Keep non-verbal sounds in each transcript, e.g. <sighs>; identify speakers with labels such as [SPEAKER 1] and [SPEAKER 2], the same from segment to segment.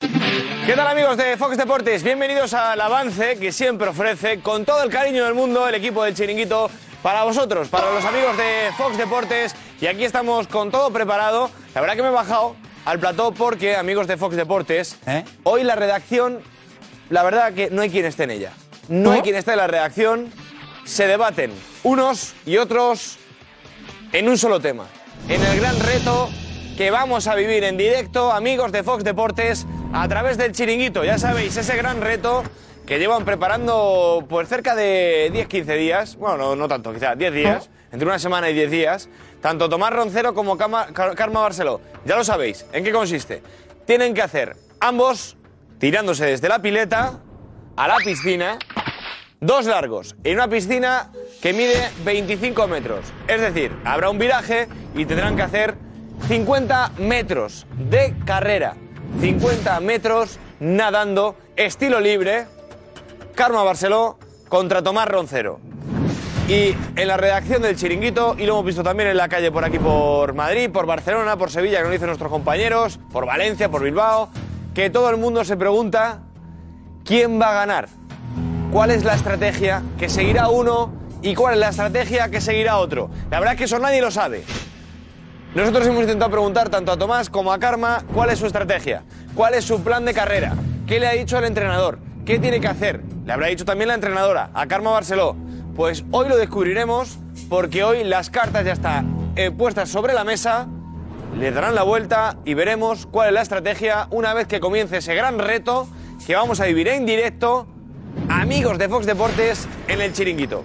[SPEAKER 1] ¿Qué tal amigos de Fox Deportes? Bienvenidos al avance que siempre ofrece con todo el cariño del mundo el equipo del chiringuito para vosotros, para los amigos de Fox Deportes. Y aquí estamos con todo preparado. La verdad que me he bajado al plató porque, amigos de Fox Deportes, hoy la redacción, la verdad que no hay quien esté en ella. No hay quien esté en la redacción. Se debaten unos y otros en un solo tema. En el gran reto que vamos a vivir en directo, amigos de Fox Deportes, a través del chiringuito. Ya sabéis, ese gran reto que llevan preparando pues cerca de 10-15 días, bueno, no, no tanto, quizás 10 días, entre una semana y 10 días, tanto Tomás Roncero como Cama- Car- Karma Barceló. Ya lo sabéis, ¿en qué consiste? Tienen que hacer ambos tirándose desde la pileta a la piscina dos largos en una piscina que mide 25 metros. Es decir, habrá un viraje y tendrán que hacer 50 metros de carrera. 50 metros nadando, estilo libre. Karma Barceló contra Tomás Roncero. Y en la redacción del Chiringuito, y lo hemos visto también en la calle por aquí, por Madrid, por Barcelona, por Sevilla, que nos dicen nuestros compañeros, por Valencia, por Bilbao, que todo el mundo se pregunta quién va a ganar cuál es la estrategia que seguirá uno y cuál es la estrategia que seguirá otro. La verdad es que eso nadie lo sabe. Nosotros hemos intentado preguntar tanto a Tomás como a Karma cuál es su estrategia, cuál es su plan de carrera, qué le ha dicho el entrenador, qué tiene que hacer. Le habrá dicho también la entrenadora, a Karma Barceló. Pues hoy lo descubriremos porque hoy las cartas ya están eh, puestas sobre la mesa, le darán la vuelta y veremos cuál es la estrategia una vez que comience ese gran reto que vamos a vivir en directo, amigos de Fox Deportes, en el chiringuito.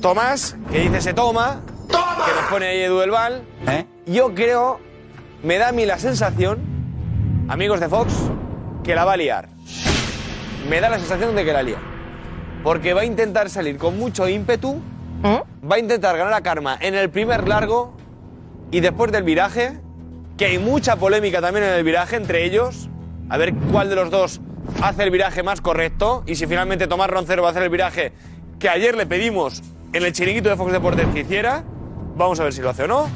[SPEAKER 1] Tomás, que dice se toma, que nos pone ahí Edu del Val. Yo creo, me da a mí la sensación, amigos de Fox, que la va a liar. Me da la sensación de que la lía. Porque va a intentar salir con mucho ímpetu, va a intentar ganar a Karma en el primer largo y después del viraje, que hay mucha polémica también en el viraje entre ellos, a ver cuál de los dos hace el viraje más correcto y si finalmente Tomás Roncero va a hacer el viraje que ayer le pedimos en el chiringuito de Fox Deportes que hiciera, vamos a ver si lo hace o no.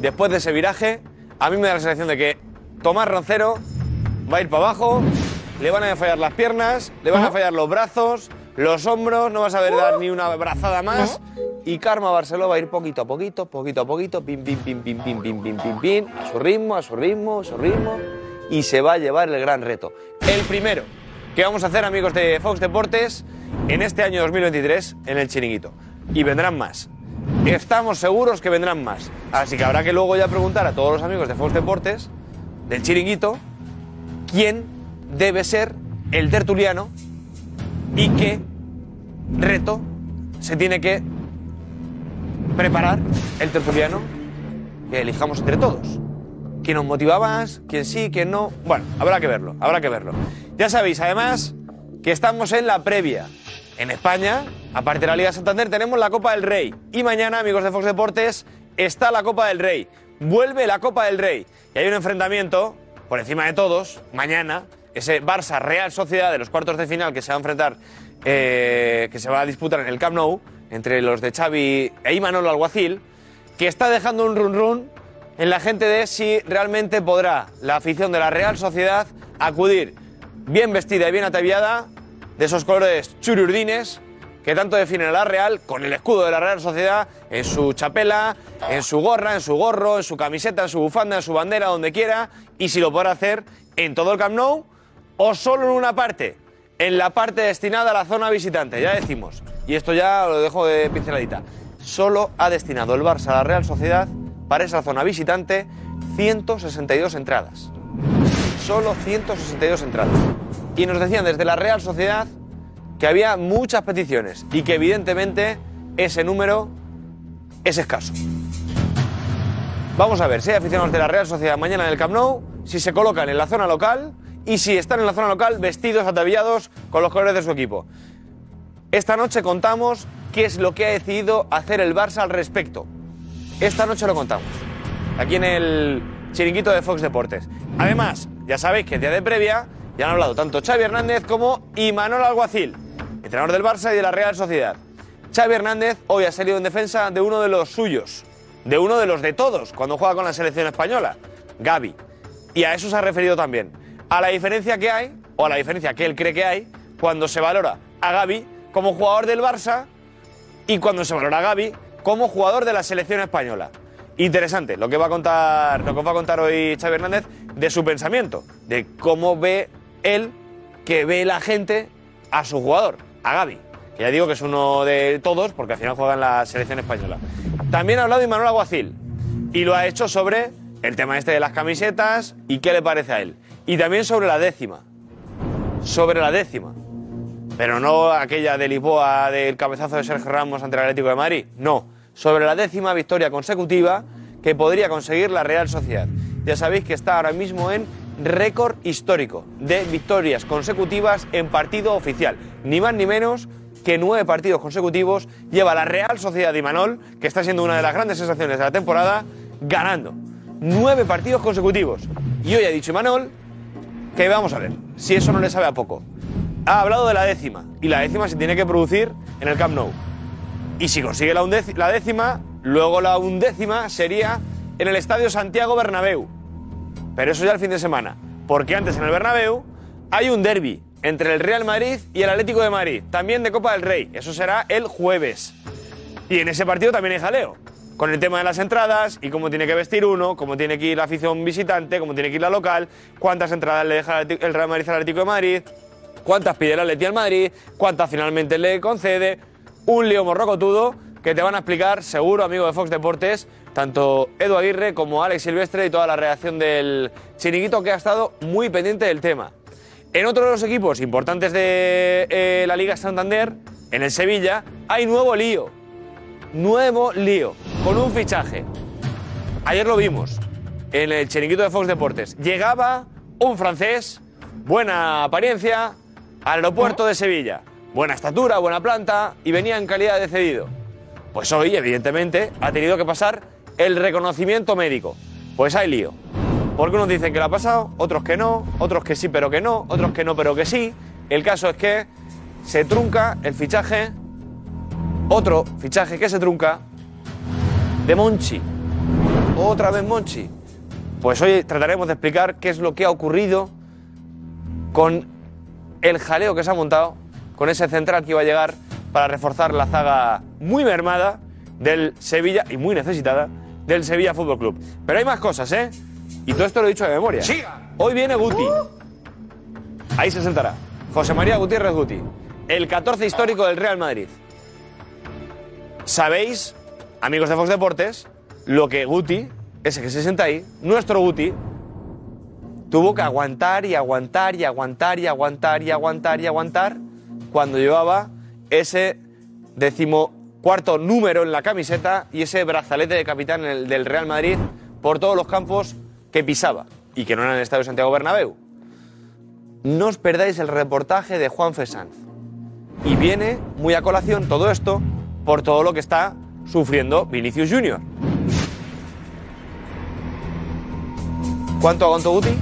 [SPEAKER 1] Después de ese viraje, a mí me da la sensación de que Tomás Roncero va a ir para abajo, le van a fallar las piernas, le van a fallar los brazos, los hombros, no va a saber dar ni una brazada más. Y Karma Barceló va a ir poquito a poquito, poquito a poquito, pim, pim, pim, pim, pim, pim, pim, pim, pim, a su ritmo, a su ritmo, a su ritmo. Y se va a llevar el gran reto. El primero que vamos a hacer, amigos de Fox Deportes, en este año 2023, en el chiringuito. Y vendrán más. Estamos seguros que vendrán más. Así que habrá que luego ya preguntar a todos los amigos de Fox Deportes, del chiringuito, quién debe ser el tertuliano y qué reto se tiene que preparar el tertuliano que elijamos entre todos. ¿Quién nos motiva más? ¿Quién sí? ¿Quién no? Bueno, habrá que verlo, habrá que verlo. Ya sabéis, además, que estamos en la previa. En España, aparte de la Liga Santander, tenemos la Copa del Rey. Y mañana, amigos de Fox Deportes, está la Copa del Rey. Vuelve la Copa del Rey. Y hay un enfrentamiento, por encima de todos, mañana, ese Barça Real Sociedad de los cuartos de final que se va a enfrentar, eh, que se va a disputar en el Camp Nou, entre los de Xavi e Imanol Alguacil, que está dejando un run run en la gente de si realmente podrá la afición de la Real Sociedad acudir bien vestida y bien ataviada de esos colores chururdines que tanto definen a la Real con el escudo de la Real Sociedad en su chapela, en su gorra, en su gorro, en su camiseta, en su bufanda, en su bandera, donde quiera y si lo podrá hacer en todo el Camp Nou o solo en una parte, en la parte destinada a la zona visitante, ya decimos. Y esto ya lo dejo de pinceladita. Solo ha destinado el Barça a la Real Sociedad para esa zona visitante 162 entradas. Solo 162 entradas. Y nos decían desde la Real Sociedad que había muchas peticiones y que evidentemente ese número es escaso. Vamos a ver si hay aficionados de la Real Sociedad mañana en el Camp Nou, si se colocan en la zona local y si están en la zona local, vestidos, ataviados con los colores de su equipo. Esta noche contamos qué es lo que ha decidido hacer el Barça al respecto. Esta noche lo contamos. Aquí en el chiringuito de Fox Deportes. Además, ya sabéis que el día de previa ya han hablado tanto Xavi Hernández como Imanol Alguacil, entrenador del Barça y de la Real Sociedad. Xavi Hernández hoy ha salido en defensa de uno de los suyos, de uno de los de todos cuando juega con la selección española, Gaby. Y a eso se ha referido también. A la diferencia que hay, o a la diferencia que él cree que hay, cuando se valora a Gaby como jugador del Barça y cuando se valora a Gaby como jugador de la selección española. Interesante lo que va a contar, lo que os va a contar hoy Xavi Hernández de su pensamiento, de cómo ve él que ve la gente a su jugador, a Gaby, que ya digo que es uno de todos porque al final juega en la selección española. También ha hablado Imanol Aguacil y lo ha hecho sobre el tema este de las camisetas y qué le parece a él. Y también sobre la décima. Sobre la décima. Pero no aquella de Lisboa del cabezazo de Sergio Ramos ante el Atlético de Madrid. No. Sobre la décima victoria consecutiva que podría conseguir la Real Sociedad. Ya sabéis que está ahora mismo en récord histórico de victorias consecutivas en partido oficial. Ni más ni menos que nueve partidos consecutivos lleva la Real Sociedad de Imanol, que está siendo una de las grandes sensaciones de la temporada, ganando. Nueve partidos consecutivos. Y hoy ha dicho Imanol que vamos a ver si eso no le sabe a poco. Ha hablado de la décima, y la décima se tiene que producir en el Camp Nou. Y si consigue la, undéci- la décima, luego la undécima sería en el Estadio Santiago Bernabéu. Pero eso ya el fin de semana, porque antes en el Bernabéu hay un derby entre el Real Madrid y el Atlético de Madrid, también de Copa del Rey. Eso será el jueves. Y en ese partido también hay jaleo, con el tema de las entradas y cómo tiene que vestir uno, cómo tiene que ir la afición visitante, cómo tiene que ir la local, cuántas entradas le deja el Atleti- el Real Madrid al Atlético de Madrid, cuántas pide el Atleti al Madrid, cuántas finalmente le concede. Un lío morrocotudo que te van a explicar, seguro, amigo de Fox Deportes, tanto Edu Aguirre como Alex Silvestre y toda la reacción del chiringuito que ha estado muy pendiente del tema. En otro de los equipos importantes de eh, la Liga Santander, en el Sevilla, hay nuevo lío. Nuevo lío, con un fichaje. Ayer lo vimos en el chiringuito de Fox Deportes. Llegaba un francés, buena apariencia, al aeropuerto de Sevilla. Buena estatura, buena planta y venía en calidad de cedido. Pues hoy, evidentemente, ha tenido que pasar el reconocimiento médico. Pues hay lío. Porque unos dicen que lo ha pasado, otros que no, otros que sí pero que no, otros que no pero que sí. El caso es que se trunca el fichaje, otro fichaje que se trunca, de Monchi. Otra vez Monchi. Pues hoy trataremos de explicar qué es lo que ha ocurrido con el jaleo que se ha montado, con ese central que iba a llegar para reforzar la zaga muy mermada del Sevilla y muy necesitada del Sevilla Fútbol Club. Pero hay más cosas, ¿eh? Y todo esto lo he dicho de memoria.
[SPEAKER 2] ¡Siga!
[SPEAKER 1] Hoy viene Guti. Ahí se sentará. José María Gutiérrez Guti, el 14 histórico del Real Madrid. Sabéis, amigos de Fox Deportes, lo que Guti, ese que se sienta ahí, nuestro Guti, tuvo que aguantar y aguantar y aguantar y aguantar y aguantar y aguantar cuando llevaba ese decimocuarto número en la camiseta y ese brazalete de capitán en el- del Real Madrid por todos los campos que pisaba y que no eran el Estadio Santiago Bernabéu. No os perdáis el reportaje de Juan Fesanz. Y viene muy a colación todo esto por todo lo que está sufriendo Vinicius Junior. ¿Cuánto aguantó Guti?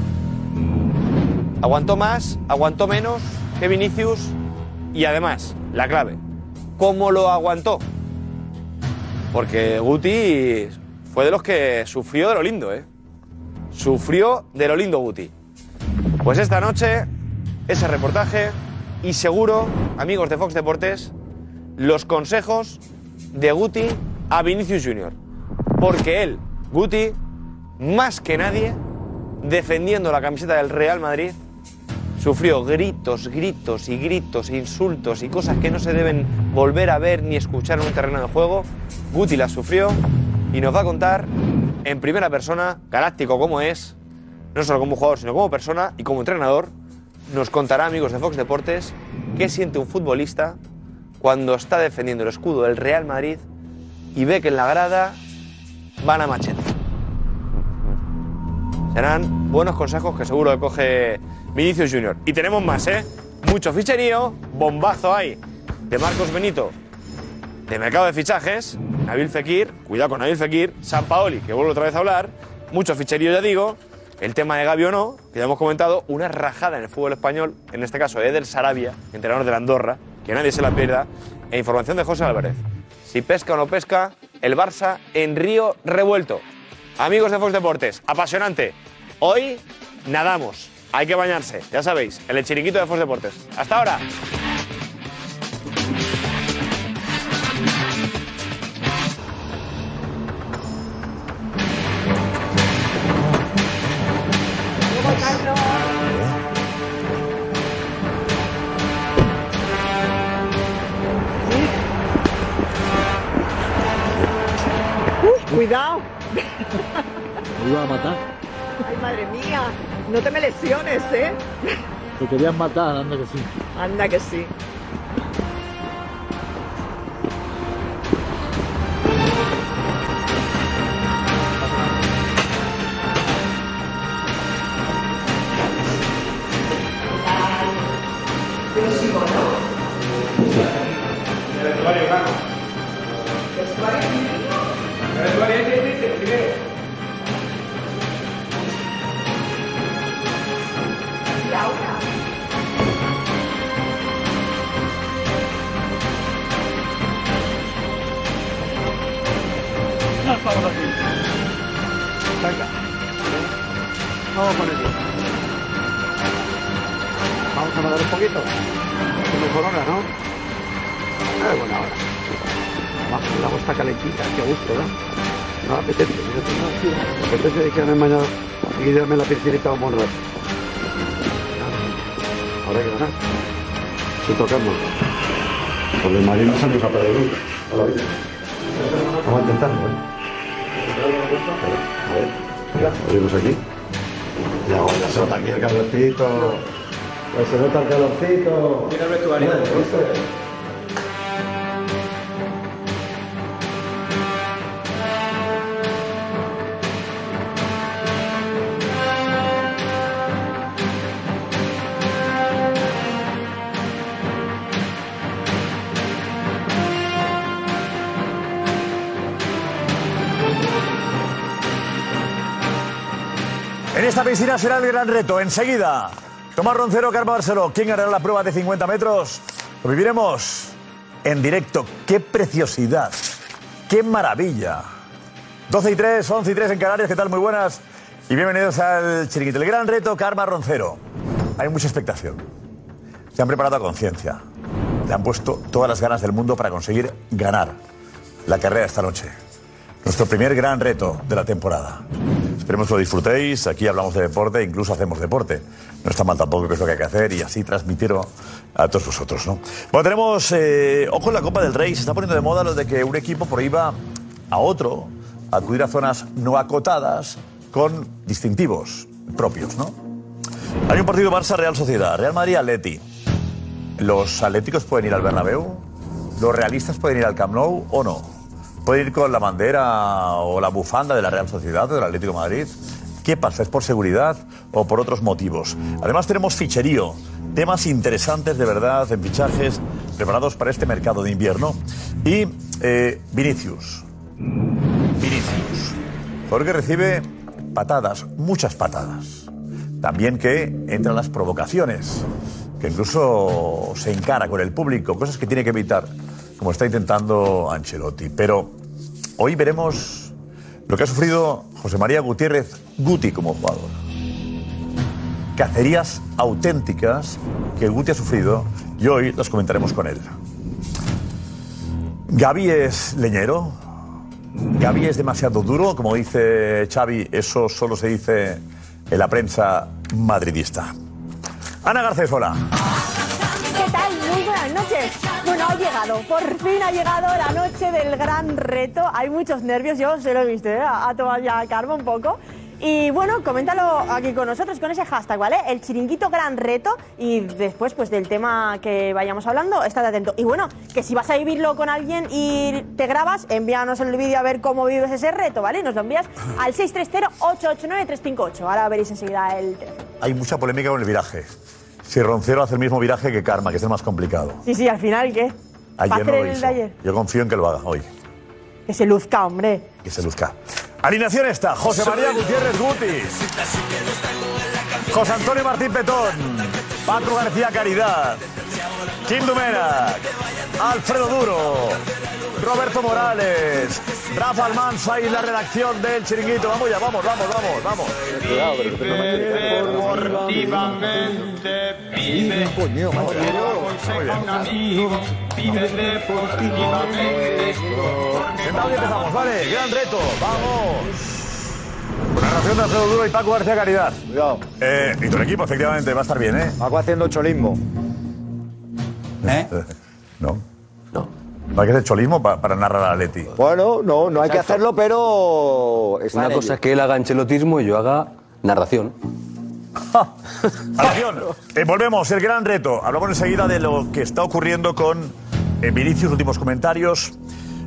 [SPEAKER 1] ¿Aguantó más? ¿Aguantó menos que Vinicius? Y además, la clave, ¿cómo lo aguantó? Porque Guti fue de los que sufrió de lo lindo, ¿eh? Sufrió de lo lindo Guti. Pues esta noche, ese reportaje y seguro, amigos de Fox Deportes, los consejos de Guti a Vinicius Junior. Porque él, Guti, más que nadie, defendiendo la camiseta del Real Madrid, sufrió gritos, gritos y gritos, insultos y cosas que no se deben volver a ver ni escuchar en un terreno de juego. Guti las sufrió y nos va a contar en primera persona, galáctico como es, no solo como jugador, sino como persona y como entrenador, nos contará, amigos de Fox Deportes, qué siente un futbolista cuando está defendiendo el escudo del Real Madrid y ve que en la grada van a machete. Serán buenos consejos que seguro que coge Vinicius Junior. Y tenemos más, ¿eh? Mucho ficherío, bombazo hay de Marcos Benito, de mercado de fichajes, Nabil Fekir, cuidado con Nabil Fekir, San Paoli, que vuelvo otra vez a hablar, mucho ficherío ya digo, el tema de Gabi o no, que ya hemos comentado, una rajada en el fútbol español, en este caso Eder Sarabia, entrenador de la Andorra, que nadie se la pierda, e información de José Álvarez. Si pesca o no pesca, el Barça en río revuelto. Amigos de Fox Deportes, apasionante. Hoy nadamos, hay que bañarse, ya sabéis, en el chiringuito de Fox Deportes. Hasta ahora.
[SPEAKER 3] Uy, cuidado.
[SPEAKER 4] Me iba a matar.
[SPEAKER 3] Ay, madre mía. No te me lesiones, ¿eh?
[SPEAKER 4] Te querían matar, anda que sí.
[SPEAKER 3] Anda que sí.
[SPEAKER 5] Vamos a ponerlo. Vamos a nadar un poquito. Que mejor hora, ¿no? Ah, bueno, ahora. Vamos, el agua está calentita, qué gusto, ¿no? No me apetece, pero tengo así. Me apetece de quedarme mañana y quedarme en la piscinita un buen rato. Ahora hay que ganar. Si tocamos. Por el Madrid no se nos ha perdido nunca. Toda la vida. Vamos a intentarlo, ¿eh? A ver, mira, abrimos aquí. Ya, bueno, se nota aquí el calorcito. Pues se nota el calorcito. Mira el vestuario.
[SPEAKER 6] En esta piscina será el gran reto. Enseguida, Tomás Roncero, Carmen Barceló. ¿Quién ganará la prueba de 50 metros? Lo viviremos en directo. ¡Qué preciosidad! ¡Qué maravilla! 12 y 3, 11 y 3 en Canarias. ¿Qué tal? Muy buenas. Y bienvenidos al Chiringuito. El gran reto, Carmen Roncero. Hay mucha expectación. Se han preparado a conciencia. Le han puesto todas las ganas del mundo para conseguir ganar la carrera esta noche. Nuestro primer gran reto de la temporada. Esperemos que lo disfrutéis. Aquí hablamos de deporte, incluso hacemos deporte. No está mal tampoco, que es lo que hay que hacer y así transmitirlo a todos vosotros. ¿no? Bueno, tenemos. eh, ojo en la Copa del Rey. Se está poniendo de moda lo de que un equipo prohíba a otro acudir a zonas no acotadas con distintivos propios. ¿no? Hay un partido Barça-Real Sociedad, Real Madrid-Atleti. ¿Los atléticos pueden ir al Bernabéu? ¿Los realistas pueden ir al Camp Nou o no? ¿Pueden ir con la bandera o la bufanda de la Real Sociedad o del Atlético de Madrid? ¿Qué pasa? ¿Es por seguridad o por otros motivos? Además tenemos ficherío, temas interesantes de verdad en fichajes preparados para este mercado de invierno. Y eh, Vinicius. Vinicius. Porque recibe patadas, muchas patadas. También que entran las provocaciones, que incluso se encara con el público, cosas que tiene que evitar, como está intentando Ancelotti. Pero hoy veremos lo que ha sufrido José María Gutiérrez Guti como jugador. Cacerías auténticas que Guti ha sufrido y hoy las comentaremos con él. Gaby es leñero. Gaby es demasiado duro, como dice Xavi, eso solo se dice en la prensa madridista. Ana Garcés, hola.
[SPEAKER 2] ¿Qué tal? Muy buenas noches. Bueno, ha llegado, por fin ha llegado la noche del gran reto. Hay muchos nervios, yo se lo he visto ¿eh? a a Tomás y a Carmo un poco. Y bueno, coméntalo aquí con nosotros con ese hashtag, ¿vale? El chiringuito gran reto y después pues del tema que vayamos hablando, estate atento. Y bueno, que si vas a vivirlo con alguien y te grabas, envíanos el vídeo a ver cómo vives ese reto, ¿vale? Y nos lo envías al 630-889-358. Ahora veréis enseguida el teléfono.
[SPEAKER 6] Hay mucha polémica con el viraje. Si Roncero hace el mismo viraje que Karma, que es el más complicado.
[SPEAKER 2] Sí, sí, al final, ¿qué? Va a
[SPEAKER 6] Ayer
[SPEAKER 2] hacer
[SPEAKER 6] no lo
[SPEAKER 2] el
[SPEAKER 6] hizo.
[SPEAKER 2] de ayer.
[SPEAKER 6] Yo confío en que lo haga hoy,
[SPEAKER 2] Que se luzca, hombre.
[SPEAKER 6] que se luzca. Alineación esta, José María Gutiérrez Guti, José Antonio Martín Petón, Paco García Caridad, Kim Dumera, Alfredo Duro, Roberto Morales, Rafa Almanza y la redacción del Chiringuito. Vamos ya, vamos, vamos, vamos, vamos.
[SPEAKER 7] Deportivamente vive. Quiero consejo un amigo. Vive deportivamente.
[SPEAKER 6] Sentado y empezamos, vale, gran reto, vamos. Con la narración de Alfredo Duro y Paco García Caridad. Cuidado. Eh, y tu equipo, efectivamente, va a estar bien, ¿eh? Paco haciendo cholismo. ¿Eh? <laughs> No. No. ¿No hay que hacer cholismo pa- para narrar a Leti?
[SPEAKER 5] Bueno, no, no hay que hacerlo, pero. está
[SPEAKER 8] Una
[SPEAKER 5] en
[SPEAKER 8] cosa
[SPEAKER 5] ello.
[SPEAKER 8] es que él haga enchelotismo y yo haga narración.
[SPEAKER 6] Atención, eh, volvemos, el gran reto. Hablamos enseguida de lo que está ocurriendo con eh, Vinicius, últimos comentarios,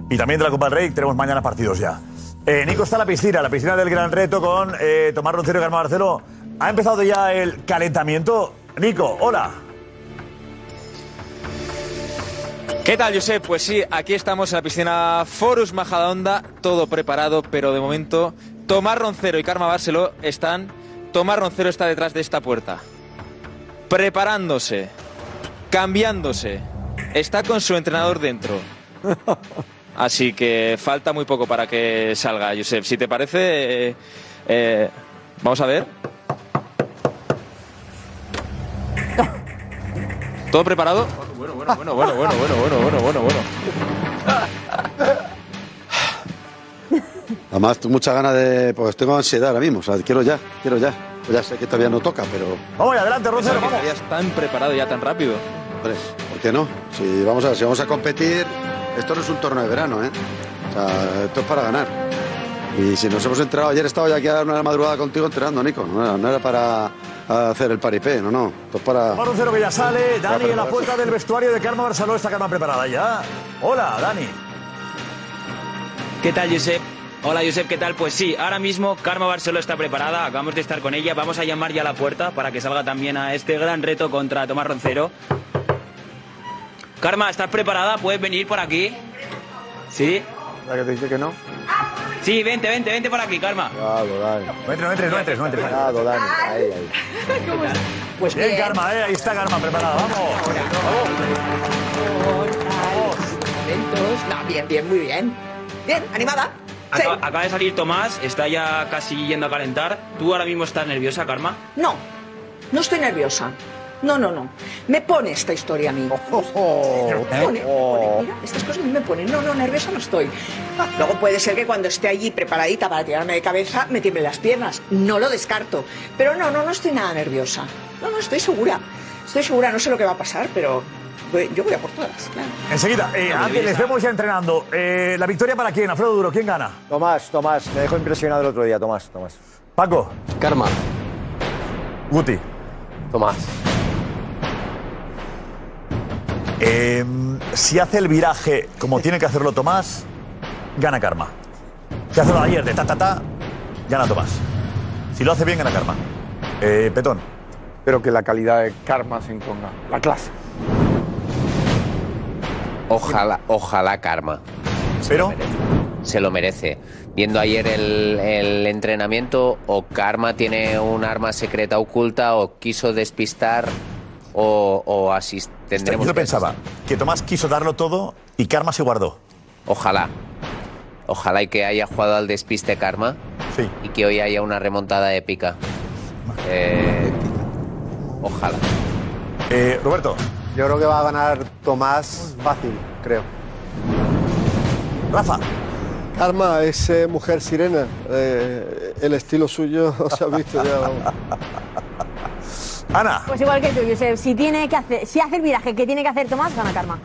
[SPEAKER 6] y también de la Copa del Rey, que tenemos mañana partidos ya. Eh, Nico está en la piscina, la piscina del gran reto con eh, Tomás Roncero y Carmen Barceló. ¿Ha empezado ya el calentamiento? Nico, hola.
[SPEAKER 9] ¿Qué tal, Josep? Pues sí, aquí estamos en la piscina Forus Majadahonda, todo preparado, pero de momento Tomás Roncero y Karma Barceló están. Tomás Roncero está detrás de esta puerta, preparándose, cambiándose. Está con su entrenador dentro. Así que falta muy poco para que salga, Josep. Si te parece, eh, eh, vamos a ver. ¿Todo preparado? Bueno, bueno, bueno, bueno, bueno, bueno, bueno, bueno, bueno, bueno.
[SPEAKER 5] Además, tengo muchas ganas de. Pues tengo ansiedad ahora mismo, o sea, quiero ya, quiero ya. Pues ya sé que todavía no toca, pero.
[SPEAKER 6] Vamos, adelante,
[SPEAKER 9] Roncero, vamos. Ya tan preparado, ya tan rápido.
[SPEAKER 5] Hombre, ¿por qué no? Si vamos a, si vamos a competir, esto no es un torneo de verano, ¿eh? O sea, esto es para ganar. Y si nos hemos entrado, ayer estaba ya aquí a la una de la madrugada contigo entrenando, Nico. No era, no era para hacer el paripé, no, no. Esto es para.
[SPEAKER 6] Tomás Roncero que ya sale, Dani en la
[SPEAKER 5] preparado.
[SPEAKER 6] puerta del vestuario de Carmen Barceló, está Carmen preparada ya. Hola, Dani.
[SPEAKER 10] ¿Qué tal, Josep? Hola, Josep, ¿qué tal? Pues sí, ahora mismo Karma Barceló está preparada, acabamos de estar con ella, vamos a llamar ya a la puerta para que salga también a este gran reto contra Tomás Roncero. Karma, ¿estás preparada? ¿Puedes venir por aquí? ¿Sí?
[SPEAKER 5] ¿La que te dice que no?
[SPEAKER 10] Sí, vente, vente, vente por aquí, Karma.
[SPEAKER 5] Cuidado, Dani.
[SPEAKER 6] No entres, no entres, no entres. No entres.
[SPEAKER 5] Cuidado, Dani. Ahí, ahí.
[SPEAKER 6] Pues bien, Karma, ¿eh? ahí está Karma preparada, vamos.
[SPEAKER 11] Lentos. No, bien, bien, muy bien. Bien, animada.
[SPEAKER 10] Acaba, acaba de salir Tomás, está ya casi yendo a calentar. ¿Tú ahora mismo estás nerviosa, Karma?
[SPEAKER 3] No, no estoy nerviosa. No, no, no. Me pone esta historia a mí. oh, Me pone, me pone. Mira, estas cosas a mí me ponen. No, no, nerviosa no estoy. Ah, Luego puede ser que cuando esté allí preparadita para tirarme de cabeza, me tiemblen las piernas. No lo descarto. Pero no, no, no estoy nada nerviosa. No, no, estoy segura. Estoy segura, no sé lo que va a pasar, pero voy- yo voy a por todas, claro.
[SPEAKER 6] Enseguida, eh, antes les vemos ya entrenando. Eh, ¿La victoria para quién? Alfredo Duro, ¿quién gana?
[SPEAKER 5] Tomás, Tomás, me dejó impresionado el otro día, Tomás, Tomás.
[SPEAKER 6] Paco.
[SPEAKER 8] Karma.
[SPEAKER 6] Guti.
[SPEAKER 8] Tomás.
[SPEAKER 6] Eh, si hace el viraje como tiene que hacerlo Tomás, gana Karma. Si hace lo de ayer de ta ta ta, gana Tomás. Si lo hace bien, gana Karma. Eh, Petón.
[SPEAKER 12] Espero que la calidad de Karma se imponga. La clase.
[SPEAKER 13] Ojalá, ojalá karma.
[SPEAKER 6] Pero
[SPEAKER 13] se lo merece. Viendo ayer el, el entrenamiento, o Karma tiene un arma secreta oculta, o quiso despistar, o, o asist- tendremos
[SPEAKER 6] Yo
[SPEAKER 13] que
[SPEAKER 6] pensaba que Tomás quiso darlo todo y Karma se guardó.
[SPEAKER 13] Ojalá. Ojalá y que haya jugado al despiste Karma. Y que hoy haya una remontada épica. Eh, ojalá.
[SPEAKER 6] Eh, Roberto.
[SPEAKER 5] Yo creo que va a ganar Tomás fácil, creo.
[SPEAKER 6] Rafa.
[SPEAKER 14] Karma es eh, mujer sirena. eh, el estilo
[SPEAKER 1] <laughs>
[SPEAKER 14] suyo se ha visto ya. vamos.
[SPEAKER 6] Ana.
[SPEAKER 2] Pues igual que tú, Josep, si tiene que hacer, si hace el viraje que tiene que hacer Tomás, gana Karma.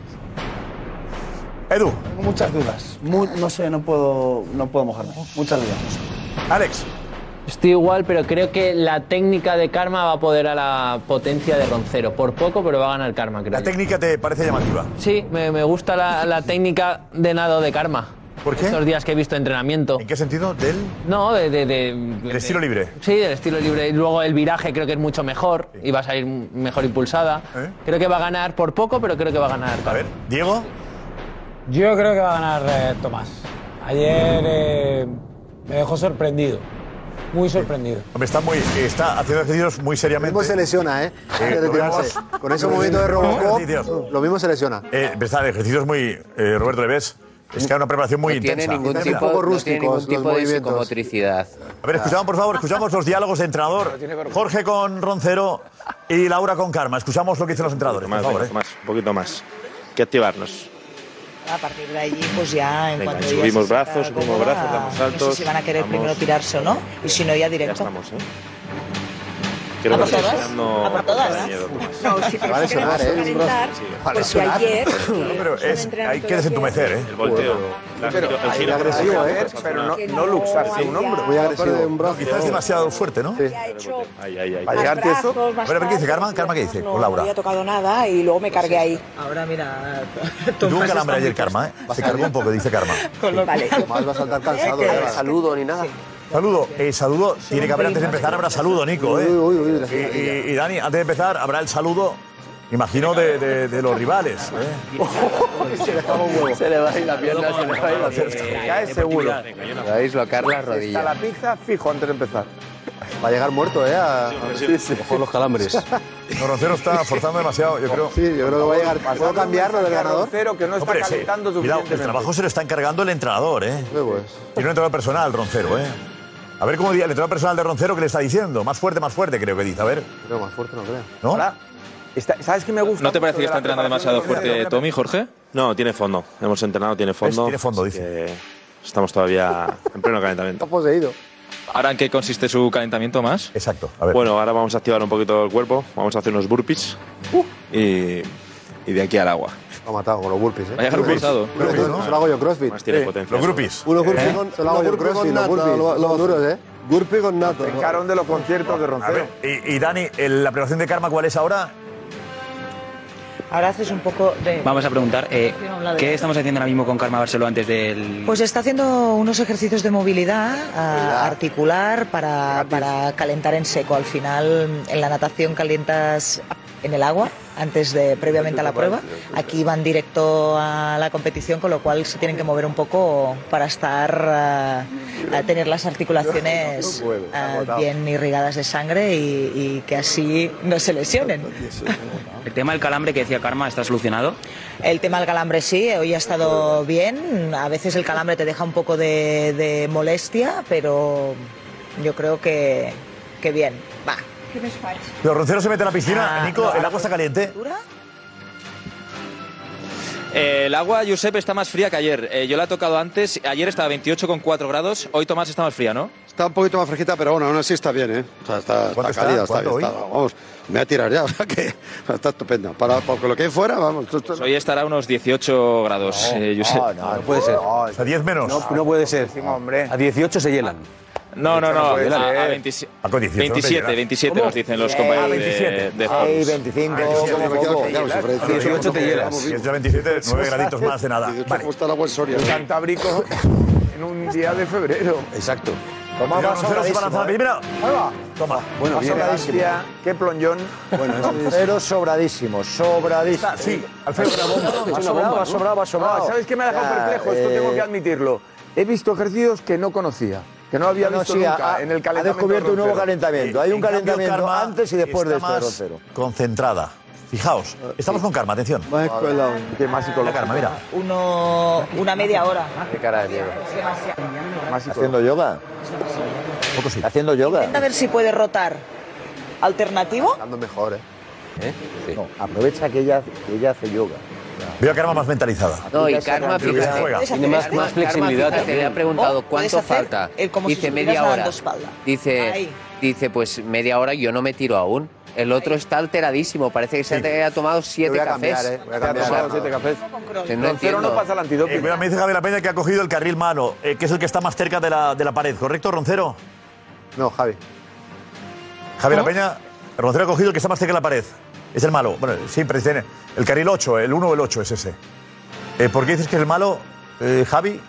[SPEAKER 6] Edu.
[SPEAKER 15] Tengo muchas dudas. Mu- no sé, no puedo, no puedo mojarme. Muchas dudas.
[SPEAKER 6] Alex.
[SPEAKER 12] Estoy igual, pero creo que la técnica de Karma va a poder a la potencia de Roncero. Por poco, pero va a ganar Karma, creo. ¿La
[SPEAKER 6] técnica te parece llamativa?
[SPEAKER 12] Sí, me, me gusta la, la técnica de nado de Karma. ¿Por qué? Estos días que he visto entrenamiento. ¿En
[SPEAKER 6] qué sentido? ¿Del?
[SPEAKER 12] No, de... de,
[SPEAKER 6] ¿El estilo libre?
[SPEAKER 12] Sí, del estilo libre. Y luego el viraje creo que es mucho mejor y va a salir mejor impulsada.
[SPEAKER 6] ¿Eh?
[SPEAKER 12] Creo que va a ganar por poco, pero creo que va a ganar. A ver,
[SPEAKER 6] ¿Diego?
[SPEAKER 16] Yo creo que va a ganar eh, Tomás. Ayer eh, me dejó sorprendido. Muy sorprendido.
[SPEAKER 6] Hombre, está, muy, está haciendo ejercicios muy seriamente.
[SPEAKER 17] mismo se
[SPEAKER 5] Ah,
[SPEAKER 17] lesiona, ¿eh? Hay que
[SPEAKER 6] lo
[SPEAKER 17] retirarse.
[SPEAKER 6] vemos.
[SPEAKER 17] Con ese movimiento de
[SPEAKER 6] Ejercicios.
[SPEAKER 17] Robocop, lo mismo se lesiona.
[SPEAKER 6] Eh, pero está de ejercicios muy... eh, Roberto, ¿le ves? Es que hay una preparación muy
[SPEAKER 13] no
[SPEAKER 6] intensa.
[SPEAKER 13] tiene ningún
[SPEAKER 6] Quizás
[SPEAKER 13] tipo,
[SPEAKER 6] un
[SPEAKER 13] no
[SPEAKER 6] poco
[SPEAKER 13] tiene
[SPEAKER 6] rústicos
[SPEAKER 13] ningún
[SPEAKER 6] los
[SPEAKER 13] tipo de
[SPEAKER 6] movimientos.
[SPEAKER 13] psicomotricidad.
[SPEAKER 6] A ver, escuchamos, por favor, escuchamos los diálogos de entrenador. Jorge con Roncero y Laura con Karma. Escuchamos lo que dicen los entrenadores, por
[SPEAKER 18] Más,
[SPEAKER 6] favor. eh.
[SPEAKER 18] venga, más, un poquito más. Hay que activarnos.
[SPEAKER 19] A partir de allí, pues ya en
[SPEAKER 18] Venga,
[SPEAKER 19] cuanto
[SPEAKER 18] y
[SPEAKER 19] ella
[SPEAKER 18] subimos
[SPEAKER 19] se sienta
[SPEAKER 18] brazos, subimos
[SPEAKER 19] cómoda,
[SPEAKER 18] brazos, damos
[SPEAKER 19] No
[SPEAKER 18] saltos,
[SPEAKER 19] sé si van a querer
[SPEAKER 18] vamos. ¿eh?
[SPEAKER 19] primero tirarse o no, y si no, ya directo.
[SPEAKER 18] Creo
[SPEAKER 19] ¿A
[SPEAKER 18] que
[SPEAKER 19] por
[SPEAKER 18] está
[SPEAKER 19] todas?
[SPEAKER 18] enseñando
[SPEAKER 19] ¿A por todas?
[SPEAKER 18] bastante miedo.
[SPEAKER 20] No, si
[SPEAKER 18] Vale
[SPEAKER 20] parece que vamos
[SPEAKER 18] sonar,
[SPEAKER 20] a
[SPEAKER 18] ¿eh?
[SPEAKER 20] calentar,
[SPEAKER 18] Sí.
[SPEAKER 20] porque
[SPEAKER 6] pues
[SPEAKER 18] Vale sonar.
[SPEAKER 20] ayer...
[SPEAKER 18] No, pero
[SPEAKER 20] un
[SPEAKER 18] es-
[SPEAKER 20] entrenador
[SPEAKER 6] hay que desentumecer, ¿eh?
[SPEAKER 18] El volteo. La-
[SPEAKER 6] Pero
[SPEAKER 18] el
[SPEAKER 6] ahí
[SPEAKER 18] giro
[SPEAKER 6] agresivo,
[SPEAKER 18] para
[SPEAKER 6] ¿eh?
[SPEAKER 18] atrás, para
[SPEAKER 6] Pero no-
[SPEAKER 18] atrás.
[SPEAKER 6] no luxarse un hombro. Muy agresivo. Quizás <laughs> demasiado fuerte, ¿no? Sí.
[SPEAKER 18] Ahí, ahí, ahí.
[SPEAKER 6] Para llegar a eso.
[SPEAKER 19] brazos,
[SPEAKER 6] A
[SPEAKER 19] más
[SPEAKER 6] ver, a ver qué dice
[SPEAKER 19] brazos,
[SPEAKER 6] Karma. Karma, ¿qué dice?
[SPEAKER 19] No,
[SPEAKER 6] Con
[SPEAKER 19] no
[SPEAKER 6] Laura.
[SPEAKER 19] había tocado nada y luego me cargué ahí. Ahora mira. <laughs>
[SPEAKER 6] Tuvo un calambre ayer, Karma, ¿eh? Se cargó un poco, dice Karma.
[SPEAKER 19] Vale.
[SPEAKER 6] <laughs>
[SPEAKER 17] Más va a
[SPEAKER 5] <laughs>
[SPEAKER 17] saltar cansado.
[SPEAKER 6] Eh,
[SPEAKER 17] ya.
[SPEAKER 6] saludo ni nada. Saludo, eh, saludo. Tiene que haber antes de empezar, habrá saludo, Nico. ¿eh? Y- y, y Dani, antes de empezar, habrá el saludo, imagino, de, de- de los rivales. ¿eh? <laughs>
[SPEAKER 21] Se le va a ir la pierna, se le va a ir la
[SPEAKER 22] Cae seguro.
[SPEAKER 21] Va a dislocar la
[SPEAKER 22] Está la pizza fijo antes de empezar.
[SPEAKER 17] Va a llegar muerto, ¿eh? A...
[SPEAKER 22] Sí, sí.
[SPEAKER 17] Ojo a los <laughs> calambres.
[SPEAKER 6] No, Roncero está forzando demasiado, yo creo.
[SPEAKER 17] Sí, yo creo que va a llegar. ¿Puedo cambiarlo del ganador?
[SPEAKER 6] Cero que no
[SPEAKER 17] está calentando
[SPEAKER 6] el
[SPEAKER 17] suficientemente.
[SPEAKER 6] trabajo se lo está encargando el entrenador, ¿eh? Tiene un entrenador personal, Roncero, ¿eh? A ver cómo dice el entrenador personal de Roncero que le está diciendo. Más fuerte, más fuerte, creo que dice. A ver.
[SPEAKER 17] Creo más fuerte, no creo.
[SPEAKER 6] ¿No?
[SPEAKER 22] ¿Sabes qué me gusta?
[SPEAKER 9] ¿No te parece que está entrenando demasiado fuerte Tommy, Jorge?
[SPEAKER 18] No, tiene fondo. Hemos entrenado, tiene fondo.
[SPEAKER 6] Tiene fondo,
[SPEAKER 18] dice. Estamos todavía en pleno calentamiento.
[SPEAKER 17] poseído.
[SPEAKER 9] ¿Ahora en qué consiste su calentamiento más?
[SPEAKER 6] Exacto.
[SPEAKER 18] Bueno, ahora vamos a activar un poquito el cuerpo. Vamos a hacer unos burpees. Y, y de aquí al agua.
[SPEAKER 17] Lo ha matado con los burpees, ¿eh?
[SPEAKER 18] Vaya grupizado.
[SPEAKER 17] Pero eso Se lo hago yo crossfit.
[SPEAKER 18] Más tiene
[SPEAKER 17] Sí.
[SPEAKER 18] potencia. Los grupis.
[SPEAKER 17] Unos burpees
[SPEAKER 22] ¿Eh?
[SPEAKER 17] con... Se lo hago
[SPEAKER 22] Los
[SPEAKER 17] yo
[SPEAKER 22] burpees con
[SPEAKER 17] crossfit, los
[SPEAKER 22] nata,
[SPEAKER 17] burpees.
[SPEAKER 22] lo-
[SPEAKER 17] Los
[SPEAKER 22] los-
[SPEAKER 17] duros, ¿eh? Gurpee con nata.
[SPEAKER 22] Pecaron de los conciertos de
[SPEAKER 6] A
[SPEAKER 22] Roncero.
[SPEAKER 6] ver, y, y Dani, el- ¿la preparación de Karma cuál es ahora?
[SPEAKER 19] Ahora haces un poco de.
[SPEAKER 10] Vamos a preguntar, eh, ¿qué estamos haciendo ahora mismo con Karma Barceló antes del...
[SPEAKER 19] Pues está haciendo unos ejercicios de movilidad ah, articular para, para calentar en seco. Al final, en la natación calientas en el agua antes de previamente a la prueba. Aquí van directo a la competición, con lo cual se tienen que mover un poco para estar ah, a tener las articulaciones ah, bien irrigadas de sangre y, y que así no se lesionen.
[SPEAKER 10] El tema del calambre que decía Karma está solucionado.
[SPEAKER 19] El tema del calambre sí, hoy ha estado bien. A veces el calambre te deja un poco de, de molestia, pero yo creo que, que bien. Va.
[SPEAKER 6] Pero Roncero se mete a la piscina,
[SPEAKER 19] Ah,
[SPEAKER 6] Nico,
[SPEAKER 19] no.
[SPEAKER 6] el agua está caliente.
[SPEAKER 9] Eh, el agua, Josep, está más fría que ayer. Eh, yo la he tocado antes. Ayer estaba 28,4 grados. Hoy Tomás está más fría, ¿no?
[SPEAKER 5] Está un poquito más fresquita, pero bueno, aún así está bien, ¿eh? O sea, está, está
[SPEAKER 9] ¿Cuánto está?
[SPEAKER 5] cálida, está,
[SPEAKER 9] ¿Cuánto
[SPEAKER 5] bien.
[SPEAKER 9] hoy?
[SPEAKER 5] está- vamos, me voy a tirar ya, <laughs> o sea que está estupenda. Para, para lo que hay fuera, vamos. tú- tú-
[SPEAKER 9] Pues Hoy estará a unos 18 grados, eh, Josep.
[SPEAKER 21] no puede ser.
[SPEAKER 6] a 10 menos.
[SPEAKER 21] No, no puede ser. A 18 se hielan.
[SPEAKER 9] No, no, no.
[SPEAKER 21] No puede
[SPEAKER 9] A,
[SPEAKER 21] ser.
[SPEAKER 9] a 27,
[SPEAKER 21] Ah, con 18 no te
[SPEAKER 9] 27,
[SPEAKER 21] llegas.
[SPEAKER 9] 27 nos dicen los
[SPEAKER 21] Eh,
[SPEAKER 9] compañeros de-
[SPEAKER 21] 27.
[SPEAKER 9] de
[SPEAKER 21] Ay,
[SPEAKER 9] Fox.
[SPEAKER 21] 25,
[SPEAKER 9] Ah, 27,
[SPEAKER 21] como
[SPEAKER 9] me quedo
[SPEAKER 21] poco.
[SPEAKER 9] callado,
[SPEAKER 21] Claro,
[SPEAKER 9] Fred.
[SPEAKER 21] sí, 18 te llegas.
[SPEAKER 6] Si es de 27, 9 graditos más de nada. Vale.
[SPEAKER 5] está la buen Soria.
[SPEAKER 22] Cantábrico en un día de febrero.
[SPEAKER 5] Exacto.
[SPEAKER 22] Toma,
[SPEAKER 6] Mira,
[SPEAKER 22] va
[SPEAKER 6] Roncero se va a
[SPEAKER 22] sobradísimo,
[SPEAKER 6] lanzar la
[SPEAKER 22] ¿eh?
[SPEAKER 6] primera.
[SPEAKER 22] Ahí va.
[SPEAKER 6] Toma.
[SPEAKER 22] Bueno,
[SPEAKER 8] Bueno, viene
[SPEAKER 22] Valencia, qué plonjón.
[SPEAKER 8] Bueno, Alfredo sobradísimo, sobradísimo.
[SPEAKER 22] Está, sí,
[SPEAKER 8] Alfredo
[SPEAKER 22] Alfredo una bomba.
[SPEAKER 8] Ha sobrado, ha sobrado, ha sobrado.
[SPEAKER 22] Ah, ¿Sabes qué me ha dejado
[SPEAKER 8] Ya,
[SPEAKER 22] perplejo? Esto
[SPEAKER 8] eh,
[SPEAKER 22] tengo que admitirlo. He visto ejercicios que no conocía, que no había
[SPEAKER 8] No, no,
[SPEAKER 22] visto
[SPEAKER 8] sí,
[SPEAKER 22] nunca
[SPEAKER 8] ha-
[SPEAKER 22] en el
[SPEAKER 8] ha
[SPEAKER 22] calentamiento.
[SPEAKER 8] descubierto un nuevo
[SPEAKER 22] roncero.
[SPEAKER 8] calentamiento. Hay un
[SPEAKER 6] En cambio,
[SPEAKER 8] calentamiento
[SPEAKER 6] Karma
[SPEAKER 8] antes y después de
[SPEAKER 6] está
[SPEAKER 8] esto de
[SPEAKER 6] más
[SPEAKER 8] Roncero. Ah,
[SPEAKER 6] Concentrada. Fijaos, estamos con Karma, atención.
[SPEAKER 8] Más colado.
[SPEAKER 22] Que más
[SPEAKER 6] psicología. Karma, mira.
[SPEAKER 19] Uno, una media hora.
[SPEAKER 8] Qué cara de miedo.
[SPEAKER 6] Más
[SPEAKER 8] ¿Haciendo yoga?
[SPEAKER 6] Poco sí.
[SPEAKER 8] ¿Haciendo yoga?
[SPEAKER 19] A ver si puede rotar. ¿Alternativo?
[SPEAKER 8] Dando mejor, ¿eh? No, aprovecha que ella, que ella hace yoga.
[SPEAKER 6] Veo a Karma más mentalizada.
[SPEAKER 13] No, y Karma,
[SPEAKER 6] Creo que se juega.
[SPEAKER 13] fíjate, tiene más, más flexibilidad. Te le ha preguntado cuánto falta. dice media hora. Dice,
[SPEAKER 19] Ahí.
[SPEAKER 13] dice, pues media hora yo no me tiro aún. El otro está alteradísimo. Parece que se ha tomado siete
[SPEAKER 8] voy a
[SPEAKER 13] cafés.
[SPEAKER 8] cambiar, ¿eh? Voy a
[SPEAKER 13] Se ha
[SPEAKER 8] cambiar.
[SPEAKER 13] tomado
[SPEAKER 8] Claro.
[SPEAKER 13] siete
[SPEAKER 22] cafés.
[SPEAKER 13] Sí, no entiendo.
[SPEAKER 6] Eh, mira, me dice Javier La Peña que ha cogido el carril malo, eh, que es el que está más cerca de la, de la pared, ¿correcto, Roncero? No, Javi. Javi La
[SPEAKER 21] ¿Cómo?
[SPEAKER 6] Peña, el roncero ha cogido el que está más cerca de la pared. Es el malo. Bueno, sí, pero tiene el carril 8, el 1 o el 8 es ese. Eh, ¿Por qué dices que es el malo, eh, Javi?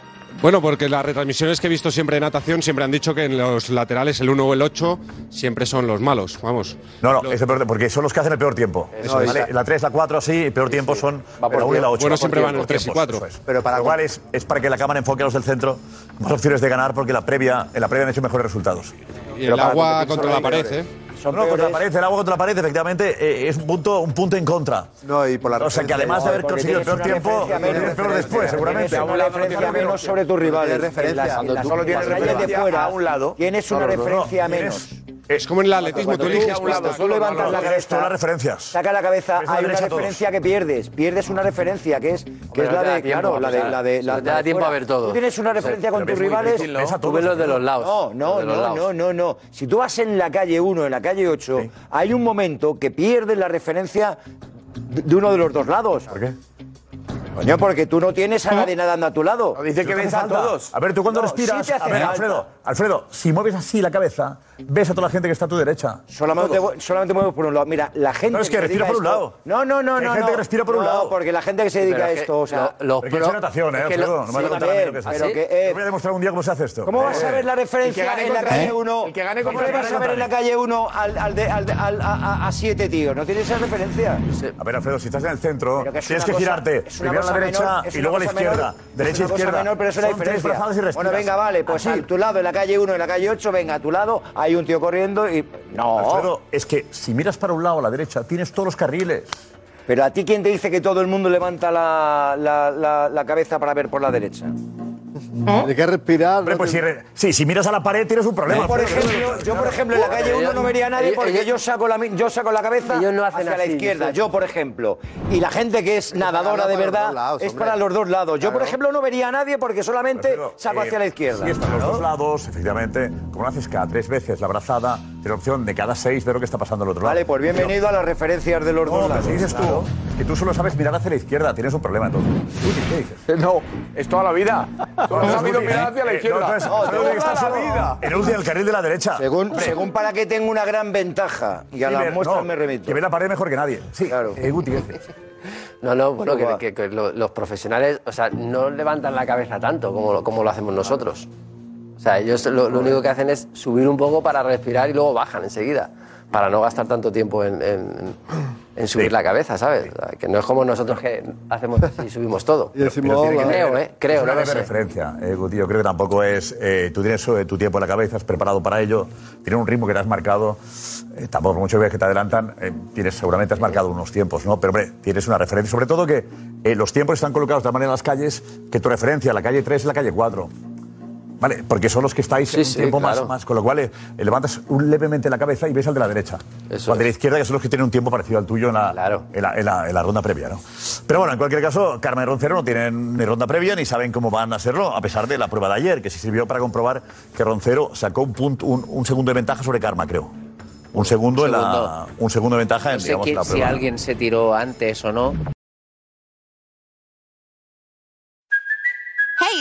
[SPEAKER 5] Bueno, porque las retransmisiones que he visto siempre de natación siempre han dicho que en los laterales el 1 o el 8 siempre son los malos, vamos.
[SPEAKER 6] No, no, es el peor, porque son los que hacen el peor tiempo.
[SPEAKER 5] Eso Eh, es.
[SPEAKER 6] ¿vale? La 3, la 4, sí, el peor tiempo son
[SPEAKER 5] Va por
[SPEAKER 6] la 1 y la
[SPEAKER 5] tiempo.
[SPEAKER 6] 8.
[SPEAKER 5] Bueno, siempre van el tres y cuatro.
[SPEAKER 6] Pero para lo cual es, es para que la cámara enfoque a los del centro más opciones de ganar porque la previa, en la previa han hecho mejores resultados.
[SPEAKER 5] Y el agua contra la pared, ¿eh?
[SPEAKER 6] No, no, contra la pared, el agua contra la pared, efectivamente, eh, es un punto, un punto en contra. No, y por la O sea, que además de haber conseguido el peor tiempo, tienes peor después, seguramente.
[SPEAKER 8] Tienes una referencia menos sobre tus rivales. En las- en las- en las calles de fuera, a un lado. Tienes una referencia menos.
[SPEAKER 5] Es como en el atletismo,
[SPEAKER 8] Cuando
[SPEAKER 5] tú eliges.
[SPEAKER 8] tú, cuando tú levantas la cabeza,
[SPEAKER 6] las referencias.
[SPEAKER 8] saca la cabeza,
[SPEAKER 6] Ves la
[SPEAKER 8] hay una
[SPEAKER 6] derecha a todos.
[SPEAKER 8] referencia que pierdes, pierdes una referencia que es que
[SPEAKER 6] Hombre,
[SPEAKER 8] es la
[SPEAKER 6] no te da
[SPEAKER 8] de
[SPEAKER 6] tiempo
[SPEAKER 8] claro,
[SPEAKER 6] a
[SPEAKER 8] la de
[SPEAKER 6] pasar.
[SPEAKER 8] la de la
[SPEAKER 6] No te da
[SPEAKER 8] de
[SPEAKER 6] tiempo a
[SPEAKER 8] fuera.
[SPEAKER 6] ver todo.
[SPEAKER 8] Tú tienes una
[SPEAKER 6] O sea,
[SPEAKER 8] referencia con
[SPEAKER 6] pero
[SPEAKER 8] tus
[SPEAKER 6] es muy
[SPEAKER 8] rivales.
[SPEAKER 6] difícil, ¿no? Ves a todos, Tú ves los de los lados.
[SPEAKER 8] No, no, Los de los no, lados. no, no, no. Si tú vas en la calle 1, en la calle 8, hay un momento que pierdes la referencia de de uno de los dos lados. ¿Por
[SPEAKER 6] qué?
[SPEAKER 8] Coño, porque tú no tienes a nadie nadando a tu lado.
[SPEAKER 6] Dice
[SPEAKER 8] No te hace falta.
[SPEAKER 6] A ver, tú cuando
[SPEAKER 8] No,
[SPEAKER 6] respiras.
[SPEAKER 8] sí te hace
[SPEAKER 6] a ver,
[SPEAKER 8] falta.
[SPEAKER 6] Alfredo, Alfredo, si mueves así la cabeza, ves a toda la gente que está a tu derecha.
[SPEAKER 8] Solamente,
[SPEAKER 6] Todos.
[SPEAKER 8] vo- solamente muevo por un lado. Mira, la gente.
[SPEAKER 6] No, es que
[SPEAKER 8] se
[SPEAKER 6] respira
[SPEAKER 8] dedica
[SPEAKER 6] por un
[SPEAKER 8] a esto-
[SPEAKER 6] lado.
[SPEAKER 8] No, no, no.
[SPEAKER 6] Hay
[SPEAKER 8] no,
[SPEAKER 6] gente que
[SPEAKER 8] no.
[SPEAKER 6] respira por un
[SPEAKER 8] No,
[SPEAKER 6] lado.
[SPEAKER 8] porque la gente que se dedica a esto. O sea,
[SPEAKER 6] Pero que es natación, ¿eh? Alfredo? no me vas a contar a mí lo que es esto. Te voy a demostrar un día cómo se hace esto.
[SPEAKER 8] eh, ¿Cómo vas a
[SPEAKER 6] Eh.
[SPEAKER 8] ver la referencia en la calle 1? ¿Cómo le vas a ver en la calle 1 al, al, de- al, de- al- a, a- a siete tíos? ¿No tienes esa referencia?
[SPEAKER 6] A ver, Alfredo, si estás en el centro,
[SPEAKER 8] Pero que es
[SPEAKER 6] tienes
[SPEAKER 8] una
[SPEAKER 6] que
[SPEAKER 8] cosa-
[SPEAKER 6] girarte.
[SPEAKER 8] es una
[SPEAKER 6] Primero a
[SPEAKER 8] cosa
[SPEAKER 6] la derecha
[SPEAKER 8] menor, es
[SPEAKER 6] y
[SPEAKER 8] una
[SPEAKER 6] luego a la
[SPEAKER 8] cosa
[SPEAKER 6] izquierda.
[SPEAKER 8] menor,
[SPEAKER 6] Derecha,
[SPEAKER 8] es una cosa
[SPEAKER 6] izquierda.
[SPEAKER 8] menor, pero es una
[SPEAKER 6] Son tres
[SPEAKER 8] diferencia.
[SPEAKER 6] brazadas y respiras.
[SPEAKER 8] Bueno, venga, vale, pues a tu lado, en la calle 1, en la calle 8, venga, a tu lado, hay un tío corriendo y. No.
[SPEAKER 6] Alfredo, es que si miras para un lado a la derecha, tienes todos los carriles.
[SPEAKER 8] Pero a ti, ¿quién te dice que todo el mundo levanta la, la- la- la cabeza para ver por la derecha?
[SPEAKER 6] Hay que respirar. pues si, re- sí, si miras a la pared, tienes un problema.
[SPEAKER 8] Yo, por
[SPEAKER 6] Alfredo.
[SPEAKER 8] ejemplo, yo, por ejemplo, en la calle 1 no vería a nadie porque yo saco la, mi- yo saco la cabeza hacia la izquierda. Yo, por ejemplo. Y la gente que es nadadora
[SPEAKER 23] para
[SPEAKER 8] de
[SPEAKER 23] los
[SPEAKER 8] verdad
[SPEAKER 23] dos lados,
[SPEAKER 8] es
[SPEAKER 23] hombre.
[SPEAKER 8] para los dos lados. Yo, por
[SPEAKER 6] Claro.
[SPEAKER 8] ejemplo, no vería a nadie porque solamente saco
[SPEAKER 6] Eh,
[SPEAKER 8] hacia la izquierda.
[SPEAKER 6] Sí, están los
[SPEAKER 8] Claro.
[SPEAKER 6] dos lados, efectivamente. Como lo haces cada tres veces la brazada, tienes la opción de cada seis ver lo que está pasando al otro lado.
[SPEAKER 8] Vale, pues bienvenido a las referencias de los
[SPEAKER 6] No,
[SPEAKER 8] dos
[SPEAKER 6] pero
[SPEAKER 8] lados.
[SPEAKER 6] si dices
[SPEAKER 8] Claro.
[SPEAKER 6] tú es que tú solo sabes mirar hacia la izquierda, tienes un problema entonces. Uy, ¿qué
[SPEAKER 8] <laughs>
[SPEAKER 6] dices?
[SPEAKER 24] No, es toda la vida. Todo
[SPEAKER 6] no,
[SPEAKER 24] el
[SPEAKER 6] Guti,
[SPEAKER 24] sabido mirar
[SPEAKER 6] eh,
[SPEAKER 24] hacia la
[SPEAKER 6] eh,
[SPEAKER 24] izquierda.
[SPEAKER 6] no, entonces,
[SPEAKER 24] No,
[SPEAKER 6] Alfredo tiene que
[SPEAKER 24] toda
[SPEAKER 6] estar
[SPEAKER 24] la
[SPEAKER 6] solo
[SPEAKER 24] vida.
[SPEAKER 6] En último, el carril de la derecha.
[SPEAKER 8] Según, según para que tengo una gran ventaja. Y a
[SPEAKER 6] Sí,
[SPEAKER 8] las
[SPEAKER 6] ver,
[SPEAKER 8] muestras
[SPEAKER 6] no,
[SPEAKER 8] me remito.
[SPEAKER 6] Que ve la pared mejor que nadie. Sí, eh, claro. Guti, ¿qué dices?
[SPEAKER 21] No, no, bueno, que, que- que lo- los profesionales, o sea, no levantan la cabeza tanto como, lo- como lo hacemos nosotros. O sea, ellos lo, lo único que hacen es subir un poco para respirar y luego bajan enseguida, para no gastar tanto tiempo en, en- en subir la cabeza, ¿sabes? O sea, que no es como nosotros que hacemos así y subimos todo.
[SPEAKER 6] Pero tiene que
[SPEAKER 21] creo,
[SPEAKER 6] tener-
[SPEAKER 21] ¿eh? Creo,
[SPEAKER 6] es una
[SPEAKER 21] no lo
[SPEAKER 6] leve
[SPEAKER 21] sé.
[SPEAKER 6] referencia, eh, Guti, yo creo que tampoco es. eh, tú tienes eh, tu tiempo en la cabeza, estás preparado para ello, tienes un ritmo que te has marcado. eh, tampoco, por mucho que te adelantan, eh, tienes, seguramente has marcado unos tiempos, ¿no? Pero, hombre, tienes una referencia. Sobre todo que eh, los tiempos están colocados de tal manera en las calles que tu referencia, la calle 3 es la calle 4. Vale, porque son los que estáis en un
[SPEAKER 21] sí,
[SPEAKER 6] tiempo más-
[SPEAKER 21] claro.
[SPEAKER 6] más, Con lo cual, eh, levantas un levemente la cabeza y ves al de la derecha. o al de la izquierda, que son los que tienen un tiempo parecido al tuyo en la, en la, en la- en la ronda previa, ¿no? Pero bueno, en cualquier caso, Carmen y Roncero no tienen ni ronda previa ni saben cómo van a hacerlo, a pesar de la prueba de ayer, que sí sirvió para comprobar que Roncero sacó un, punto, un, un segundo de ventaja sobre Karma, creo. Un segundo, en la,
[SPEAKER 13] segundo.
[SPEAKER 6] un segundo de ventaja en,
[SPEAKER 13] No sé
[SPEAKER 6] digamos,
[SPEAKER 13] quién-
[SPEAKER 6] la
[SPEAKER 13] si
[SPEAKER 6] prueba.
[SPEAKER 13] alguien se tiró antes o no.
[SPEAKER 25] Hey,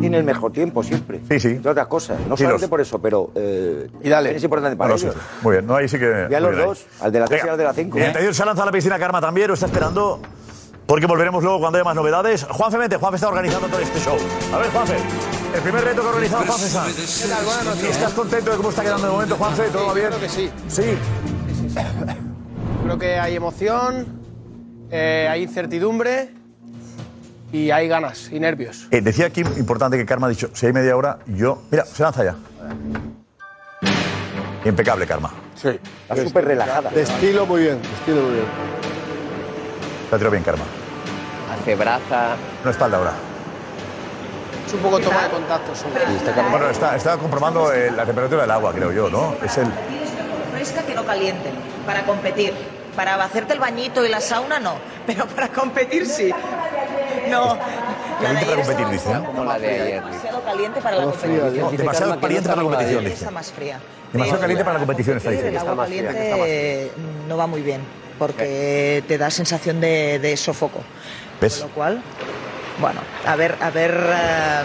[SPEAKER 8] Tiene el mejor tiempo siempre. Sí, sí. Entre otras cosas. No
[SPEAKER 6] Sí,
[SPEAKER 8] solamente
[SPEAKER 6] los-
[SPEAKER 8] por eso, pero. eh, Es importante para
[SPEAKER 6] Bueno,
[SPEAKER 8] ellos.
[SPEAKER 6] sí, sí. Muy bien, no, ahí sí que.
[SPEAKER 8] Y a
[SPEAKER 6] muy
[SPEAKER 8] los
[SPEAKER 6] bien ahí.
[SPEAKER 8] dos, al de la tres y
[SPEAKER 6] Venga,
[SPEAKER 8] al de la cinco. ¿eh?
[SPEAKER 6] el anterior se lanza a la piscina Karma también, lo está esperando. Porque volveremos luego cuando haya más novedades. Juan Femente, Juanfe está organizando todo este show. A ver, Juanfe, el primer reto que ha organizado Juanfe Sanz. ¿Qué tal? Buenas noches. ¿Estás contento
[SPEAKER 5] Pues
[SPEAKER 6] de cómo está quedando de momento, Juanfe? ¿Todo va bien?
[SPEAKER 26] creo que sí.
[SPEAKER 6] Sí.
[SPEAKER 26] Creo que hay emoción, eh, hay incertidumbre y hay ganas y nervios.
[SPEAKER 6] Eh, decía aquí, importante, que Karma ha dicho, si hay media hora, yo... Mira, se lanza ya. Impecable, Karma.
[SPEAKER 14] Sí.
[SPEAKER 6] Está súper relajada.
[SPEAKER 14] De estilo muy bien, de estilo muy bien.
[SPEAKER 6] La tiró bien, Karma.
[SPEAKER 13] Hace braza.
[SPEAKER 6] No espalda ahora.
[SPEAKER 26] Es un poco toma de contacto. solo.
[SPEAKER 6] Bueno, está, está comprobando eh, la temperatura del agua, creo yo, ¿no? Es el.
[SPEAKER 19] Fresca que no caliente, para competir. Para hacerte el bañito y la sauna, no. Pero para competir, sí. No.
[SPEAKER 6] Caliente para competir, dice. ¿eh?
[SPEAKER 19] Demasiado caliente para la
[SPEAKER 6] Todo fría,
[SPEAKER 19] competición.
[SPEAKER 6] dice. Demasiado
[SPEAKER 19] Carma, que
[SPEAKER 6] caliente
[SPEAKER 19] no
[SPEAKER 6] para la
[SPEAKER 19] está
[SPEAKER 6] competición,
[SPEAKER 19] fría.
[SPEAKER 6] dice.
[SPEAKER 19] Está más fría.
[SPEAKER 6] Demasiado
[SPEAKER 19] Pero
[SPEAKER 6] caliente para la competición, está
[SPEAKER 19] competir,
[SPEAKER 6] diciendo.
[SPEAKER 19] El agua caliente eh, no va muy bien, porque te da sensación de, de sofoco.
[SPEAKER 6] ¿Ves?
[SPEAKER 19] Con lo cual, bueno, a ver, a ver... eh,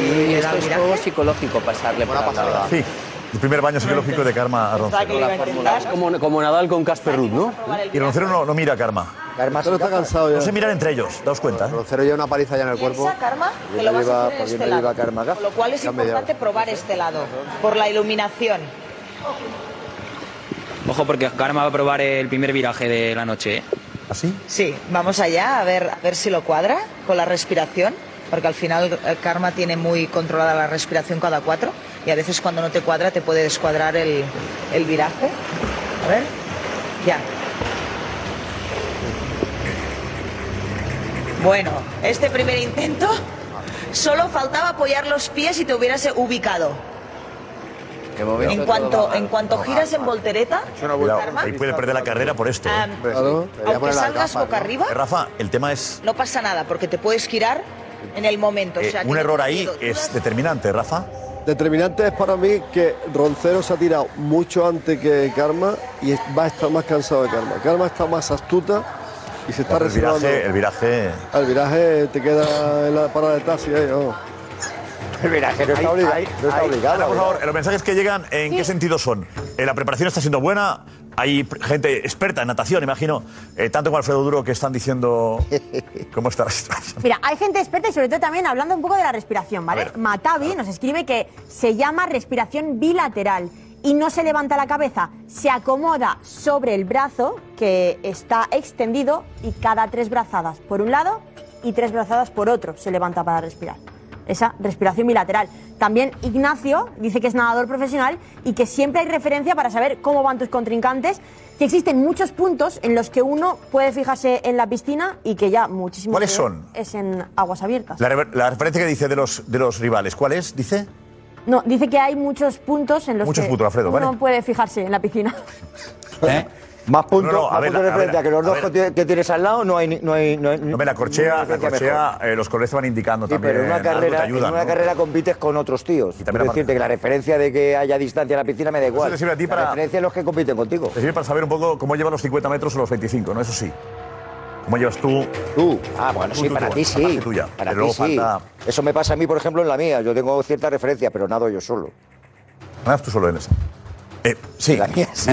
[SPEAKER 13] Y
[SPEAKER 19] el
[SPEAKER 13] esto es
[SPEAKER 19] almiraje.
[SPEAKER 13] juego psicológico pasarle por la pasada.
[SPEAKER 6] Sí. El primer baño psicológico de Karma a Roncero.
[SPEAKER 13] Con la fórmula.
[SPEAKER 6] Es como, Nadal con Casper Ruth, ¿no? Y Roncero no, no mira a Karma.
[SPEAKER 1] Karma Roncero está cansado ya.
[SPEAKER 6] No se miran entre ellos, daos cuenta. ¿eh?
[SPEAKER 1] Roncero lleva una paliza ya en el cuerpo.
[SPEAKER 19] Piensa, Karma, que
[SPEAKER 1] Yo
[SPEAKER 19] lo
[SPEAKER 1] no
[SPEAKER 19] vas
[SPEAKER 1] lleva-
[SPEAKER 19] a hacer en
[SPEAKER 1] porque
[SPEAKER 19] este
[SPEAKER 1] no lleva
[SPEAKER 19] lado.
[SPEAKER 1] Karma gafas.
[SPEAKER 19] Con lo cual es
[SPEAKER 1] Ya me lleva.
[SPEAKER 19] importante probar este lado, por la iluminación.
[SPEAKER 3] Ojo, porque Karma va a probar el primer viraje de la noche. ¿eh?
[SPEAKER 6] ¿Así?
[SPEAKER 19] Sí, vamos allá a ver, a ver si lo cuadra con la respiración, porque al final eh, Karma tiene muy controlada la respiración cada cuatro y a veces cuando no te cuadra te puede descuadrar el, el viraje. A ver, ya. Bueno, este primer intento solo faltaba apoyar los pies y te hubieras ubicado. En cuanto, en cuanto giras en pues, voltereta,
[SPEAKER 6] Cuidado, ahí puede perder la carrera por esto. ¿eh?
[SPEAKER 19] Ah, Claro, te voy a aunque poner las salgas gafas, boca ¿no? arriba.
[SPEAKER 6] Eh, Rafa, el tema es.
[SPEAKER 19] no pasa nada, porque te puedes girar en el momento.
[SPEAKER 6] eh,
[SPEAKER 19] o sea,
[SPEAKER 6] un
[SPEAKER 19] que-
[SPEAKER 6] error ahí es determinante, Rafa.
[SPEAKER 1] Determinante es para mí que Roncero se ha tirado mucho antes que Karma y es- va a estar más cansado de Karma. Karma está más astuta y se está
[SPEAKER 6] El
[SPEAKER 1] reservando.
[SPEAKER 6] viraje, el viraje.
[SPEAKER 1] El viraje te queda en la parada de taxi ahí, vamos.
[SPEAKER 6] El viraje
[SPEAKER 1] no está obliga- no está obligado,
[SPEAKER 6] por
[SPEAKER 1] ¿no?
[SPEAKER 6] favor, los mensajes que llegan, ¿en qué sentido son? Eh, la preparación está siendo buena. Hay pr- gente experta en natación, imagino. eh, tanto como Alfredo Duro que
[SPEAKER 4] <laughs>
[SPEAKER 6] están diciendo. ¿Cómo está la situación?
[SPEAKER 2] <laughs> Mira, hay gente experta y sobre todo también hablando un poco de la respiración, ¿vale? Matavi nos escribe que se llama respiración bilateral y no se levanta la cabeza, se acomoda sobre el brazo que está extendido y cada tres brazadas por un lado y tres brazadas por otro se levanta para respirar. Esa respiración bilateral. También Ignacio dice que es nadador profesional y que siempre hay referencia para saber cómo van tus contrincantes, que existen muchos puntos en los que uno puede fijarse en la piscina y que ya muchísimo
[SPEAKER 6] ¿Cuáles
[SPEAKER 2] peor
[SPEAKER 6] son?
[SPEAKER 2] es en aguas abiertas.
[SPEAKER 6] La, rever- la referencia que dice de los, de los rivales, ¿cuál es? Dice.
[SPEAKER 2] No, dice que hay muchos puntos en los
[SPEAKER 6] Muchos
[SPEAKER 2] que
[SPEAKER 6] puntos, Alfredo,
[SPEAKER 2] uno
[SPEAKER 6] ¿vale?
[SPEAKER 2] puede fijarse en
[SPEAKER 6] <laughs>
[SPEAKER 2] la piscina.
[SPEAKER 4] Más puntos,
[SPEAKER 6] No, no, a
[SPEAKER 4] más
[SPEAKER 6] ver,
[SPEAKER 4] puntos de
[SPEAKER 6] a ver,
[SPEAKER 4] referencia que los
[SPEAKER 6] a
[SPEAKER 4] dos
[SPEAKER 6] ver.
[SPEAKER 4] que tie- que tienes al lado, no hay. ni- No, hay, no, hay,
[SPEAKER 6] No me la corchea, la
[SPEAKER 4] referencia
[SPEAKER 6] corchea, eh, los colores te van indicando
[SPEAKER 4] Sí,
[SPEAKER 6] también.
[SPEAKER 4] pero en una,
[SPEAKER 6] algo te
[SPEAKER 4] carrera,
[SPEAKER 6] ayudan,
[SPEAKER 4] en una
[SPEAKER 6] ¿no?
[SPEAKER 4] carrera compites con otros tíos.
[SPEAKER 6] también
[SPEAKER 4] Quiero
[SPEAKER 6] aparte-
[SPEAKER 4] decirte que la referencia de que haya distancia en la piscina me da igual.
[SPEAKER 6] te sirve a ti
[SPEAKER 4] la
[SPEAKER 6] para-
[SPEAKER 4] referencia es los que compiten contigo.
[SPEAKER 6] Te sirve para saber un poco cómo lleva los 50 metros o los 25, ¿no? Eso sí. ¿Cómo llevas tú? Tú.
[SPEAKER 4] Ah, bueno,
[SPEAKER 6] Tú,
[SPEAKER 4] sí,
[SPEAKER 6] tú,
[SPEAKER 4] para
[SPEAKER 6] tú,
[SPEAKER 4] ti
[SPEAKER 6] la
[SPEAKER 4] sí.
[SPEAKER 6] parte tuya.
[SPEAKER 4] Para
[SPEAKER 6] Pero
[SPEAKER 4] ti
[SPEAKER 6] luego
[SPEAKER 4] sí.
[SPEAKER 6] falta-
[SPEAKER 4] Eso me pasa a mí, por ejemplo, en la mía. Yo tengo cierta referencia, pero nado yo solo.
[SPEAKER 6] Nadas tú solo en esa. Eh, sí. ¿Eh? La mía sí.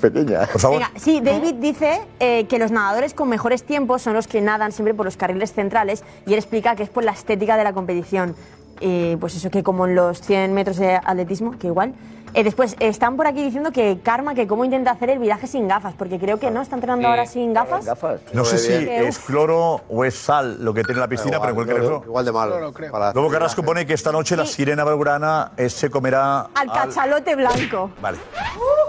[SPEAKER 4] Pequeña.
[SPEAKER 6] Por favor.
[SPEAKER 2] Venga, sí, David dice eh, que los nadadores con mejores tiempos son los que nadan siempre por los carriles centrales y él explica que es por la estética de la competición. Eh, pues eso que como en los 100 metros de atletismo, que igual. Eh, después, están por aquí diciendo que Karma, que cómo intenta hacer el viraje sin gafas, porque creo que no, está entrenando ahora sin gafas.
[SPEAKER 6] No sé si
[SPEAKER 2] Que,
[SPEAKER 6] es cloro o es sal lo que tiene la piscina, pero en cualquier caso. Igual de malo. Luego Carrasco pone que esta noche la sirena blaugrana eh, se
[SPEAKER 5] Ah,
[SPEAKER 6] comerá.
[SPEAKER 2] Al cachalote blanco. <laughs>
[SPEAKER 6] Vale.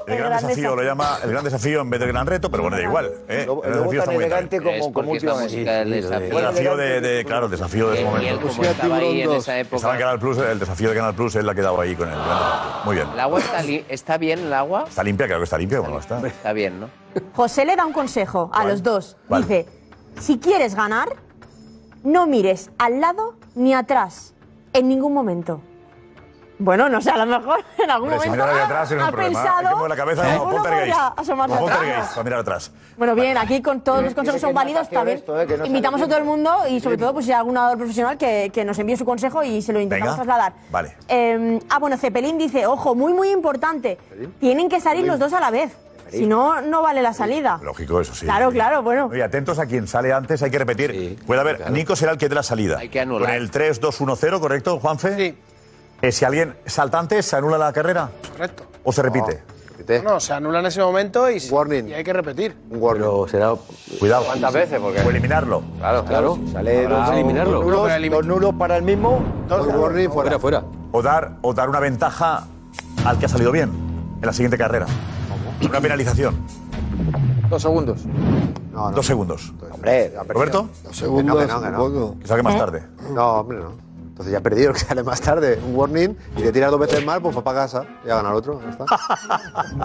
[SPEAKER 6] El
[SPEAKER 2] El
[SPEAKER 6] gran
[SPEAKER 2] gran
[SPEAKER 6] desafío lo llama el gran desafío en vez del gran reto, pero bueno, da igual. ¿eh?
[SPEAKER 4] Luego-
[SPEAKER 6] El gran
[SPEAKER 4] luego tan
[SPEAKER 6] desafío está muy bien
[SPEAKER 4] elegante
[SPEAKER 6] también.
[SPEAKER 4] como- como
[SPEAKER 6] Es porque
[SPEAKER 4] últimamente.
[SPEAKER 6] esta música del
[SPEAKER 4] Sí, sí,
[SPEAKER 6] desafío. El
[SPEAKER 4] sí.
[SPEAKER 6] desafío de, de- claro, el desafío de ese
[SPEAKER 13] Y él,
[SPEAKER 6] momento.
[SPEAKER 13] como estaba ahí en esa
[SPEAKER 6] Estaba en
[SPEAKER 13] época.
[SPEAKER 6] Canal Plus, el desafío de Canal Plus, él la quedaba ahí con el gran desafío. Muy bien.
[SPEAKER 13] ¿El agua está, li- está bien, el agua?
[SPEAKER 6] Está limpia, creo que está limpia, bueno, está.
[SPEAKER 13] Está bien, ¿no?
[SPEAKER 2] José le da un consejo a los dos. Dice, si quieres ganar, no mires al lado ni atrás, en ningún momento. Bueno, no sé, a lo mejor en algún
[SPEAKER 6] Hombre, si
[SPEAKER 2] momento
[SPEAKER 6] mirar hacia
[SPEAKER 2] ha-
[SPEAKER 6] atrás es un
[SPEAKER 2] ha
[SPEAKER 6] problema.
[SPEAKER 2] pensado...
[SPEAKER 6] Hay que mover la cabeza
[SPEAKER 2] "Uno
[SPEAKER 6] como poltergeist.
[SPEAKER 2] podrá asomarse
[SPEAKER 6] Como
[SPEAKER 2] atrás".
[SPEAKER 6] poltergeist, para mirar atrás.
[SPEAKER 2] Bueno, bien, aquí con todos los consejos son válidos también. Invitamos a todo el mundo y sobre todo pues si hay algún nadador profesional que, que nos envíe su consejo y se lo intentamos
[SPEAKER 6] Venga.
[SPEAKER 2] trasladar.
[SPEAKER 6] Vale.
[SPEAKER 2] Eh, ah, bueno, Cepelín dice, ojo, muy muy importante, tienen que salir los dos a la vez, si no, no vale la salida.
[SPEAKER 6] Lógico, eso sí.
[SPEAKER 2] Claro, claro, bueno.
[SPEAKER 6] Y atentos a quien sale antes, hay que repetir. Puede haber, Nico será el que dé la salida. Hay que anular. Con el 3-2-1-0, ¿correcto, Juanfe? Sí. si alguien salta antes, ¿se anula la carrera?
[SPEAKER 26] Correcto.
[SPEAKER 6] ¿O se repite?
[SPEAKER 26] No, se anula en ese momento y, warning. y hay que repetir.
[SPEAKER 6] Un Pero será. Cuidado.
[SPEAKER 26] ¿Cuántas veces? Porque-
[SPEAKER 6] O eliminarlo. Claro,
[SPEAKER 26] claro.
[SPEAKER 4] Sale dos, dos nulos, dos nulos para el mismo. Dos warning fuera. fuera.
[SPEAKER 6] O dar, o dar una ventaja al que ha salido bien en la siguiente carrera. Una penalización.
[SPEAKER 26] Dos segundos.
[SPEAKER 6] Dos segundos.
[SPEAKER 17] Hombre,
[SPEAKER 6] ¿Roberto?
[SPEAKER 17] Dos segundos, que no, que no, que no.
[SPEAKER 6] Que salga más tarde.
[SPEAKER 17] No, hombre, no. Entonces ya has perdido, <laughs> que sale más tarde. Un warning y te tiras dos veces mal, pues va para casa. Ya gana el otro. Ya está.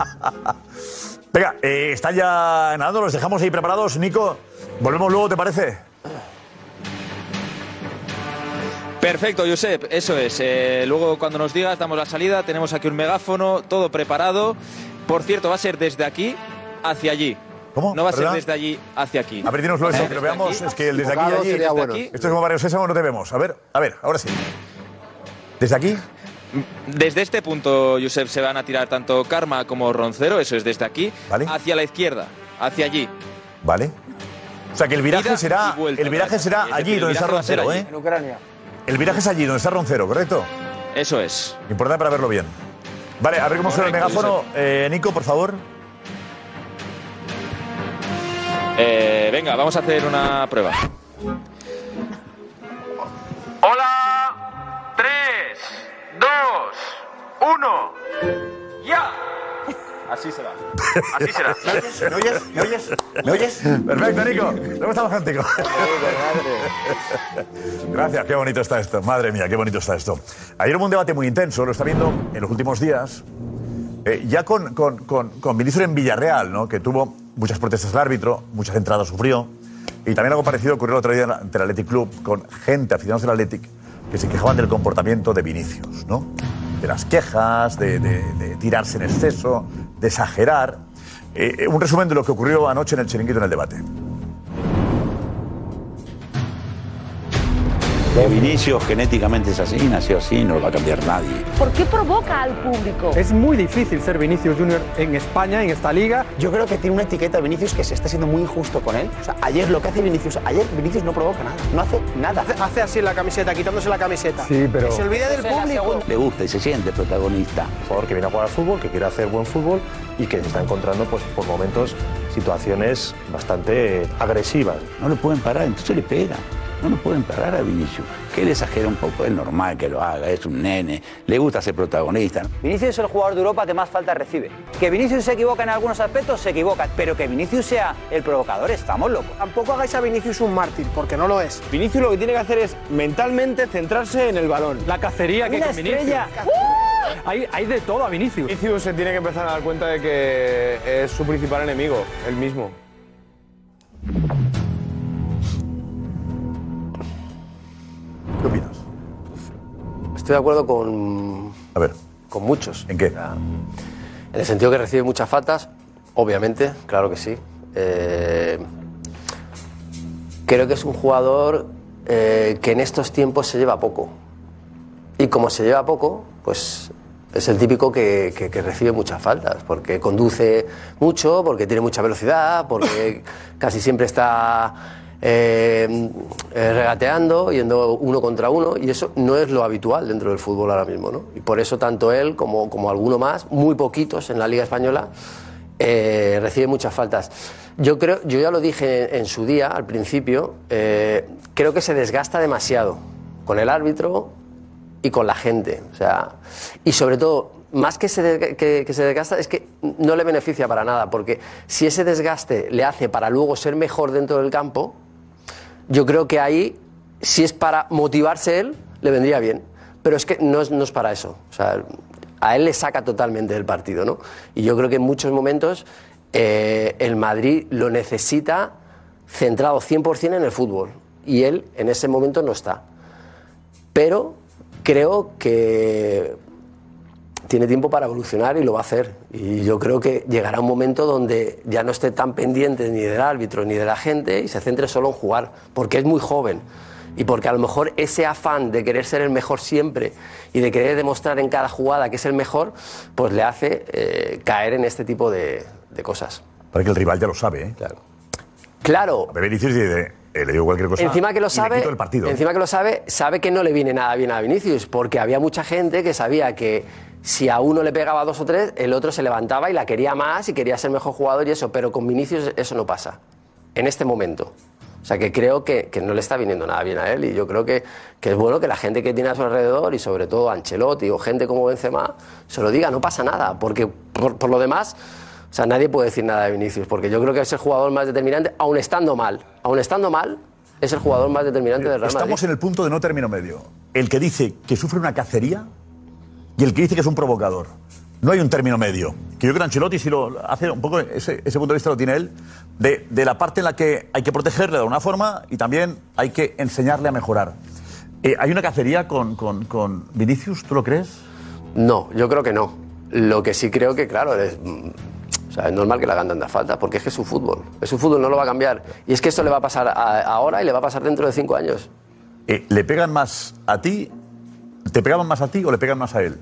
[SPEAKER 6] <laughs> Venga, eh, están ya nadando, los dejamos ahí preparados. Nico, volvemos luego, ¿te parece?
[SPEAKER 9] Perfecto, Josep, eso es. Eh, luego cuando nos digas damos la salida, tenemos aquí un megáfono, todo preparado. Por cierto, va a ser desde aquí hacia allí.
[SPEAKER 6] ¿Cómo?
[SPEAKER 9] No va a
[SPEAKER 6] ¿Perdona?
[SPEAKER 9] ser desde allí hacia aquí. ¿Eh?
[SPEAKER 6] A ver, dínoslo
[SPEAKER 9] Va a
[SPEAKER 6] eso,
[SPEAKER 9] ser
[SPEAKER 6] que lo
[SPEAKER 9] desde
[SPEAKER 6] veamos.
[SPEAKER 9] aquí.
[SPEAKER 6] Es que el desde aquí, y allí-
[SPEAKER 9] Desde aquí.
[SPEAKER 6] Esto es como Barrio Sésamo, no te vemos. A ver, a ver, ahora sí. ¿Desde aquí?
[SPEAKER 9] Desde este punto, Josep, se van a tirar tanto Karma como Roncero, eso es desde aquí,
[SPEAKER 6] Vale.
[SPEAKER 9] hacia la izquierda, hacia allí.
[SPEAKER 6] Vale. O sea que el viraje
[SPEAKER 9] Ida
[SPEAKER 6] será,
[SPEAKER 9] y vuelta,
[SPEAKER 6] el viraje
[SPEAKER 9] ¿verdad?
[SPEAKER 6] será
[SPEAKER 9] Es decir,
[SPEAKER 6] allí
[SPEAKER 9] el
[SPEAKER 6] donde está
[SPEAKER 9] viraje va a ser
[SPEAKER 6] Roncero,
[SPEAKER 9] allí.
[SPEAKER 6] ¿eh?
[SPEAKER 22] En Ucrania.
[SPEAKER 6] El viraje es allí donde está Roncero, ¿correcto?
[SPEAKER 9] Eso es.
[SPEAKER 6] Importante para verlo bien. Vale, a ver cómo suena el
[SPEAKER 9] Correcto,
[SPEAKER 6] megáfono. Eh, Nico, por favor.
[SPEAKER 9] Eh, venga, vamos a hacer una prueba.
[SPEAKER 27] Hola, 3, 2, 1. ¡Ya! Así será. Así será.
[SPEAKER 6] <laughs> ¿Me oyes? ¿Me oyes? ¿Me oyes? Perfecto, Nico. Luego estamos contigo. Gracias, qué bonito está esto. Madre mía, qué bonito está esto. Ayer hubo un debate muy intenso, lo está viendo en los últimos días. Eh, ya con, con, con, con Vinicius en Villarreal, ¿no? que tuvo muchas protestas al árbitro, muchas entradas sufrió. Y también algo parecido ocurrió el otro día ante el Athletic Club con gente, aficionados del Athletic, que se quejaban del comportamiento de Vinicius, ¿no? De las quejas, de, de- de tirarse en exceso, de exagerar. Eh, eh, un resumen de lo que ocurrió anoche en el chiringuito en el debate.
[SPEAKER 5] Vinicius genéticamente es así, nació así, no lo va a cambiar nadie.
[SPEAKER 3] ¿Por qué provoca al público?
[SPEAKER 15] Es muy difícil ser Vinicius Junior en España, en esta liga.
[SPEAKER 8] Yo creo que tiene una etiqueta Vinicius que se está siendo muy injusto con él. O sea, ayer lo que hace Vinicius, ayer Vinicius no provoca nada, no hace nada.
[SPEAKER 26] Hace- Hace así la camiseta, quitándose la camiseta.
[SPEAKER 8] Sí, pero-
[SPEAKER 26] Que se olvida del público.
[SPEAKER 5] Le gusta y se siente protagonista.
[SPEAKER 28] jugador que viene a jugar al fútbol, que quiere hacer buen fútbol y que se está encontrando pues, por momentos situaciones bastante eh, agresivas.
[SPEAKER 5] No lo pueden parar, entonces le pegan. No lo pueden parar a Vinicius. Que él exagera un poco, es normal que lo haga, es un nene, le gusta ser protagonista.
[SPEAKER 8] Vinicius es el jugador de Europa que más falta recibe. Que Vinicius se equivoca en algunos aspectos, se equivoca, pero que Vinicius sea el provocador, estamos locos.
[SPEAKER 26] Tampoco hagáis a Vinicius un mártir, porque no lo es.
[SPEAKER 8] Vinicius lo que tiene que hacer es
[SPEAKER 15] Mentalmente centrarse en el balón. La cacería que
[SPEAKER 8] Una
[SPEAKER 15] hay con
[SPEAKER 8] estrella.
[SPEAKER 15] Vinicius. ¡Uh! Hay, hay de todo a Vinicius.
[SPEAKER 1] Vinicius se tiene que empezar a dar cuenta de que es su principal enemigo, él mismo.
[SPEAKER 6] ¿Qué opinas?
[SPEAKER 21] Estoy de acuerdo con.
[SPEAKER 6] A ver.
[SPEAKER 21] Con muchos.
[SPEAKER 6] ¿En qué?
[SPEAKER 21] En el sentido que recibe muchas faltas, obviamente, claro que sí. Eh, creo que es un jugador eh, que en estos tiempos se lleva poco. Y como se lleva poco, pues es el típico que, que- que recibe muchas faltas, porque conduce mucho, porque tiene mucha velocidad, porque casi siempre está eh, eh, regateando, yendo uno contra uno, y eso no es lo habitual dentro del fútbol ahora mismo. ¿no? Y por eso tanto él como, como alguno más, muy poquitos en la Liga Española, eh, recibe muchas faltas. Yo creo, yo ya lo dije en su día, al principio, eh, creo que se desgasta demasiado con el árbitro y con la gente. O sea, y sobre todo, más que se, desga- que- que se desgasta, es que no le beneficia para nada, porque si ese desgaste le hace para luego ser mejor dentro del campo, yo creo que ahí, si es para motivarse él, le vendría bien. Pero es que no es, no es para eso. O sea, a él le saca totalmente del partido, ¿no? Y yo creo que en muchos momentos eh, el Madrid lo necesita centrado 100% en el fútbol. Y él en ese momento no está. Pero creo que tiene tiempo para evolucionar y lo va a hacer. Y yo creo que llegará un momento donde ya no esté tan pendiente ni del árbitro ni de la gente y se centre solo en jugar, porque es muy joven. Y porque a lo mejor ese afán de querer ser el mejor siempre y de querer demostrar en cada jugada que es el mejor, pues le hace eh, caer en este tipo de, de cosas.
[SPEAKER 6] Para que el rival ya lo sabe, ¿eh?
[SPEAKER 21] Claro. Claro.
[SPEAKER 6] A ver, Vinicius dice, eh, le digo cualquier cosa.
[SPEAKER 21] Encima que
[SPEAKER 6] y
[SPEAKER 21] lo
[SPEAKER 6] le
[SPEAKER 21] sabe,
[SPEAKER 6] quito el partido.
[SPEAKER 21] encima que lo sabe, sabe que no le viene nada bien a Vinicius, porque había mucha gente que sabía que si a uno le pegaba dos o tres, el otro se levantaba y la quería más y quería ser mejor jugador y eso, pero con Vinicius eso no pasa, en este momento. O sea que creo que, que no le está viniendo nada bien a él y yo creo que, que es bueno que la gente que tiene a su alrededor y sobre todo Ancelotti o gente como Benzema se lo diga, no pasa nada, porque por, por lo demás O sea, nadie puede decir nada de Vinicius, porque yo creo que es el jugador más determinante, aun estando mal. Aun estando mal, es el jugador más determinante del Real Madrid.
[SPEAKER 6] Estamos en el punto de no término medio. El que dice que sufre una cacería y el que dice que es un provocador. No hay un término medio. Que yo creo que Ancelotti si lo hace un poco, ese, ese punto de vista lo tiene él, de, de la parte en la que hay que protegerle de alguna forma y también hay que enseñarle a mejorar. Eh, ¿Hay una cacería con, con, con Vinicius? ¿Tú lo crees?
[SPEAKER 21] No, yo creo que no. Lo que sí creo que, claro, es, mm, o sea, es normal que le hagan tanta falta, porque es que es su fútbol. Es su fútbol, no lo va a cambiar. Y es que eso le va a pasar a- ahora y le va a pasar dentro de cinco años.
[SPEAKER 6] Eh, ¿Le pegan más a ti? ¿Te pegaban más a ti o le pegan más a él?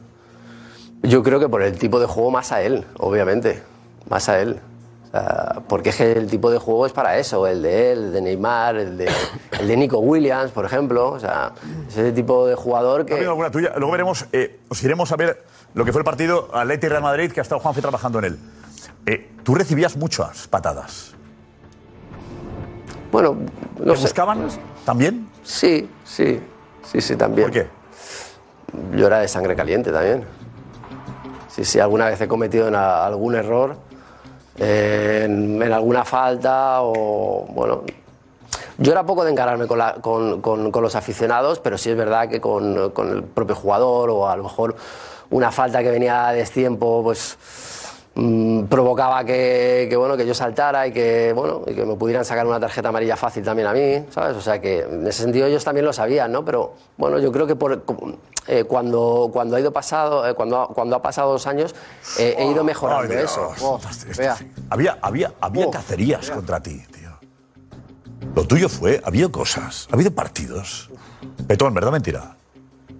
[SPEAKER 21] Yo creo que por el tipo de juego más a él, obviamente. Más a él. O sea, porque es que el tipo de juego es para eso, el de él, el de Neymar, el de, el de Nico Williams, por ejemplo. O sea, ese tipo de jugador
[SPEAKER 6] No
[SPEAKER 21] que...
[SPEAKER 6] tengo alguna tuya. Luego veremos, eh, os iremos a ver lo que fue el partido Atleti Real Madrid, que ha estado Juanfe trabajando en él. Eh, tú recibías muchas patadas.
[SPEAKER 21] Bueno, no
[SPEAKER 6] ¿Te buscaban también?
[SPEAKER 21] Sí, sí, sí, sí, también. ¿Por
[SPEAKER 6] qué?
[SPEAKER 21] Yo era de sangre caliente también. Sí, sí, alguna vez he cometido una- algún error eh, en, en alguna falta o, bueno... Yo era poco de encararme con, la- con- con- con los aficionados, pero sí es verdad que con, con el propio jugador o a lo mejor una falta que venía a destiempo, pues mm, provocaba que, que, bueno que yo saltara y que bueno y que me pudieran sacar una tarjeta amarilla fácil también a mí sabes o sea que en ese sentido ellos también lo sabían no pero bueno yo creo que por cu- eh, cuando cuando ha ido pasado eh, cuando ha- cuando ha pasado los años eh, he ido mejorando
[SPEAKER 6] Ay, Dios. Este,
[SPEAKER 21] eso
[SPEAKER 6] Había, había,
[SPEAKER 29] Oh.
[SPEAKER 6] había cacerías contra ti, tío. Lo tuyo fue, ha habido cosas, ha habido partidos. Petón, ¿verdad mentira?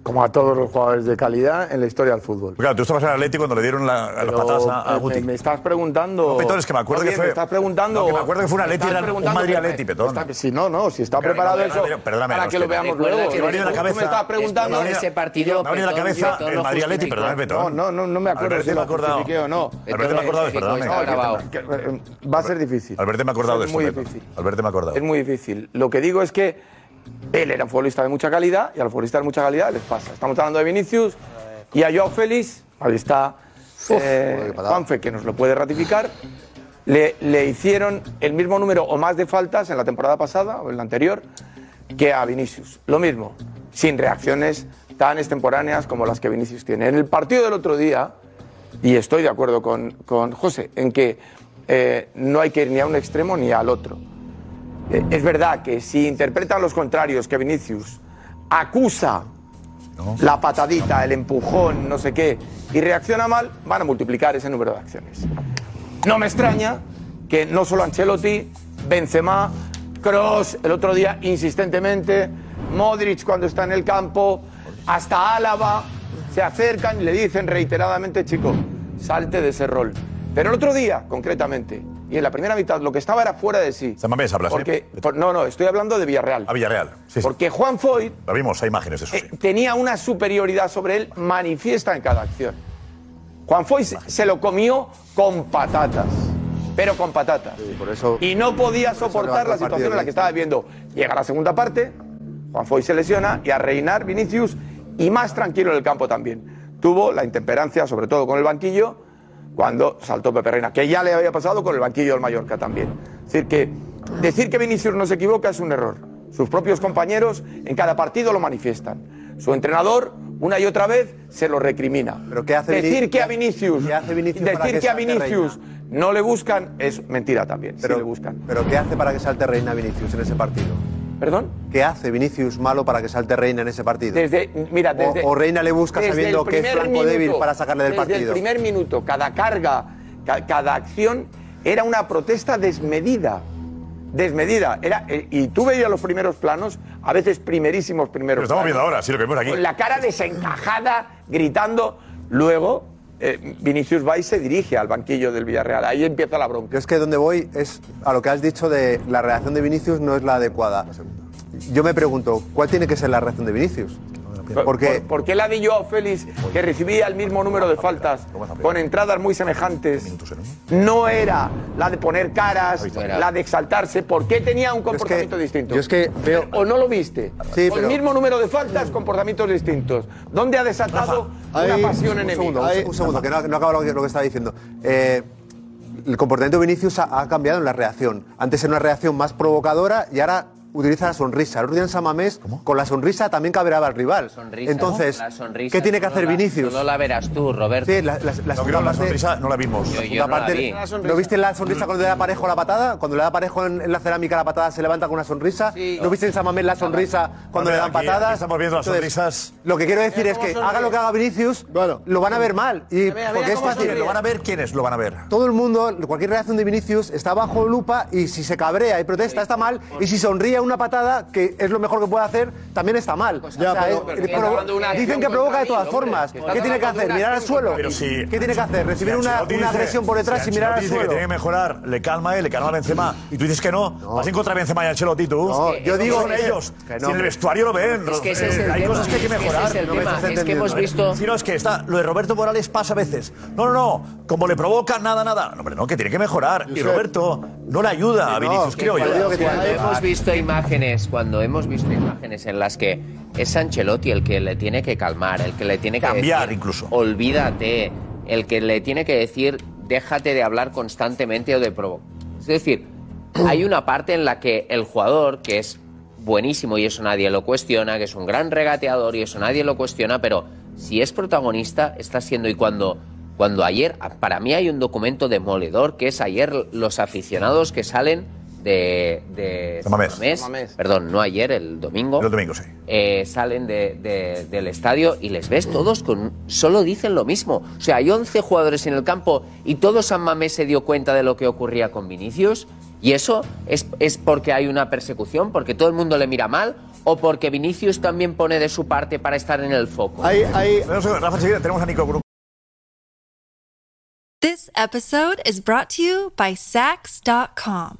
[SPEAKER 29] Como a todos los jugadores de calidad en la historia del fútbol.
[SPEAKER 6] Claro, tú estabas en el Atleti cuando le dieron la, a las
[SPEAKER 29] Pero,
[SPEAKER 6] patadas a, a
[SPEAKER 29] eh,
[SPEAKER 6] Guti.
[SPEAKER 29] me-
[SPEAKER 22] Me estás preguntando.
[SPEAKER 6] No, Petón, es que me acuerdo
[SPEAKER 22] No,
[SPEAKER 6] que
[SPEAKER 22] bien,
[SPEAKER 6] fue-
[SPEAKER 22] Me estás preguntando.
[SPEAKER 6] No, que me acuerdo que fue un
[SPEAKER 22] Me
[SPEAKER 6] Atleti,
[SPEAKER 22] estás
[SPEAKER 6] era un
[SPEAKER 22] preguntando
[SPEAKER 6] Madrid
[SPEAKER 22] que-
[SPEAKER 6] Atleti, Petón.
[SPEAKER 29] Está- si no, no, si está
[SPEAKER 6] Pero,
[SPEAKER 29] preparado
[SPEAKER 6] pero,
[SPEAKER 29] eso
[SPEAKER 6] pero, perdóname,
[SPEAKER 29] para
[SPEAKER 6] no,
[SPEAKER 29] que lo
[SPEAKER 6] espera.
[SPEAKER 29] veamos
[SPEAKER 6] Recuerda
[SPEAKER 29] luego.
[SPEAKER 6] que me ha venido a la
[SPEAKER 29] Tú
[SPEAKER 6] cabeza-
[SPEAKER 29] me estabas preguntando
[SPEAKER 6] Me ha venido- Ese partido, me ha venido a la Petón, cabeza yo no el Madrid justifico. Atleti, perdóname, Petón.
[SPEAKER 29] No, no, no, no me acuerdo
[SPEAKER 6] Alberto
[SPEAKER 29] si
[SPEAKER 6] me ha
[SPEAKER 29] lo
[SPEAKER 6] acordado.
[SPEAKER 29] justifiqué o no.
[SPEAKER 6] Alberto me ha acordado,
[SPEAKER 29] Justifico,
[SPEAKER 6] perdóname.
[SPEAKER 29] está
[SPEAKER 6] No, que-
[SPEAKER 29] grabado.
[SPEAKER 6] que-
[SPEAKER 29] eh, Va a ser difícil.
[SPEAKER 6] Alberto me ha acordado de
[SPEAKER 29] Es
[SPEAKER 6] esto.
[SPEAKER 29] muy
[SPEAKER 6] Petón.
[SPEAKER 29] difícil.
[SPEAKER 6] Alberto me ha acordado.
[SPEAKER 29] Es muy
[SPEAKER 22] difícil. Lo que digo es que él era un futbolista de mucha calidad y al futbolista de mucha calidad les pasa. Estamos hablando de Vinicius y a Joao Félix, ahí está eh, Juanfe, que nos lo puede ratificar. Le, le hicieron el mismo número o más de faltas en la temporada pasada o en la anterior que a Vinicius. Lo mismo, sin reacciones tan extemporáneas como las que Vinicius tiene. En el partido del otro día, y estoy de acuerdo con, con José, en que eh, no hay que ir ni a un extremo ni al otro. Eh, Es verdad que si interpretan los contrarios que Vinicius acusa la patadita, el empujón, no sé qué, y reacciona mal, van a multiplicar ese número de acciones. No me extraña que no solo Ancelotti, Benzema, Cross el otro día insistentemente, Modric cuando está en el campo, hasta Álava, se acercan y le dicen reiteradamente, chico, salte de ese rol. Pero el otro día, concretamente, y en la primera mitad, lo que estaba era fuera de sí.
[SPEAKER 6] Samamés hablas, ¿eh?
[SPEAKER 22] Porque- por- no, no, estoy hablando de Villarreal.
[SPEAKER 6] A Villarreal. Sí, sí.
[SPEAKER 22] Porque Juan Foyt
[SPEAKER 6] La vimos, hay imágenes de eso. sí.
[SPEAKER 22] Eh, tenía una superioridad sobre él manifiesta en cada acción. Juan Foy se, se lo comió con patatas, pero con patatas. y no podía soportar
[SPEAKER 29] levantó
[SPEAKER 22] la
[SPEAKER 29] el partido
[SPEAKER 22] situación en la que estaba viendo. Llega la segunda parte, Juan Foy se lesiona y a reinar Vinicius y más tranquilo en el campo también. Tuvo la intemperancia, sobre todo con el banquillo, cuando saltó Pepe Reina, que ya le había pasado con el banquillo del Mallorca también. Es decir, que decir que Vinicius no se equivoca es un error. Sus propios compañeros en cada partido lo manifiestan. Su entrenador, una y otra vez, se lo recrimina. ¿Pero qué
[SPEAKER 29] hace
[SPEAKER 22] decir
[SPEAKER 29] Vini-
[SPEAKER 22] que a Vinicius,
[SPEAKER 29] para
[SPEAKER 22] decir
[SPEAKER 29] que
[SPEAKER 22] que, a
[SPEAKER 29] salte
[SPEAKER 22] Vinicius no le buscan es mentira también. Pero, le buscan.
[SPEAKER 17] ¿Pero qué hace para que salte Reina Vinicius en ese partido?
[SPEAKER 22] ¿Perdón?
[SPEAKER 17] ¿Qué hace Vinicius malo para que salte Reina en ese partido?
[SPEAKER 22] Desde, mira,
[SPEAKER 17] O-
[SPEAKER 22] desde-
[SPEAKER 17] o, Reina le busca
[SPEAKER 22] desde
[SPEAKER 17] sabiendo
[SPEAKER 22] el
[SPEAKER 17] que es
[SPEAKER 22] primer
[SPEAKER 17] flanco
[SPEAKER 22] minuto,
[SPEAKER 17] débil para sacarle del
[SPEAKER 22] desde
[SPEAKER 17] partido.
[SPEAKER 22] el primer minuto, cada carga, ca- cada acción era una protesta desmedida. Desmedida. Era, eh, y tú veías los primeros planos, a veces primerísimos primeros
[SPEAKER 6] Lo estamos
[SPEAKER 22] planos.
[SPEAKER 6] viendo ahora, sí, lo que vemos aquí.
[SPEAKER 22] Con la cara desencajada, gritando. Luego, eh, Vinicius va y se dirige al banquillo del Villarreal. Ahí empieza la bronca.
[SPEAKER 17] Yo es que donde voy es a lo que has dicho de la reacción de Vinicius no es la adecuada. Yo me pregunto, ¿cuál tiene que ser la reacción de Vinicius? Porque
[SPEAKER 22] ¿Por qué la de Joao Félix, que recibía el mismo número de faltas, con entradas muy semejantes, no era la de poner caras, la de exaltarse? ¿Por qué tenía un comportamiento distinto?
[SPEAKER 17] yo es que veo...
[SPEAKER 22] ¿O no lo viste?
[SPEAKER 17] Sí,
[SPEAKER 22] Con el
[SPEAKER 17] pero-
[SPEAKER 22] mismo número de faltas, comportamientos distintos. ¿Dónde ha desatado una
[SPEAKER 17] Ahí-
[SPEAKER 22] pasión
[SPEAKER 17] un
[SPEAKER 22] enemiga?
[SPEAKER 17] Segundo, un, se- un segundo, que no, no acabo lo que, lo que estaba diciendo. Eh, el comportamiento de Vinicius ha, ha cambiado en la reacción. Antes era una reacción más provocadora y ahora utiliza la sonrisa. El otro día en Samamés, con la sonrisa también cabreaba al rival.
[SPEAKER 13] Sonrisa,
[SPEAKER 17] Entonces,
[SPEAKER 13] la sonrisa,
[SPEAKER 17] ¿qué tiene que
[SPEAKER 13] solo
[SPEAKER 17] hacer
[SPEAKER 13] la-
[SPEAKER 17] Vinicius?
[SPEAKER 13] Solo la verás tú, Roberto.
[SPEAKER 17] Sí, la, la- la
[SPEAKER 13] No,
[SPEAKER 17] segunda
[SPEAKER 13] creo, la
[SPEAKER 17] parte-
[SPEAKER 13] sonrisa no la vimos. Yo- yo
[SPEAKER 17] segunda
[SPEAKER 13] no la
[SPEAKER 17] parte-
[SPEAKER 13] vi. La
[SPEAKER 17] no,
[SPEAKER 13] sonrisa.
[SPEAKER 17] viste la sonrisa cuando le da parejo la patada? Cuando le da parejo en, en la cerámica la patada se levanta con una sonrisa. ¿No viste en Samamés la sonrisa cuando le dan
[SPEAKER 6] aquí- aquí
[SPEAKER 17] patadas?
[SPEAKER 6] estamos viendo las sonrisas.
[SPEAKER 17] Lo que quiero decir
[SPEAKER 6] Mira
[SPEAKER 17] es
[SPEAKER 6] cómo
[SPEAKER 17] que
[SPEAKER 6] sonríe.
[SPEAKER 17] haga lo que haga Vinicius, lo van a ver mal. Y
[SPEAKER 6] Mira, mira
[SPEAKER 17] porque es
[SPEAKER 6] cómo
[SPEAKER 17] fácil.
[SPEAKER 6] sonríe. ¿Lo van a ver quiénes? Lo van a ver.
[SPEAKER 17] Todo el mundo, cualquier reacción de Vinicius está bajo lupa y si se cabrea y protesta está mal y si sonríe a una patada, que es lo mejor que puede hacer, también está mal.
[SPEAKER 14] Ya,
[SPEAKER 17] O sea,
[SPEAKER 14] pero-
[SPEAKER 17] es-
[SPEAKER 14] pero que
[SPEAKER 17] provo-
[SPEAKER 14] está dando una
[SPEAKER 17] dicen
[SPEAKER 14] acción
[SPEAKER 17] que provoca
[SPEAKER 14] contra
[SPEAKER 17] de
[SPEAKER 14] mí,
[SPEAKER 17] todas
[SPEAKER 14] hombre,
[SPEAKER 17] formas.
[SPEAKER 14] que está
[SPEAKER 17] ¿Qué tiene que
[SPEAKER 14] dando
[SPEAKER 17] hacer?
[SPEAKER 14] una
[SPEAKER 17] ¿Mirar al
[SPEAKER 14] acción
[SPEAKER 17] suelo?
[SPEAKER 14] contra mí. Pero si-
[SPEAKER 17] ¿Qué tiene que hacer? ¿Recibir
[SPEAKER 6] Si
[SPEAKER 17] una,
[SPEAKER 6] Ancelotti
[SPEAKER 17] una
[SPEAKER 6] dice-
[SPEAKER 17] agresión por detrás
[SPEAKER 6] si
[SPEAKER 17] y mirar al
[SPEAKER 6] Ancelotti dice
[SPEAKER 17] suelo?
[SPEAKER 6] que tiene que mejorar, le calma él, le calma a Benzema. Y tú dices que no, vas en contra de Benzema y Ancelotti tú.
[SPEAKER 17] No, yo
[SPEAKER 6] Son
[SPEAKER 17] digo que-
[SPEAKER 6] ellos.
[SPEAKER 17] que no,
[SPEAKER 6] si en el
[SPEAKER 17] hombre.
[SPEAKER 6] vestuario lo ven.
[SPEAKER 17] Es que ese
[SPEAKER 6] eh,
[SPEAKER 17] es el
[SPEAKER 6] hay
[SPEAKER 17] tema.
[SPEAKER 6] cosas que hay que
[SPEAKER 17] Es que ese
[SPEAKER 6] mejorar.
[SPEAKER 17] es el No me tema. estás Es que entendiendo. ¿eh? hemos
[SPEAKER 6] visto. Si no, es que está, lo de Roberto Morales pasa a veces. No, no, no. Como le provoca, nada, nada. No, hombre, no, que tiene que mejorar. Y
[SPEAKER 13] Josep.
[SPEAKER 6] Roberto no le ayuda a Vinicius, creo yo.
[SPEAKER 13] Cuando hemos visto imágenes, cuando hemos visto imágenes en las que es Ancelotti el que le tiene que calmar, el que le tiene que
[SPEAKER 6] Cambiar
[SPEAKER 13] incluso. Olvídate, el que le tiene que decir déjate de hablar constantemente o de provocar. Es decir, hay una parte en la que el jugador que es buenísimo y eso nadie lo cuestiona, que es un gran regateador y eso nadie lo cuestiona, pero si es protagonista está siendo y cuando cuando ayer para mí hay un documento demoledor que es ayer los aficionados que salen de, de
[SPEAKER 6] Samamés.
[SPEAKER 13] Samamés, perdón, no ayer, el domingo.
[SPEAKER 6] El domingo, sí.
[SPEAKER 13] Eh, salen de- de- del estadio y les ves todos con. Solo dicen lo mismo. O sea, hay 11 jugadores en el campo y todo San Mamés se dio cuenta de lo que ocurría con Vinicius. Y eso es, es porque hay una persecución, porque todo el mundo le mira mal o porque Vinicius también pone de su parte para estar en el foco.
[SPEAKER 6] Tenemos a- Rafa, enseguida tenemos a Nico Grupo.
[SPEAKER 30] This episode is brought to you by Sax.com.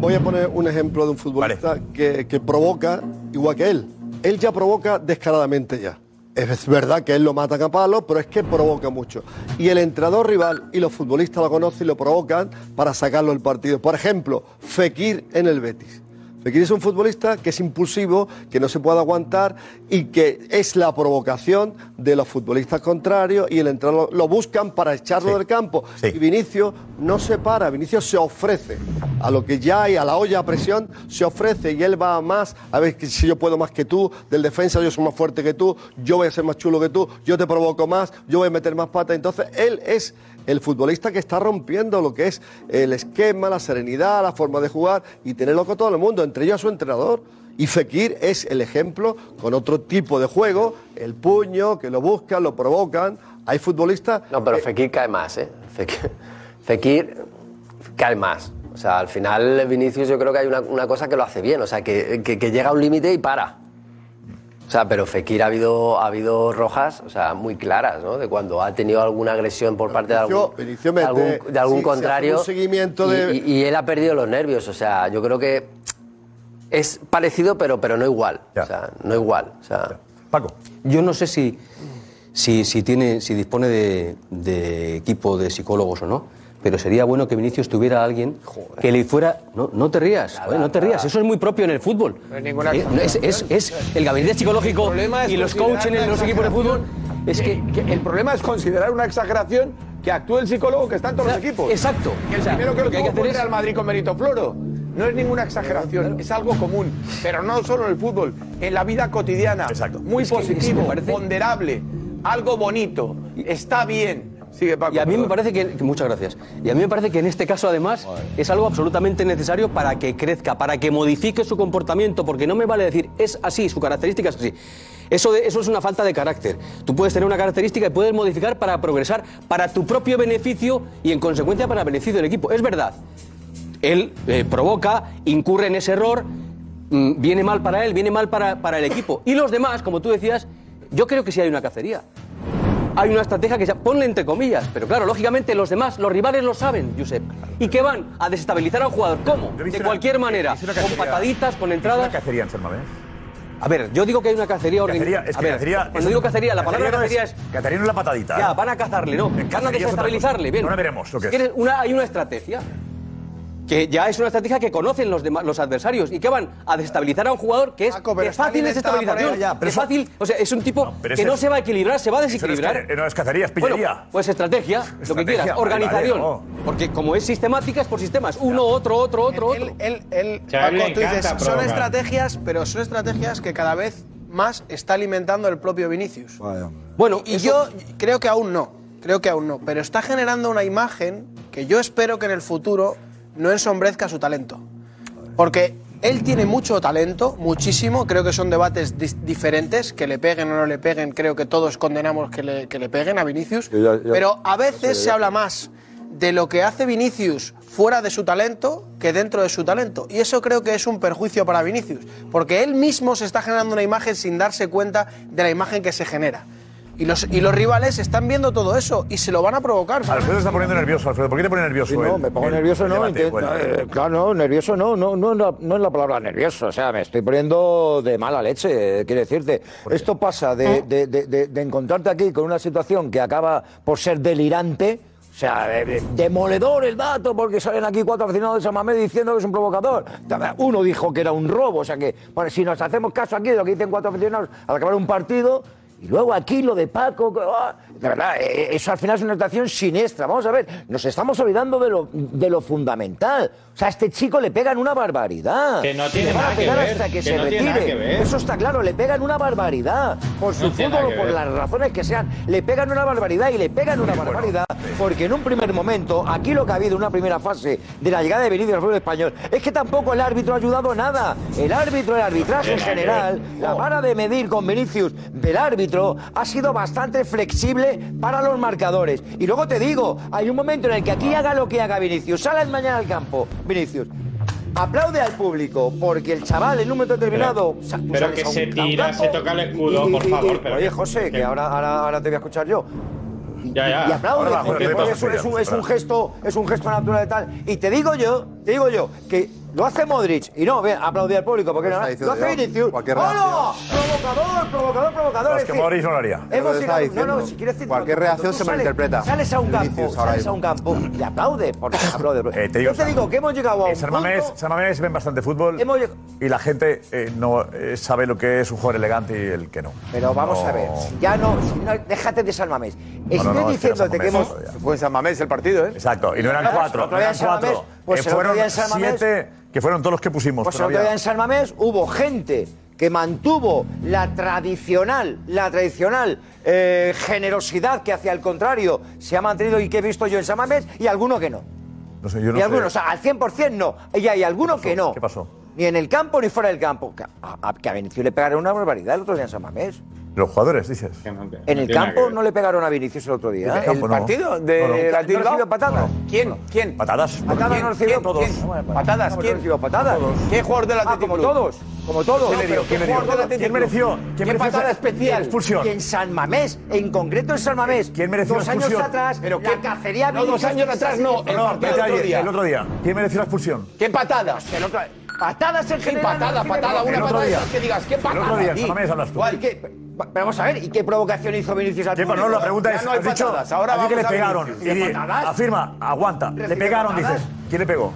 [SPEAKER 14] Voy a poner un ejemplo de un futbolista que, que provoca igual que él. Él ya provoca descaradamente ya. Es verdad que él lo mata a palo, pero es que provoca mucho. Y el entrenador rival y los futbolistas lo conocen y lo provocan para sacarlo del partido. Por ejemplo, Fekir en el Betis. Fekir es un futbolista que es impulsivo, que no se puede aguantar y que es la provocación de los futbolistas contrarios y el entrenador lo buscan para echarlo del campo. Y Vinicio no se para, Vinicio se ofrece a lo que ya hay, a la olla a presión, se ofrece y él va a más, a ver que si yo puedo más que tú, del defensa yo soy más fuerte que tú, yo voy a ser más chulo que tú, yo te provoco más, yo voy a meter más pata. Entonces él es el futbolista que está rompiendo lo que es el esquema, la serenidad, la forma de jugar y tener loco a todo el mundo, entre ellos a su entrenador. Y Fekir es el ejemplo con otro tipo de juego, el puño, que lo buscan, lo provocan. Hay futbolistas.
[SPEAKER 21] No, pero Fekir cae más, ¿eh? Fekir, Fekir cae más. O sea, al final Vinicius yo creo que hay una, una cosa que lo hace bien, o sea, que, que- que llega a un límite y para. O sea, pero Fekir ha habido, ha habido rojas, o sea, muy claras, ¿no? De cuando ha tenido alguna agresión por parte de
[SPEAKER 14] Vinicio-
[SPEAKER 21] algún,
[SPEAKER 14] Vinicio
[SPEAKER 21] de
[SPEAKER 14] mete-
[SPEAKER 21] algún, de algún
[SPEAKER 14] sí, se hace
[SPEAKER 21] contrario.
[SPEAKER 14] un seguimiento de-
[SPEAKER 21] y, y- y él ha perdido los nervios, o sea, yo creo que es parecido, pero, pero no igual. O sea, no igual. O sea,
[SPEAKER 6] Paco.
[SPEAKER 31] Yo no sé si, si, si tiene, si dispone de, de equipo de psicólogos o no, pero sería bueno que Vinicius tuviera a alguien que le fuera. No, no te rías, joder, no te rías. Eso es muy propio en el fútbol.
[SPEAKER 5] ninguna
[SPEAKER 31] Eh, no, es, es- es el gabinete psicológico
[SPEAKER 22] problema es
[SPEAKER 31] y los
[SPEAKER 22] considerar
[SPEAKER 31] coaches en
[SPEAKER 22] una
[SPEAKER 31] los equipos de fútbol. Es que,
[SPEAKER 22] Que El problema es considerar una exageración que actúe el psicólogo que está en todos los equipos.
[SPEAKER 31] exacto.
[SPEAKER 22] El
[SPEAKER 31] O sea,
[SPEAKER 22] primero que
[SPEAKER 31] lo
[SPEAKER 22] lo
[SPEAKER 31] que hay
[SPEAKER 22] tuvo
[SPEAKER 31] que
[SPEAKER 22] fue
[SPEAKER 31] hacer
[SPEAKER 22] el Real
[SPEAKER 31] es-
[SPEAKER 22] Madrid con Benito Floro. No es ninguna exageración, es algo común, pero no solo en el fútbol, en la vida cotidiana. Muy positivo, ponderable, algo bonito, está bien. Sigue Paco.
[SPEAKER 31] Y a mí me parece que, que- muchas gracias. Y a mí me parece que en este caso además es algo absolutamente necesario para que crezca, para que modifique su comportamiento, porque no me vale decir es así, su característica es así. Eso, de- eso es una falta de carácter. Tú puedes tener una característica y puedes modificar para progresar, para tu propio beneficio y en consecuencia para beneficio del equipo. Es verdad. Él eh, provoca, incurre en ese error, mm, viene mal para él, viene mal para, para el equipo. Y los demás, como tú decías, yo creo que sí hay una cacería. hay una estrategia que se ponle entre comillas, pero claro, lógicamente los demás, los rivales lo saben, Josep, y que van a desestabilizar a un jugador. ¿Cómo? De cualquier manera, con pataditas, con entradas.
[SPEAKER 6] cacería en San Mamés?
[SPEAKER 31] A ver, yo digo que hay una cacería
[SPEAKER 6] Cacería,
[SPEAKER 31] organizada.
[SPEAKER 6] es
[SPEAKER 31] A
[SPEAKER 6] que
[SPEAKER 31] ver,
[SPEAKER 6] cacería.
[SPEAKER 31] cuando digo cacería, la palabra cacería
[SPEAKER 6] cacería
[SPEAKER 31] es
[SPEAKER 6] Cacería no es la patadita.
[SPEAKER 31] Ya,
[SPEAKER 6] ¿eh?
[SPEAKER 31] van a cazarle, no. Van a
[SPEAKER 6] Cacería es otra
[SPEAKER 31] desestabilizarle,
[SPEAKER 6] cosa.
[SPEAKER 31] bien.
[SPEAKER 6] Ahora veremos lo que
[SPEAKER 31] Si
[SPEAKER 6] es.
[SPEAKER 31] quieres, una- hay una estrategia. Que ya es una estrategia que conocen los, demás- los adversarios y que van a desestabilizar a un jugador que es de
[SPEAKER 26] Ah, está
[SPEAKER 31] fácil
[SPEAKER 26] bien, está por
[SPEAKER 31] desestabilización.
[SPEAKER 26] ahí. Ya, pero
[SPEAKER 31] de
[SPEAKER 26] eso-
[SPEAKER 31] fácil, o sea, es un tipo
[SPEAKER 6] pero
[SPEAKER 31] que
[SPEAKER 6] ese-
[SPEAKER 31] no se va a equilibrar, se va a
[SPEAKER 6] Eso no es
[SPEAKER 31] desequilibrar.
[SPEAKER 6] ca- No es cacería, es pillería.
[SPEAKER 31] Bueno, pues estrategia, lo que
[SPEAKER 6] Estrategia,
[SPEAKER 31] quieras,
[SPEAKER 6] vale,
[SPEAKER 31] organización.
[SPEAKER 6] vale,
[SPEAKER 31] Porque como es sistemática, es por sistemas. Uno, otro, otro, otro, otro.
[SPEAKER 26] Paco, tú dices, son estrategias, pero son estrategias que cada vez más está alimentando el propio Vinicius.
[SPEAKER 31] Bueno,
[SPEAKER 26] y yo creo que aún no, creo que aún no, pero está generando una imagen que yo espero que en el futuro no ensombrezca su talento. Porque él tiene mucho talento, muchísimo, creo que son debates dis- diferentes, que le peguen o no le peguen, creo que todos condenamos que le, que le peguen a Vinicius,
[SPEAKER 8] Yo ya- yo-
[SPEAKER 26] pero a
[SPEAKER 8] yo
[SPEAKER 26] veces
[SPEAKER 8] sé,
[SPEAKER 26] se
[SPEAKER 8] yo-
[SPEAKER 26] habla más de lo que hace Vinicius fuera de su talento que dentro de su talento. Y eso creo que es un perjuicio para Vinicius, porque él mismo se está generando una imagen sin darse cuenta de la imagen que se genera. Y los, y los rivales están viendo todo eso y se lo van a provocar.
[SPEAKER 6] Alfredo está poniendo nervioso, Alfredo. ¿Por qué te pone nervioso?
[SPEAKER 8] Sí, no,
[SPEAKER 6] él?
[SPEAKER 8] me pongo
[SPEAKER 6] El-
[SPEAKER 8] nervioso,
[SPEAKER 6] el
[SPEAKER 8] no.
[SPEAKER 6] debate,
[SPEAKER 8] intento-
[SPEAKER 6] bueno.
[SPEAKER 8] eh, claro, no, nervioso no, no, no, es la- no es la palabra nervioso. O sea, me estoy poniendo de mala leche, eh, quiero decirte. Esto pasa de, de- de- de- de encontrarte aquí con una situación que acaba por ser delirante. O sea, de- de- demoledor el dato, porque salen aquí cuatro aficionados de Samamé diciendo que es un provocador. Uno dijo que era un robo, o sea que, bueno, si nos hacemos caso aquí de lo que dicen cuatro aficionados al acabar un partido, y luego aquí lo de Paco. que, ah, de verdad, eh, eso al final es una actuación siniestra. Vamos a ver, nos estamos olvidando de lo, de lo fundamental. O sea, a este chico le pegan una barbaridad.
[SPEAKER 7] Que no tiene
[SPEAKER 8] le van a
[SPEAKER 7] nada que
[SPEAKER 8] pegar
[SPEAKER 7] ver,
[SPEAKER 8] hasta que,
[SPEAKER 7] que
[SPEAKER 8] se
[SPEAKER 7] no
[SPEAKER 8] retire.
[SPEAKER 7] tiene nada que ver.
[SPEAKER 8] Eso está claro, le pegan una barbaridad. Por su
[SPEAKER 7] No tiene
[SPEAKER 8] fútbol o
[SPEAKER 7] nada que
[SPEAKER 8] por
[SPEAKER 7] ver.
[SPEAKER 8] las razones que sean. Le pegan una barbaridad y le pegan una barbaridad. Porque en un primer momento, aquí lo que ha habido en una primera fase de la llegada de Benítez al fútbol español, es que tampoco el árbitro ha ayudado nada. El árbitro, el arbitraje en
[SPEAKER 7] Eh,
[SPEAKER 32] Tiene nada que
[SPEAKER 8] general,
[SPEAKER 32] ver.
[SPEAKER 7] oh.
[SPEAKER 8] la vara de medir con Vinicius del árbitro ha sido bastante flexible para los marcadores. Y luego te digo, hay un momento en el que aquí haga lo que haga Vinicius. Sales mañana al campo, Vinicius. Aplaude al público, porque el chaval en un momento determinado... sa- tú
[SPEAKER 7] Pero
[SPEAKER 8] sales
[SPEAKER 7] que
[SPEAKER 8] a un-
[SPEAKER 7] se
[SPEAKER 8] a un
[SPEAKER 7] tira,
[SPEAKER 8] campo
[SPEAKER 7] se toca el escudo,
[SPEAKER 8] y- y-
[SPEAKER 7] por
[SPEAKER 8] y-
[SPEAKER 7] favor.
[SPEAKER 8] y-
[SPEAKER 7] pero
[SPEAKER 8] oye,
[SPEAKER 7] que-
[SPEAKER 8] José, que ahora, ahora, ahora te voy a escuchar yo.
[SPEAKER 7] Ya, ya.
[SPEAKER 8] Y aplaude,
[SPEAKER 7] Ahora,
[SPEAKER 8] porque
[SPEAKER 7] Jorge,
[SPEAKER 8] porque
[SPEAKER 7] pasa,
[SPEAKER 8] es, un- es un,
[SPEAKER 7] Julián,
[SPEAKER 8] es un
[SPEAKER 7] espera.
[SPEAKER 8] gesto, es un gesto natural y tal. Y te digo yo, te digo yo, que lo hace Modric, y no, ven, aplaudir al público, porque
[SPEAKER 33] Lo
[SPEAKER 8] no, ¿eh?
[SPEAKER 33] está diciendo
[SPEAKER 8] lo hace
[SPEAKER 33] yo,
[SPEAKER 8] Vinicius.
[SPEAKER 33] cualquier
[SPEAKER 8] ¡Hola!
[SPEAKER 33] reacción.
[SPEAKER 8] Provocador, provocador, provocador.
[SPEAKER 33] No, es
[SPEAKER 8] es
[SPEAKER 33] que
[SPEAKER 8] decir,
[SPEAKER 33] Modric no lo haría.
[SPEAKER 8] hemos
[SPEAKER 33] Lo que está
[SPEAKER 8] llegado- no, no,
[SPEAKER 33] diciendo.
[SPEAKER 8] si quieres decir-
[SPEAKER 33] Cualquier
[SPEAKER 8] cuando
[SPEAKER 33] reacción
[SPEAKER 8] tú
[SPEAKER 33] se
[SPEAKER 8] sales-
[SPEAKER 33] malinterpreta.
[SPEAKER 8] Sales a un campo,
[SPEAKER 33] Vinicius ahora
[SPEAKER 8] sales a
[SPEAKER 33] mismo.
[SPEAKER 8] un campo y aplaude, porque aplaude.
[SPEAKER 6] <laughs> Eh, te digo,
[SPEAKER 8] Yo te digo que hemos llegado a un
[SPEAKER 6] San Mamés,
[SPEAKER 8] punto-
[SPEAKER 6] San Mamés ven bastante fútbol y la gente eh, no eh, sabe lo que es un jugador elegante y el que no.
[SPEAKER 8] Pero vamos
[SPEAKER 6] No.
[SPEAKER 8] a ver, si ya no, si no- déjate de San Mamés.
[SPEAKER 6] no,
[SPEAKER 8] Estoy
[SPEAKER 6] no, es que
[SPEAKER 8] diciéndote que
[SPEAKER 6] no
[SPEAKER 8] hemos...
[SPEAKER 6] San Mamés
[SPEAKER 8] Fue en San Mamés el partido, ¿eh?
[SPEAKER 6] Exacto, y no eran
[SPEAKER 8] Claro,
[SPEAKER 6] cuatro,
[SPEAKER 8] el otro
[SPEAKER 6] no
[SPEAKER 8] día
[SPEAKER 6] eran
[SPEAKER 8] en San Mamés,
[SPEAKER 6] cuatro.
[SPEAKER 8] pues
[SPEAKER 6] Eh,
[SPEAKER 8] el otro
[SPEAKER 6] fueron
[SPEAKER 8] día en San Mamés-
[SPEAKER 6] siete, que fueron todos los que pusimos.
[SPEAKER 8] Pues el
[SPEAKER 6] todavía.
[SPEAKER 8] otro día en San Mamés hubo gente que mantuvo la tradicional, la tradicional eh, generosidad que hacia el contrario se ha mantenido y que he visto yo en San Mamés y alguno que no.
[SPEAKER 6] No sé, yo no
[SPEAKER 8] y
[SPEAKER 6] sé.
[SPEAKER 8] algunos, o sea, al 100% no. Y hay alguno que no. ¿Qué pasó? Ni en el campo ni fuera del campo. Que a, a- que a Vinicius le pegaron una barbaridad el otro día en San Mamés.
[SPEAKER 6] Los jugadores, dices.
[SPEAKER 8] En el campo no le pegaron a Vinicius el otro día.
[SPEAKER 6] En el campo, no. No, no.
[SPEAKER 8] ¿No recibió patadas?
[SPEAKER 5] ¿Quién? ¿Quién?
[SPEAKER 6] Patadas.
[SPEAKER 8] ¿Patadas no recibió? Todos.
[SPEAKER 5] ¿Patadas? ¿Quién?
[SPEAKER 8] patadas?
[SPEAKER 5] ¿Qué jugador del
[SPEAKER 8] Ah,
[SPEAKER 5] Atlético
[SPEAKER 8] como
[SPEAKER 5] Club?
[SPEAKER 8] todos. Como todos.
[SPEAKER 5] ¿Quién le dio?
[SPEAKER 8] No, pero
[SPEAKER 5] ¿Quién le dio?
[SPEAKER 8] ¿qué jugador del Athletic
[SPEAKER 5] ¿Quién
[SPEAKER 8] Club?
[SPEAKER 5] mereció? ¿Quién
[SPEAKER 8] ¿Qué
[SPEAKER 5] mereció
[SPEAKER 8] patada
[SPEAKER 5] esa-
[SPEAKER 8] especial?
[SPEAKER 5] expulsión?
[SPEAKER 8] Y en San Mamés, en concreto en San Mamés. ¿Quién
[SPEAKER 6] mereció
[SPEAKER 8] Dos
[SPEAKER 6] la
[SPEAKER 8] años
[SPEAKER 6] expulsión?
[SPEAKER 8] atrás,
[SPEAKER 6] ¿Pero
[SPEAKER 8] la
[SPEAKER 6] quién?
[SPEAKER 8] cacería...
[SPEAKER 5] No, dos años atrás no, el
[SPEAKER 6] No,
[SPEAKER 5] partido
[SPEAKER 6] vete
[SPEAKER 5] del otro
[SPEAKER 6] ayer,
[SPEAKER 5] día.
[SPEAKER 6] el otro día. ¿Quién mereció la expulsión?
[SPEAKER 5] ¿Qué patadas?
[SPEAKER 8] Patadas en
[SPEAKER 5] Sí,
[SPEAKER 8] general.
[SPEAKER 5] patada,
[SPEAKER 8] recibe
[SPEAKER 5] patada,
[SPEAKER 8] poco.
[SPEAKER 5] una El otro patada de día. esas que digas, ¿qué
[SPEAKER 6] El otro
[SPEAKER 8] patada?
[SPEAKER 6] día,
[SPEAKER 8] Sí.
[SPEAKER 6] San Mamés hablas tú.
[SPEAKER 8] ¿Cuál? ¿Qué? Va- Pero vamos a ver, ¿y qué provocación hizo Vinicius al
[SPEAKER 6] ¿Qué pa-
[SPEAKER 8] público?
[SPEAKER 6] pues no, la pregunta
[SPEAKER 8] Ya
[SPEAKER 6] es,
[SPEAKER 8] no hay
[SPEAKER 6] has dicho,
[SPEAKER 8] patadas, ahora
[SPEAKER 6] has dicho que le
[SPEAKER 8] vamos a
[SPEAKER 6] pegaron.
[SPEAKER 8] Vinicius.
[SPEAKER 6] Y di-
[SPEAKER 8] ¿Y patadas?
[SPEAKER 6] afirma, aguanta. Le
[SPEAKER 8] Recibe
[SPEAKER 6] pegaron,
[SPEAKER 8] patadas.
[SPEAKER 6] dices. ¿Quién le pegó?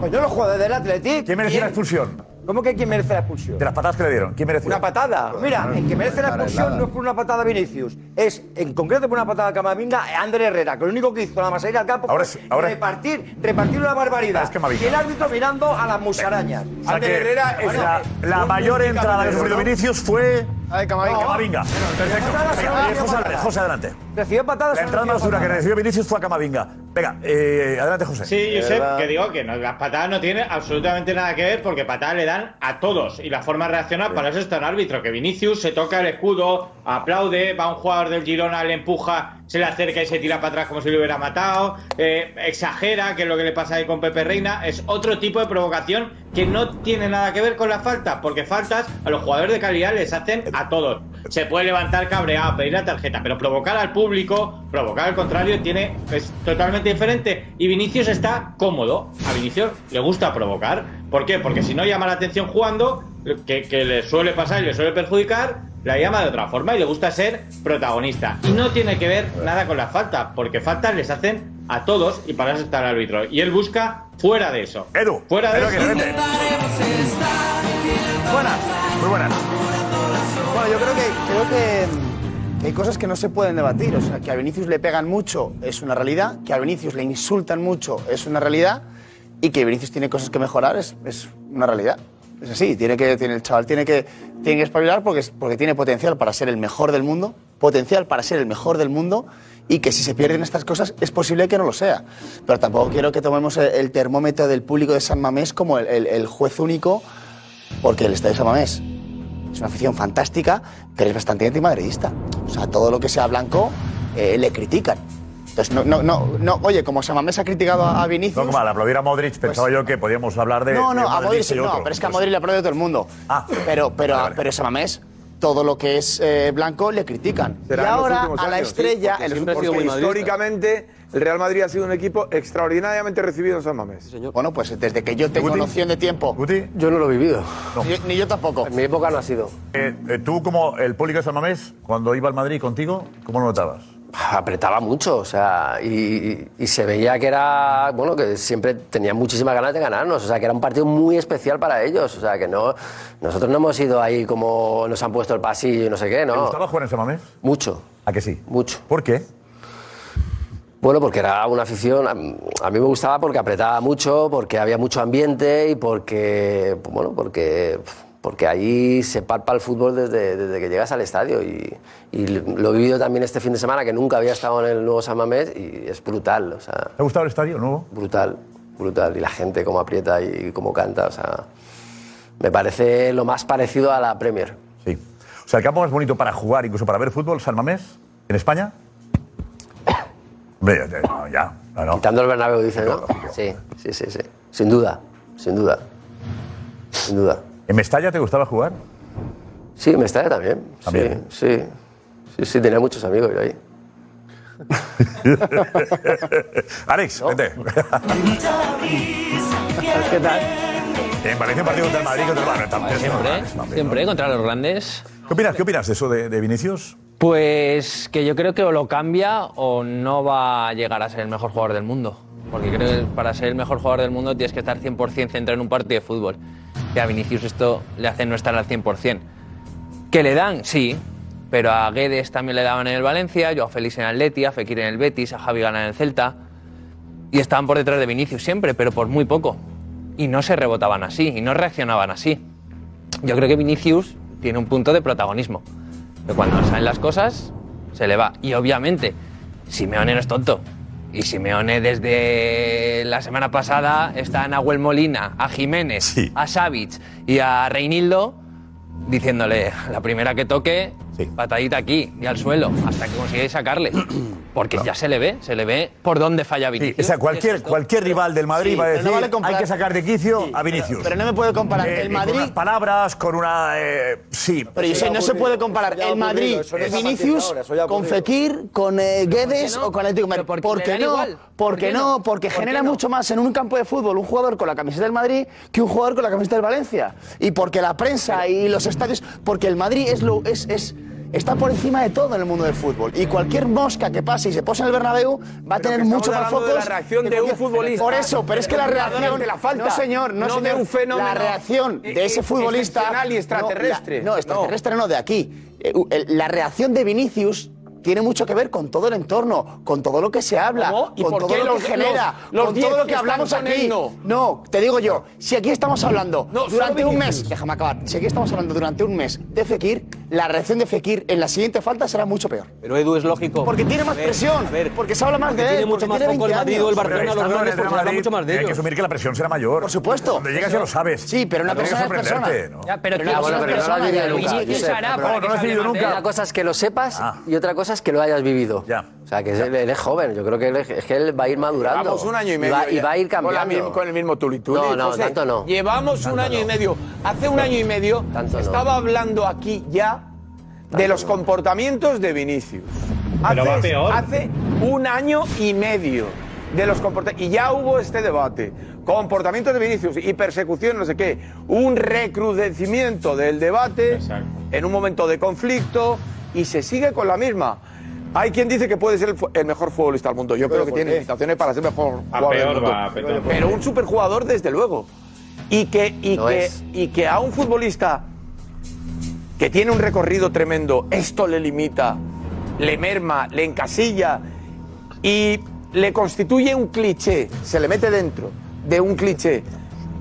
[SPEAKER 8] Pues no los jugadores del Atlético.
[SPEAKER 6] ¿Quién mereció la expulsión?
[SPEAKER 8] ¿Cómo que quién merece la expulsión?
[SPEAKER 6] De las patadas que le dieron. ¿Quién mereció?
[SPEAKER 8] Una patada. Mira,
[SPEAKER 6] Ah,
[SPEAKER 8] el que merece la expulsión no es por una patada a Vinicius. Es, en concreto, por una patada a Camavinga, a Ander Herrera, que lo único que hizo nada más salir al campo
[SPEAKER 6] Ahora
[SPEAKER 8] fue
[SPEAKER 6] sí, ahora-
[SPEAKER 8] repartir, repartir una barbaridad.
[SPEAKER 6] Es que me avisa.
[SPEAKER 8] y el árbitro mirando a las musarañas.
[SPEAKER 6] O sea que la, la mayor entrada que ha sufrido Vinicius fue.
[SPEAKER 8] Ay, Camavinga.
[SPEAKER 6] Camavinga. Perfecto.
[SPEAKER 8] Patadas,
[SPEAKER 6] Venga,
[SPEAKER 8] patadas,
[SPEAKER 6] José,
[SPEAKER 8] patadas.
[SPEAKER 6] José, adelante.
[SPEAKER 8] Recibió patadas.
[SPEAKER 6] La entrada más dura que recibió Vinicius fue a Camavinga. Venga, eh, adelante, José.
[SPEAKER 7] Sí, Josep, que digo que no, las patadas no tienen absolutamente nada que ver porque patadas le dan a todos y la forma de reaccionar para eso está el árbitro, que Vinicius se toca el escudo, aplaude, va un jugador del Girona, le empuja, se le acerca y se tira para atrás como si lo hubiera matado, eh, exagera, que es lo que le pasa ahí con Pepe Reina, es otro tipo de provocación que no tiene nada que ver con la falta, porque faltas a los jugadores de calidad les hacen a todos. se puede levantar cabreado, pedir la tarjeta, pero provocar al público, provocar al contrario, tiene, es totalmente diferente. Y Vinicius está cómodo. A Vinicius le gusta provocar. ¿Por qué? Porque si no llama la atención jugando, que, que le suele pasar y le suele perjudicar, la llama de otra forma y le gusta ser protagonista. Y no tiene que ver nada con las faltas, porque faltas les hacen a todos y para eso está el árbitro. Y él busca fuera de eso.
[SPEAKER 6] Edu,
[SPEAKER 7] fuera de
[SPEAKER 6] Edu,
[SPEAKER 7] eso.
[SPEAKER 6] que vete.
[SPEAKER 15] Buenas.
[SPEAKER 6] Muy buenas.
[SPEAKER 15] Bueno, yo creo que, creo que, que hay cosas que no se pueden debatir. O sea, que a Vinicius le pegan mucho es una realidad, que a Vinicius le insultan mucho es una realidad y que Vinicius tiene cosas que mejorar es, es una realidad. Es así, tiene que, tiene, el chaval tiene que, tiene que espabilar porque, es- porque tiene potencial para ser el mejor del mundo, potencial para ser el mejor del mundo y que si se pierden estas cosas es posible que no lo sea. Pero tampoco quiero que tomemos el, el termómetro del público de San Mamés como el- el- el juez único porque el Estadio Samamés es una afición fantástica, pero es bastante antimadridista. O sea, todo lo que sea blanco eh, le critican. Entonces, no, no, no, no, oye, como Samamés ha criticado a a Vinicius...
[SPEAKER 6] No, como al aplaudir a Modric, pensaba yo que podíamos hablar de.
[SPEAKER 15] Pues No,
[SPEAKER 6] de
[SPEAKER 15] no,
[SPEAKER 6] uno
[SPEAKER 15] a
[SPEAKER 6] del
[SPEAKER 15] Modric
[SPEAKER 6] Nice y
[SPEAKER 15] sí, no,
[SPEAKER 6] otro. Pues-
[SPEAKER 15] pero es que a Modric le aplaude todo el mundo. Pero, pero, pero Samamés, todo lo que es eh, blanco le critican. Y
[SPEAKER 22] Será en los
[SPEAKER 15] ahora
[SPEAKER 22] últimos
[SPEAKER 15] a la
[SPEAKER 22] años, sí,
[SPEAKER 15] estrella,
[SPEAKER 22] porque
[SPEAKER 15] en los
[SPEAKER 22] siempre ha
[SPEAKER 15] últimos-
[SPEAKER 22] sido
[SPEAKER 15] porque
[SPEAKER 22] muy históricamente el Real Madrid ha sido un equipo extraordinariamente recibido en San Mamés.
[SPEAKER 15] Bueno, pues desde que yo tengo noción de tiempo.
[SPEAKER 6] Yo no lo he vivido.
[SPEAKER 15] Ni yo tampoco.
[SPEAKER 6] En mi época no ha sido. tú, como el público de San Mamés, cuando iba al Madrid contigo, ¿cómo lo notabas?
[SPEAKER 21] apretaba mucho, o sea, y, y- y se veía que era, bueno, que siempre tenían muchísimas ganas de ganarnos, o sea, que era un partido muy especial para ellos, o sea, que no, nosotros no hemos ido ahí como nos han puesto el pasillo y no sé qué,
[SPEAKER 6] ¿Te
[SPEAKER 21] ¿no?
[SPEAKER 6] gustaba jugar en San Mamés?
[SPEAKER 21] Mucho.
[SPEAKER 6] ¿A que sí?
[SPEAKER 21] Mucho.
[SPEAKER 6] ¿Por qué?
[SPEAKER 21] Bueno, porque era una afición, a a mí me gustaba porque apretaba mucho, porque había mucho ambiente y porque, bueno, porque, porque ahí se palpa el fútbol desde, desde que llegas al estadio y, y lo he vivido también este fin de semana, que nunca había estado en el nuevo San Mamés y es brutal, o sea...
[SPEAKER 6] ¿Te ha gustado el estadio nuevo?
[SPEAKER 21] Brutal, brutal, y la gente cómo aprieta y cómo canta, o sea... Me parece lo más parecido a la Premier.
[SPEAKER 6] Sí. O sea, el campo más bonito para jugar, incluso para ver fútbol, San Mamés, en España. Hombre, ya, ya, no, ya. No, no.
[SPEAKER 21] Quitando el Bernabéu, dice, ¿no? Sí, sí, sí, sí. Sin duda, sin duda. Sin duda.
[SPEAKER 6] ¿En Mestalla te gustaba jugar?
[SPEAKER 21] Sí, Mestalla Ah, también.
[SPEAKER 6] También. ¿eh?
[SPEAKER 21] Sí, sí. Sí, sí, tenía muchos amigos yo ahí.
[SPEAKER 6] <laughs> Alex, vete.
[SPEAKER 12] ¿Qué tal?
[SPEAKER 6] Bien, parece un partido contra el Madrid contra el Barça. Tampoco es normal, es normal,
[SPEAKER 12] Siempre contra los grandes.
[SPEAKER 6] ¿no? ¿Qué opinas, ¿Qué opinas de eso de, de Vinicius?
[SPEAKER 12] Pues que yo creo que o lo cambia o no va a llegar a ser el mejor jugador del mundo. Porque creo que para ser el mejor jugador del mundo tienes que estar 100% centrado en un partido de fútbol. Y a Vinicius esto le hace no estar al 100%. Que le dan, sí, pero a Guedes también le daban en el Valencia, yo a Félix en Atleti, a Fekir en el Betis, a Javi Gana en el Celta. Y estaban por detrás de Vinicius siempre, pero por muy poco. Y no se rebotaban así, y no reaccionaban así. Yo creo que Vinicius tiene un punto de protagonismo. Que cuando no salen las cosas, se le va. Y obviamente, Simeone no es tonto. Y Simeone desde la semana pasada está a Nahuel Molina, a Jiménez, a Savic y a Reinildo diciéndole la primera que toque, patadita aquí y al suelo, hasta que consigáis sacarle. Porque ya se le ve, se le ve por dónde falla Vinicius.
[SPEAKER 6] O sea, cualquier, cualquier rival del Madrid
[SPEAKER 12] Sí,
[SPEAKER 6] va a
[SPEAKER 12] pero
[SPEAKER 6] decir,
[SPEAKER 12] no vale comparar-
[SPEAKER 6] hay que sacar de quicio a Vinicius.
[SPEAKER 15] Pero no me puede comparar
[SPEAKER 6] Eh,
[SPEAKER 15] el
[SPEAKER 6] con
[SPEAKER 15] Madrid...
[SPEAKER 6] unas palabras, con una... eh, sí.
[SPEAKER 15] Pero yo sé, no se puede comparar
[SPEAKER 6] Ya ha
[SPEAKER 15] el
[SPEAKER 6] ocurrido,
[SPEAKER 15] Madrid,
[SPEAKER 6] eso no es a partir de
[SPEAKER 15] Vinicius,
[SPEAKER 6] ahora, eso ya ha
[SPEAKER 15] con
[SPEAKER 6] ocurrido.
[SPEAKER 15] Fekir, con eh, Guedes o con Atlético de Madrid.
[SPEAKER 12] porque
[SPEAKER 15] ¿Por
[SPEAKER 12] le
[SPEAKER 15] qué
[SPEAKER 12] da
[SPEAKER 15] no?
[SPEAKER 12] igual. ¿Por
[SPEAKER 15] Porque
[SPEAKER 12] qué
[SPEAKER 15] no,
[SPEAKER 12] no?
[SPEAKER 15] porque
[SPEAKER 12] ¿Por qué
[SPEAKER 15] genera
[SPEAKER 12] no?
[SPEAKER 15] mucho más en un campo de fútbol un jugador con la camiseta del Madrid que un jugador con la camiseta del Valencia. Y porque la prensa y los estadios, porque el Madrid es lo es, es está por encima de todo en el mundo del fútbol y cualquier mosca que pase y se pose en el Bernabéu va a tener
[SPEAKER 22] estamos
[SPEAKER 15] mucho más
[SPEAKER 22] hablando
[SPEAKER 15] focos.
[SPEAKER 22] de la reacción
[SPEAKER 15] que
[SPEAKER 22] de un
[SPEAKER 15] cualquier-
[SPEAKER 22] futbolista.
[SPEAKER 15] Por eso, pero es que la
[SPEAKER 22] Perdona,
[SPEAKER 15] reacción
[SPEAKER 22] de la falta.
[SPEAKER 15] No señor, no,
[SPEAKER 22] No de
[SPEAKER 15] señor.
[SPEAKER 22] un fenómeno
[SPEAKER 15] La reacción de ese
[SPEAKER 22] e-
[SPEAKER 15] futbolista
[SPEAKER 22] excepcional y
[SPEAKER 15] no, la-
[SPEAKER 22] extraterrestre.
[SPEAKER 15] no, extraterrestre no, de aquí. Eh, u- el- La reacción de Vinicius tiene mucho que ver con todo el entorno, con todo lo que se habla,
[SPEAKER 22] ¿Y
[SPEAKER 15] con
[SPEAKER 22] por
[SPEAKER 15] todo
[SPEAKER 22] qué
[SPEAKER 15] lo
[SPEAKER 22] los-
[SPEAKER 15] que genera,
[SPEAKER 22] los- los
[SPEAKER 15] con
[SPEAKER 22] diez
[SPEAKER 15] todo lo que
[SPEAKER 22] que
[SPEAKER 15] hablamos
[SPEAKER 22] están con
[SPEAKER 15] aquí.
[SPEAKER 22] él, no?
[SPEAKER 15] te digo yo, si aquí estamos hablando
[SPEAKER 22] No, solo
[SPEAKER 15] durante un
[SPEAKER 22] Vinicius.
[SPEAKER 15] mes, déjame acabar, si aquí estamos hablando durante un mes de Fekir, la reacción de Fekir en la siguiente falta será mucho peor.
[SPEAKER 31] Pero Edu es lógico.
[SPEAKER 15] Porque tiene más
[SPEAKER 31] A ver,
[SPEAKER 15] presión,
[SPEAKER 31] a ver,
[SPEAKER 15] porque se habla más
[SPEAKER 31] porque
[SPEAKER 15] de él,
[SPEAKER 31] tiene mucho
[SPEAKER 15] porque
[SPEAKER 31] más
[SPEAKER 15] tiene
[SPEAKER 31] foco el
[SPEAKER 15] 20
[SPEAKER 31] Madrid o
[SPEAKER 15] años.
[SPEAKER 31] el Barcelona, los
[SPEAKER 6] Pero estando en
[SPEAKER 31] grandes,
[SPEAKER 6] el
[SPEAKER 31] porque se
[SPEAKER 6] Real
[SPEAKER 31] habla mucho más de
[SPEAKER 6] Hay que
[SPEAKER 31] ellos.
[SPEAKER 6] asumir que la presión será mayor. Por
[SPEAKER 15] supuesto.
[SPEAKER 6] Donde llegas ya lo sabes.
[SPEAKER 15] Sí, pero una
[SPEAKER 6] No tienes
[SPEAKER 15] persona
[SPEAKER 6] que
[SPEAKER 15] es persona.
[SPEAKER 6] sorprenderte, ¿no?
[SPEAKER 15] Ya, pero tú eres una
[SPEAKER 21] lo
[SPEAKER 15] persona
[SPEAKER 21] has
[SPEAKER 15] de
[SPEAKER 21] vivido
[SPEAKER 15] Vinicius
[SPEAKER 21] nunca,
[SPEAKER 15] Vinicius
[SPEAKER 21] Josep.
[SPEAKER 15] hará porque
[SPEAKER 21] lo has
[SPEAKER 15] sabe
[SPEAKER 21] vivido
[SPEAKER 15] más de él.
[SPEAKER 21] Una cosa es que lo sepas y otra cosa es que lo hayas vivido. O sea, que es- él es joven. Yo creo que él, es es que él va a ir madurando.
[SPEAKER 22] Llevamos un año y medio.
[SPEAKER 21] va, y
[SPEAKER 22] ya.
[SPEAKER 21] va a ir
[SPEAKER 22] Con la
[SPEAKER 21] cambiando.
[SPEAKER 22] mim- Con, el mismo tulituli.
[SPEAKER 21] No, no, tanto no.
[SPEAKER 22] Llevamos un año y medio. Hace un año y medio
[SPEAKER 21] Tanto no.
[SPEAKER 22] estaba hablando aquí ya de los comportamientos de Vinicius.
[SPEAKER 7] Pero va peor.
[SPEAKER 22] hace un año y medio de los comporta- Y ya hubo este debate. Comportamientos de Vinicius y persecución, no sé qué. Un recrudecimiento del debate en un momento de conflicto y se sigue con la misma. Hay quien dice que puede ser el, fu- el mejor futbolista del mundo. Yo
[SPEAKER 34] Pero
[SPEAKER 22] creo que
[SPEAKER 34] ¿por
[SPEAKER 22] tiene
[SPEAKER 34] qué?
[SPEAKER 22] limitaciones para ser mejor
[SPEAKER 7] A
[SPEAKER 22] jugador del
[SPEAKER 7] peor
[SPEAKER 22] mundo.
[SPEAKER 7] va, a peor.
[SPEAKER 22] Pero un superjugador, desde luego. Y que, y,
[SPEAKER 7] Lo
[SPEAKER 22] que,
[SPEAKER 7] es.
[SPEAKER 22] y que a un futbolista que tiene un recorrido tremendo, esto le limita, le merma, le encasilla y le constituye un cliché, se le mete dentro de un cliché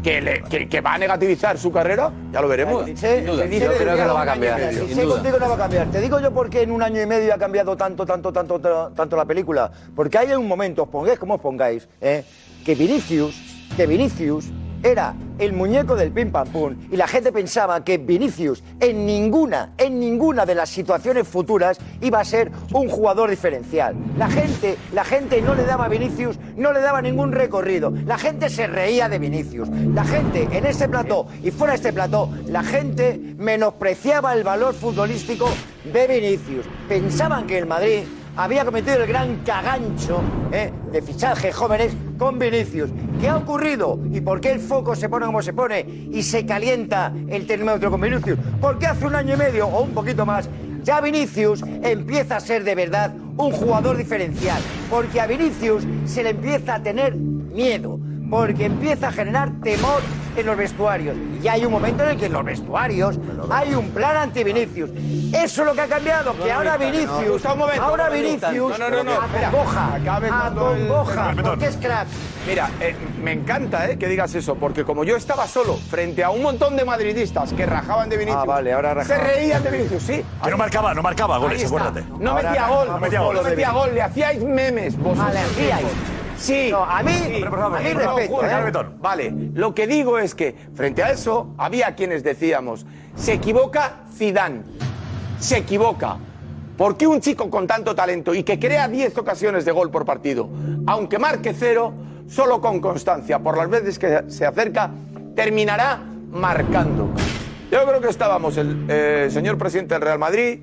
[SPEAKER 22] que, le- que- que va a negativizar su carrera, ya lo veremos.
[SPEAKER 15] Sin duda. Yo creo que lo va a cambiar,
[SPEAKER 22] sin
[SPEAKER 15] sin
[SPEAKER 22] duda.
[SPEAKER 15] duda.
[SPEAKER 8] contigo no va a cambiar. Te digo yo por qué en un año y medio ha cambiado tanto, tanto, tanto, tanto, tanto la película. Porque hay un momento, os pongáis como os pongáis, ¿eh? que Vinicius, que Vinicius era el muñeco del pim pam pum y la gente pensaba que Vinicius en ninguna, en ninguna de las situaciones futuras iba a ser un jugador diferencial. La gente, la gente no le daba a Vinicius, no le daba ningún recorrido. La gente se reía de Vinicius. La gente en este plató y fuera de este plató, la gente menospreciaba el valor futbolístico de Vinicius. Pensaban que el Madrid había cometido el gran cagancho ¿eh? de fichajes jóvenes con Vinicius. ¿Qué ha ocurrido? ¿Y por qué el foco se pone como se pone y se calienta el termómetro con Vinicius? Porque hace un año y medio o un poquito más, ya Vinicius empieza a ser de verdad un jugador diferencial. Porque a Vinicius se le empieza a tener miedo porque empieza a generar temor en los vestuarios. Y hay un momento en el que en los vestuarios hay un plan anti-Vinicius. Eso es lo que ha cambiado, que ahora Vinicius,
[SPEAKER 22] Gusta, un momento,
[SPEAKER 8] ahora
[SPEAKER 22] un momento.
[SPEAKER 8] Vinicius
[SPEAKER 22] No, no, no, no, espera.
[SPEAKER 8] acongoja,
[SPEAKER 22] Acabe cuando el-
[SPEAKER 8] acongoja,
[SPEAKER 22] el remedor.
[SPEAKER 8] porque es crack.
[SPEAKER 22] Mira, eh, me encanta eh, que digas eso, porque como yo estaba solo frente a un montón de madridistas que rajaban de Vinicius,
[SPEAKER 8] Ah, vale, ahora
[SPEAKER 22] se
[SPEAKER 8] rajaban.
[SPEAKER 22] reían de Vinicius, sí.
[SPEAKER 6] Que no marcaba, no marcaba goles,
[SPEAKER 22] Ahí está.
[SPEAKER 6] acuérdate.
[SPEAKER 22] No
[SPEAKER 8] Ahora
[SPEAKER 22] metía gol,
[SPEAKER 8] rajamos
[SPEAKER 22] no metía
[SPEAKER 8] todo
[SPEAKER 22] gol,
[SPEAKER 8] lo
[SPEAKER 22] no
[SPEAKER 8] de
[SPEAKER 22] metía
[SPEAKER 8] Vinicius.
[SPEAKER 22] gol, le hacíais memes vosotros.
[SPEAKER 8] Ah, le hacíais.
[SPEAKER 22] Sí.
[SPEAKER 8] No, a mí-
[SPEAKER 22] sí.
[SPEAKER 8] Hombre, por favor, a mí por favor, respeto, Julio, ¿eh? Betón.
[SPEAKER 22] Vale, lo que digo es que frente a eso había quienes decíamos, se equivoca Zidane, se equivoca. ¿Por qué un chico con tanto talento y que crea 10 ocasiones de gol por partido, aunque marque cero, solo con constancia, por las veces que se acerca, terminará marcando? Yo creo que estábamos el eh, señor presidente del Real Madrid.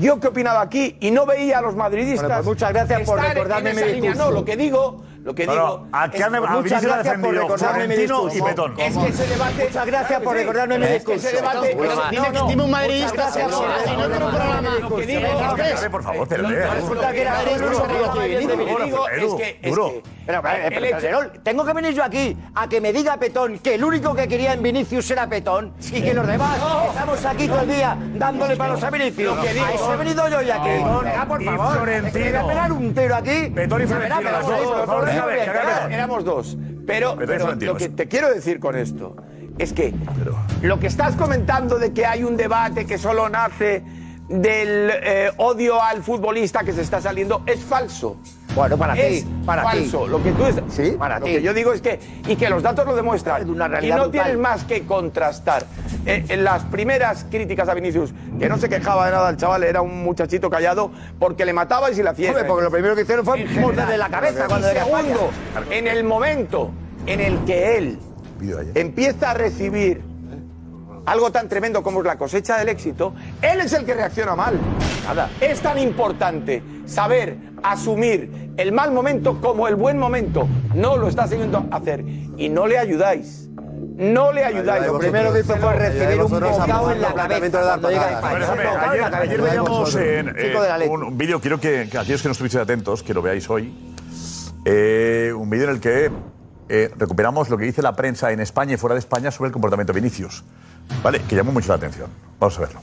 [SPEAKER 22] Yo que opinaba aquí y no veía a los madridistas.
[SPEAKER 8] Bueno, pues muchas gracias por
[SPEAKER 22] estar en
[SPEAKER 8] recordarme
[SPEAKER 22] esa
[SPEAKER 8] mi
[SPEAKER 22] línea.
[SPEAKER 8] discurso.
[SPEAKER 22] No, lo que digo, lo que
[SPEAKER 6] No, no,
[SPEAKER 22] digo.
[SPEAKER 6] a
[SPEAKER 22] es-
[SPEAKER 6] Carne- a
[SPEAKER 22] Muchas
[SPEAKER 6] Vinicius lo ha
[SPEAKER 22] gracias por
[SPEAKER 6] defendido
[SPEAKER 22] recordarme mi
[SPEAKER 6] Florentino
[SPEAKER 22] discurso.
[SPEAKER 6] y Betón.
[SPEAKER 22] Es que ese debate.
[SPEAKER 8] Muchas gracias por
[SPEAKER 22] Claro que sí.
[SPEAKER 8] recordarme mi
[SPEAKER 22] Es que
[SPEAKER 8] discurso.
[SPEAKER 22] ese debate.
[SPEAKER 8] Seguro,
[SPEAKER 22] Dice
[SPEAKER 8] no,
[SPEAKER 22] que
[SPEAKER 8] no.
[SPEAKER 22] estima un
[SPEAKER 8] Muchas
[SPEAKER 22] madridista,
[SPEAKER 8] gracias por
[SPEAKER 22] seguro.
[SPEAKER 8] recordarme
[SPEAKER 22] En otro
[SPEAKER 8] mi
[SPEAKER 22] programa.
[SPEAKER 8] discurso.
[SPEAKER 22] Lo que digo-
[SPEAKER 8] Seguro.
[SPEAKER 22] Hombre,
[SPEAKER 6] Carne, por favor, pero, eh,
[SPEAKER 8] Resulta que era
[SPEAKER 22] Edu,
[SPEAKER 8] discurso
[SPEAKER 22] Edu,
[SPEAKER 8] que
[SPEAKER 22] Edu,
[SPEAKER 8] bien de
[SPEAKER 22] Edu,
[SPEAKER 8] Vinicius.
[SPEAKER 22] Edu,
[SPEAKER 8] Es que- es
[SPEAKER 22] duro.
[SPEAKER 8] que- Pero, pero,
[SPEAKER 22] El
[SPEAKER 8] pero,
[SPEAKER 22] hecho-
[SPEAKER 8] Calderón, tengo que venir yo aquí a que me diga Petón que el único que quería en Vinicius era Petón y que los demás estamos aquí todo el día dándole palos a Vinicius.
[SPEAKER 22] Lo que digo-
[SPEAKER 8] a eso he venido yo ya aquí.
[SPEAKER 6] No,
[SPEAKER 8] Ah, por
[SPEAKER 6] y
[SPEAKER 8] favor.
[SPEAKER 6] Florentino.
[SPEAKER 8] Es que me voy a pegar un tiro aquí.
[SPEAKER 6] Petón y
[SPEAKER 8] Me voy a pegar,
[SPEAKER 6] Florentino, las
[SPEAKER 8] pero
[SPEAKER 6] dos,
[SPEAKER 8] por
[SPEAKER 6] por
[SPEAKER 8] favor,
[SPEAKER 6] favor,
[SPEAKER 8] no
[SPEAKER 6] venga,
[SPEAKER 8] voy a
[SPEAKER 6] venga,
[SPEAKER 8] entrar.
[SPEAKER 6] venga.
[SPEAKER 22] Éramos dos. Pero,
[SPEAKER 6] Pero es
[SPEAKER 22] pero
[SPEAKER 6] Florentino,
[SPEAKER 22] lo que
[SPEAKER 6] sí.
[SPEAKER 22] te quiero decir con esto es que lo que estás comentando de que hay un debate que solo nace del eh, odio al futbolista que se está saliendo es falso.
[SPEAKER 8] Bueno, para ti,
[SPEAKER 22] es
[SPEAKER 8] para ti.
[SPEAKER 22] falso. Lo que tú es,
[SPEAKER 8] Sí, para
[SPEAKER 22] lo
[SPEAKER 8] ti.
[SPEAKER 22] que yo digo es que y que los datos lo demuestran.
[SPEAKER 8] una
[SPEAKER 22] y
[SPEAKER 8] realidad
[SPEAKER 22] no
[SPEAKER 8] brutal.
[SPEAKER 22] tienes más que contrastar. Eh, en las primeras críticas a Vinicius, que no se quejaba de nada el chaval, era un muchachito callado porque le matabais y la hacíais.
[SPEAKER 8] Hombre, porque lo primero que hicieron fue morderle la cabeza cuando
[SPEAKER 22] Y
[SPEAKER 8] era España.
[SPEAKER 22] segundo, en el momento en el que él empieza a recibir algo tan tremendo como es la cosecha del éxito, él es el que reacciona mal. Es tan importante saber asumir el mal momento como el buen momento. No lo está sabiendo hacer y no le ayudáis. No le ayudáis.
[SPEAKER 1] Lo primero que hizo fue recibir un bocado en la cabeza. cuando llega de
[SPEAKER 6] A ver,
[SPEAKER 1] España.
[SPEAKER 6] déjame,
[SPEAKER 1] Un bocado en
[SPEAKER 6] ayer,
[SPEAKER 1] la cabeza.
[SPEAKER 6] ayer veíamos en,
[SPEAKER 1] Chico de la
[SPEAKER 6] eh,
[SPEAKER 1] Leti.
[SPEAKER 6] un un vídeo, quiero que, que aquellos que no estuvisteis atentos, que lo veáis hoy, eh, un vídeo en el que eh, recuperamos lo que dice la prensa en España y fuera de España sobre el comportamiento de Vinicius, ¿vale? Que llamó mucho la atención. Vamos a verlo.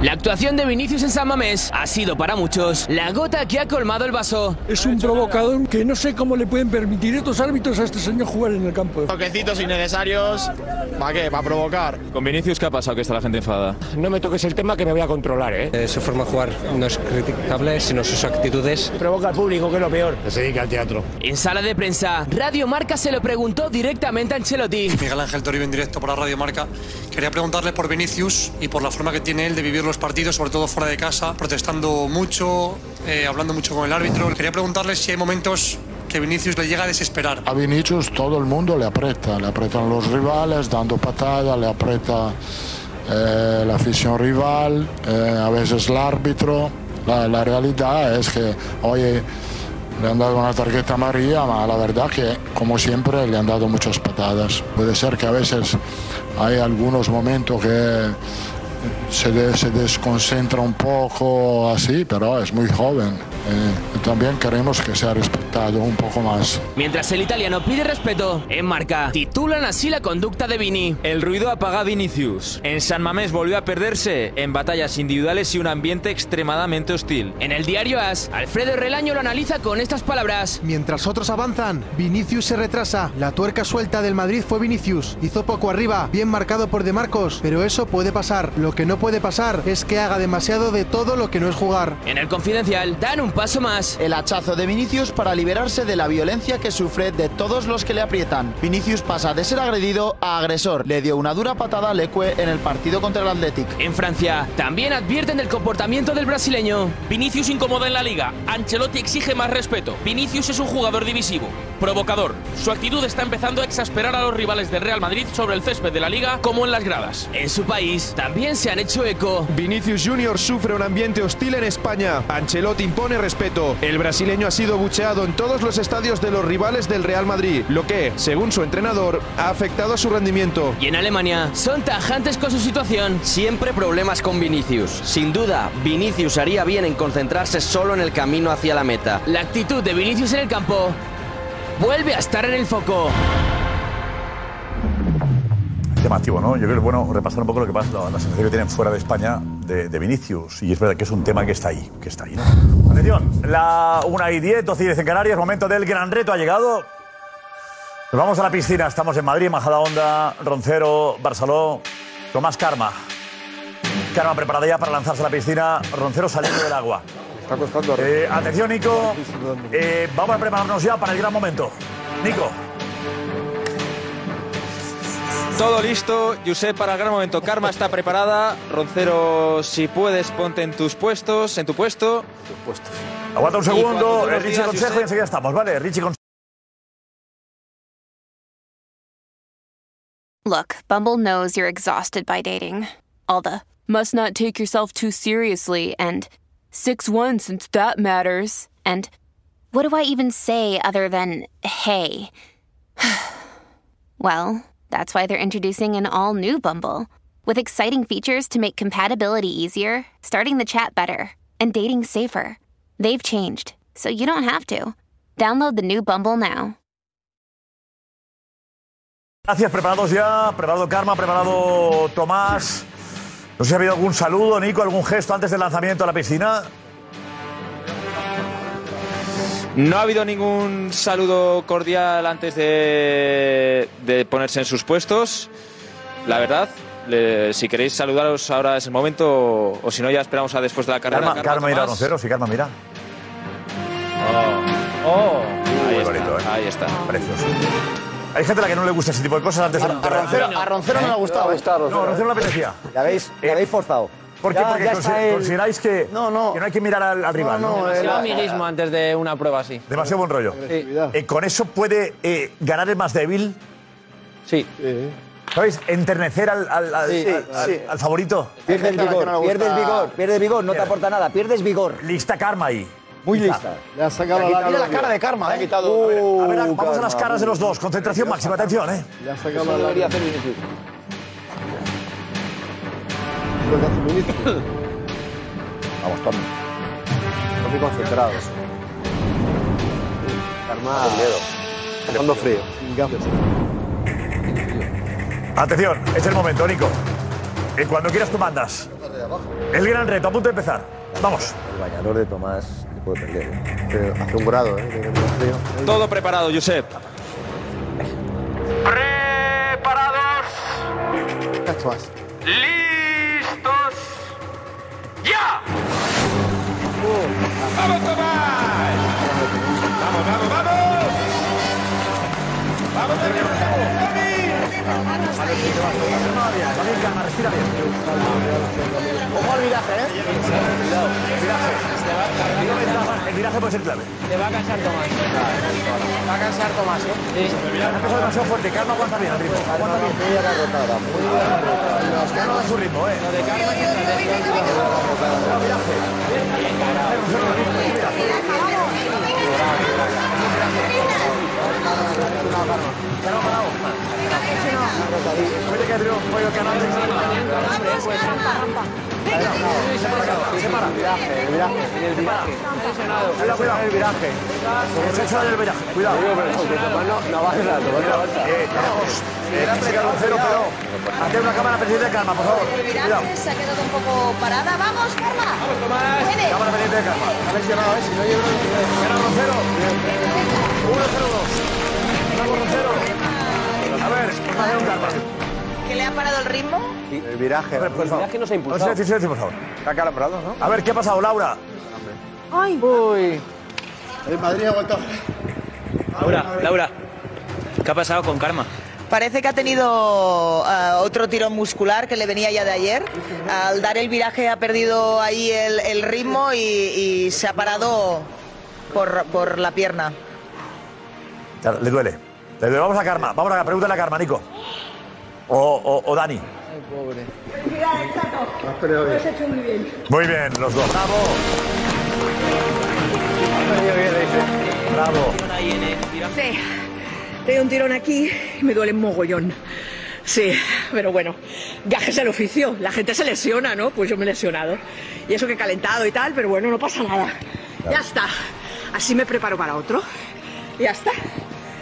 [SPEAKER 35] La actuación de Vinicius en San Mamés ha sido para muchos la gota que ha colmado el vaso.
[SPEAKER 19] Es un provocador que no sé cómo le pueden permitir estos
[SPEAKER 5] Pues
[SPEAKER 19] árbitros a este señor jugar en el campo.
[SPEAKER 4] Toquecitos innecesarios. ¿Para qué? ¿Para provocar?
[SPEAKER 5] Con Vinicius, ¿qué ha pasado? Que está la gente enfadada.
[SPEAKER 4] No me toques el tema que me voy a controlar, ¿eh?
[SPEAKER 5] su forma de jugar no es criticable, sino sus actitudes.
[SPEAKER 4] Provoca al público, que es lo peor. Se dedica al teatro.
[SPEAKER 35] En sala de prensa, Radio Marca se lo preguntó directamente a Ancelotti.
[SPEAKER 18] Miguel Ángel Toribio en directo para Radio Marca. Quería preguntarle por Vinicius y por la forma que tiene él de vivir los partidos, sobre todo fuera de casa, protestando mucho, eh, hablando mucho con el árbitro. Quería preguntarle si hay momentos que Vinicius le llega a desesperar.
[SPEAKER 36] A Vinicius todo el mundo le aprieta, le aprietan los rivales dando patadas, le aprieta
[SPEAKER 4] eh, la afición rival, eh, a veces el árbitro. La, la realidad es que, oye, le han dado una tarjeta amarilla, ma la verdad que, como siempre, le han dado muchas patadas. Puede ser que a veces hay algunos momentos que se, de- se desconcentra un poco así, pero es muy joven. Eh, también queremos que sea respetado un poco más.
[SPEAKER 35] Mientras el italiano pide respeto, en marca titulan así la conducta de Vini.
[SPEAKER 9] El ruido apaga a Vinicius. En San Mamés volvió a perderse en batallas individuales y un ambiente extremadamente hostil.
[SPEAKER 35] En el diario AS, Alfredo Relaño lo analiza con estas palabras.
[SPEAKER 10] Mientras otros avanzan, Vinicius se retrasa. La tuerca suelta del Madrid fue Vinicius. Hizo poco arriba, bien marcado por De Marcos, pero eso puede pasar. Lo que no puede pasar es que haga demasiado de todo lo que no es jugar.
[SPEAKER 35] En el confidencial, dan un paso más.
[SPEAKER 37] El hachazo de Vinicius para liberarse de la violencia que sufre de todos los que le aprietan. Vinicius pasa de ser agredido a agresor. Le dio una dura patada a Leque en el partido contra el Athletic.
[SPEAKER 35] En Francia, también advierten del comportamiento del brasileño.
[SPEAKER 9] Vinicius incomoda en la liga. Ancelotti exige más respeto. Vinicius es un jugador divisivo, provocador. Su actitud está empezando a exasperar a los rivales de Real Madrid sobre el césped de la liga como en las gradas.
[SPEAKER 35] En su país, también se han hecho eco.
[SPEAKER 29] Vinicius Junior sufre un ambiente hostil en España. Ancelotti impone respeto. El brasileño ha sido bucheado en todos los estadios de los rivales del Real Madrid, lo que, según su entrenador, ha afectado a su rendimiento.
[SPEAKER 35] Y en Alemania, son tajantes con su situación.
[SPEAKER 14] Siempre problemas con Vinicius. Sin duda, Vinicius haría bien en concentrarse solo en el camino hacia la meta.
[SPEAKER 35] La actitud de Vinicius en el campo vuelve a estar en el foco.
[SPEAKER 6] Tema activo, ¿no? Yo creo que es bueno repasar un poco lo que pasa, la, la sensación que tienen fuera de España de, de Vinicius. Y es verdad que es un tema que está ahí, que está ahí, ¿no? Atención, la 1 y 10, 12 y 10 en Canarias, momento del gran reto, ha llegado. Nos vamos a la piscina, estamos en Madrid, Majada Onda, Roncero, Barceló, Tomás Karma. Karma preparada ya para lanzarse a la piscina, Roncero saliendo del agua. Está costando. atención, Nico. Eh, vamos a prepararnos ya para el gran momento. Nico.
[SPEAKER 9] Todo listo, Josep para el gran momento. Karma está preparada. Roncero, si puedes, ponte en tus puestos, en tu puesto.
[SPEAKER 6] Aguanta un
[SPEAKER 9] Y cuando
[SPEAKER 6] segundo,
[SPEAKER 9] tú
[SPEAKER 6] eh,
[SPEAKER 9] nos
[SPEAKER 6] Richie
[SPEAKER 9] digas,
[SPEAKER 6] Consejo y
[SPEAKER 9] Josep.
[SPEAKER 6] enseguida estamos, ¿vale? Richie Consejo.
[SPEAKER 29] Look, Bumble knows you're exhausted by dating. All the must not take yourself too seriously and 6 1 since that matters. And what do I even say other than hey? <sighs> well, that's why they're introducing an all new Bumble with exciting features to make compatibility easier, starting the chat better, and dating safer. They've changed, so you don't have to. Download the new Bumble now.
[SPEAKER 6] Gracias, preparados ya. Preparado Karma, preparado Tomás. No sé si ha habido algún saludo, Nico, algún gesto antes del lanzamiento a la piscina.
[SPEAKER 9] No ha habido ningún saludo cordial antes de, de ponerse en sus puestos. La verdad, le- si queréis saludaros ahora es el momento, o, si no, ya esperamos a después de la carrera.
[SPEAKER 6] Karma, Karma, mira,
[SPEAKER 9] Tomás.
[SPEAKER 6] Roncero, sí, Karma, mira.
[SPEAKER 9] Oh, ahí
[SPEAKER 6] Muy
[SPEAKER 9] está,
[SPEAKER 6] bonito, ¿eh?
[SPEAKER 9] ahí está.
[SPEAKER 6] Precioso. Hay gente a la que no le gusta ese tipo de cosas antes del
[SPEAKER 8] A Roncero, a Roncero no le ha gustado. No,
[SPEAKER 6] No, Roncero no Eh, le apetecía.
[SPEAKER 8] La habéis, la habéis forzado.
[SPEAKER 6] ¿Por qué?
[SPEAKER 8] Ya-
[SPEAKER 6] Porque
[SPEAKER 8] ya
[SPEAKER 6] consi-
[SPEAKER 8] está él.
[SPEAKER 6] consideráis que, que no hay que mirar al, al rival.
[SPEAKER 8] no,
[SPEAKER 6] ¿no?
[SPEAKER 12] Demasiado amiguismo antes de una prueba así.
[SPEAKER 6] Demasiado buen rollo. Eh, con eso puede eh, ganar el más débil.
[SPEAKER 9] Sí.
[SPEAKER 6] ¿Sabéis? Enternecer al, al- al-
[SPEAKER 8] Sí,
[SPEAKER 6] al-
[SPEAKER 8] sí.
[SPEAKER 6] al favorito.
[SPEAKER 8] Pierdes vigor, pierdes vigor, pierdes vigor, no te aporta nada, pierdes vigor.
[SPEAKER 6] Lista karma ahí.
[SPEAKER 8] Muy lista.
[SPEAKER 1] Le ha sacado
[SPEAKER 8] Mira
[SPEAKER 1] cara
[SPEAKER 8] la cara de karma, eh.
[SPEAKER 6] A ver,
[SPEAKER 14] Uh,
[SPEAKER 6] a ver, vamos a las
[SPEAKER 1] Karma,
[SPEAKER 6] caras de los dos. Concentración
[SPEAKER 1] Dios,
[SPEAKER 6] máxima, atención, ¿eh?
[SPEAKER 1] Le ha sacado la cara. Lo que hace Vinicius.
[SPEAKER 8] Vamos, Tommy.
[SPEAKER 17] Muy concentrados. Karma. Con miedo. Fondo frío.
[SPEAKER 6] Atención, es el momento, Nico. Eh, cuando quieras tú mandas. El gran reto, a punto de empezar. Vamos.
[SPEAKER 8] El bañador de Tomás le puede perder.
[SPEAKER 17] Hace un grado, ¿eh?
[SPEAKER 9] Todo preparado, Josep.
[SPEAKER 17] Cacho más.
[SPEAKER 38] ¡Listos! ¡Ya! ¡Vamos, Tomás! ¡Vamos, vamos, vamos! ¡Vamos, Dani, vamos! ¡Tommy!
[SPEAKER 8] Ojo al viraje, ¿eh? Cuidado. Viraje.
[SPEAKER 6] viraje puede ser clave.
[SPEAKER 12] Te va a cansar Tomás. Va a cansar Tomás, ¿eh?
[SPEAKER 6] Ha empezado demasiado fuerte. Calma, aguanta bien el ritmo. Aguanta bien. Muy agarrotada, muy agarrotada. Calma a su ritmo, ¿eh? Lo de calma y
[SPEAKER 21] Cuidado, cuidado. El viraje.
[SPEAKER 6] Se ha hecho el viraje. Cuidado.
[SPEAKER 21] No, no avanza, no avanza.
[SPEAKER 6] pero... Ante una cámara pendiente de calma, por favor.
[SPEAKER 19] El
[SPEAKER 6] Cuidado.
[SPEAKER 19] viraje se ha quedado un poco parada. ¡Vamos, Karma! ¡Vamos,
[SPEAKER 6] Tomás! Cámara pendiente de calma. A ver si llegado, a ver si no llego. Gana 1-0. 1-0-2. A ver, vamos a hacer un calma.
[SPEAKER 19] ¿Que le ha parado el ritmo?
[SPEAKER 6] El viraje. pues El viraje no se ha
[SPEAKER 22] impulsado.
[SPEAKER 6] Silencio, silencio, por favor.
[SPEAKER 22] Está cara parado, ¿no?
[SPEAKER 6] A ver, ¿qué ha pasado, Laura?
[SPEAKER 19] ¡Ay!
[SPEAKER 39] Uy. El Madrid ha vuelto.
[SPEAKER 10] Laura, Laura, ¿qué ha pasado con Karma?
[SPEAKER 19] Parece que ha tenido ah, otro tirón muscular que le venía ya de ayer. Al dar el viraje ha perdido ahí el, el ritmo y, y se ha parado por, por la pierna.
[SPEAKER 6] Claro, le duele. Le duele. Vamos a Karma. Vamos a pregúntale a Karma, Nico. O, o, o Dani.
[SPEAKER 19] Pobre.
[SPEAKER 3] Eh,
[SPEAKER 6] Muy bien, los dos. Bravo. Bravo.
[SPEAKER 3] Sí, tengo un tirón aquí y me duele mogollón. Sí, pero bueno, gajes al oficio. La gente se lesiona, ¿no? Pues yo me he lesionado. Y eso que he calentado y tal, pero bueno, no pasa nada. Ya está. Así me preparo para otro. Ya está.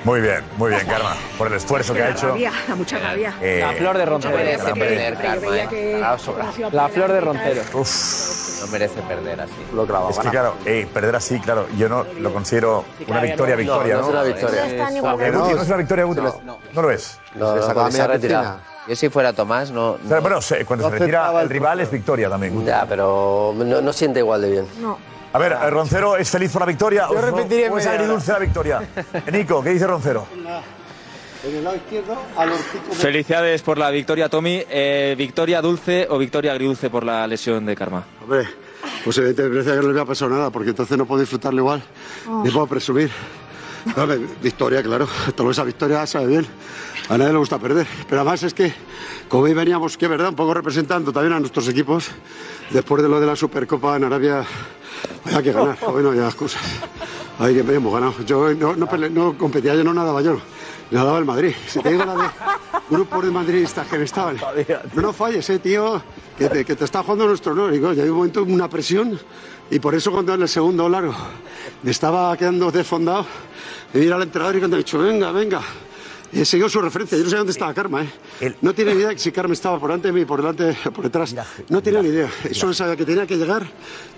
[SPEAKER 6] Muy bien, muy bien, Karma. Por el esfuerzo que
[SPEAKER 3] da
[SPEAKER 6] ha hecho.
[SPEAKER 3] rabia, da mucha rabia.
[SPEAKER 6] Eh,
[SPEAKER 3] La
[SPEAKER 40] flor de roncero.
[SPEAKER 3] Mucha rabia.
[SPEAKER 40] No merece perder,
[SPEAKER 3] Pero yo
[SPEAKER 40] Karma,
[SPEAKER 3] veía
[SPEAKER 40] eh.
[SPEAKER 3] que-
[SPEAKER 40] Ha sobrado.
[SPEAKER 3] que se iba a
[SPEAKER 40] La
[SPEAKER 3] poner ¿eh?
[SPEAKER 40] flor de
[SPEAKER 3] y tal.
[SPEAKER 40] roncero.
[SPEAKER 6] No
[SPEAKER 40] merece perder así.
[SPEAKER 6] Lo clavaba. Es que claro, eh, perder así, claro, yo no lo considero una victoria, victoria, ¿no?
[SPEAKER 10] No, no es una victoria.
[SPEAKER 6] Eh,
[SPEAKER 10] No está en
[SPEAKER 6] útil,
[SPEAKER 10] igualdad.
[SPEAKER 6] no es una victoria útil. No, lo es.
[SPEAKER 10] No, no, porque se ha retirado. Yo si fuera Tomás, no...
[SPEAKER 6] O sea, bueno, se- cuando se retira el rival es victoria también.
[SPEAKER 10] Ya, pero no, no siente igual de bien.
[SPEAKER 3] No.
[SPEAKER 6] A ver, eh, Roncero es feliz por la victoria.
[SPEAKER 10] Yo
[SPEAKER 6] ¿O es-
[SPEAKER 10] repetiría en
[SPEAKER 6] o es
[SPEAKER 10] media hora.
[SPEAKER 6] agridulce la victoria.
[SPEAKER 40] <laughs>
[SPEAKER 6] Eh, Nico, ¿qué dice Roncero?
[SPEAKER 14] En el lado izquierdo, al hocico de-
[SPEAKER 9] Felicidades por la victoria, Tommy. Eh, ¿Victoria dulce o victoria agridulce por la lesión de Karma?
[SPEAKER 5] Hombre, pues evidentemente que no le ha pasado nada, porque entonces no puedo disfrutarlo igual, ni puedo presumir. Hombre, victoria, claro, todo esa victoria sabe bien, a nadie le gusta perder, pero además es que, como hoy veníamos, que verdad, un poco representando también a nuestros equipos, después de lo de la Supercopa en Arabia, hay que ganar, hoy no hay excusas, hay que hemos ganado. Yo no, no, pele- no competía, yo no nadaba yo, nadaba el Madrid, si te digo la de grupos de madridistas que me estaban, no, no falles, eh, tío, que te, que te está jugando nuestro honor, digo, ya hay un momento, una presión, y por eso cuando en el segundo largo me estaba quedando desfondado, me mira al entrenador y cuando he dicho, venga, venga. Y he seguido su referencia, yo no sé dónde estaba Karma, ¿eh? No tiene ni idea de si Karma estaba por delante de mí, por delante, por detrás. No tiene ni idea. Solo sabía que tenía que llegar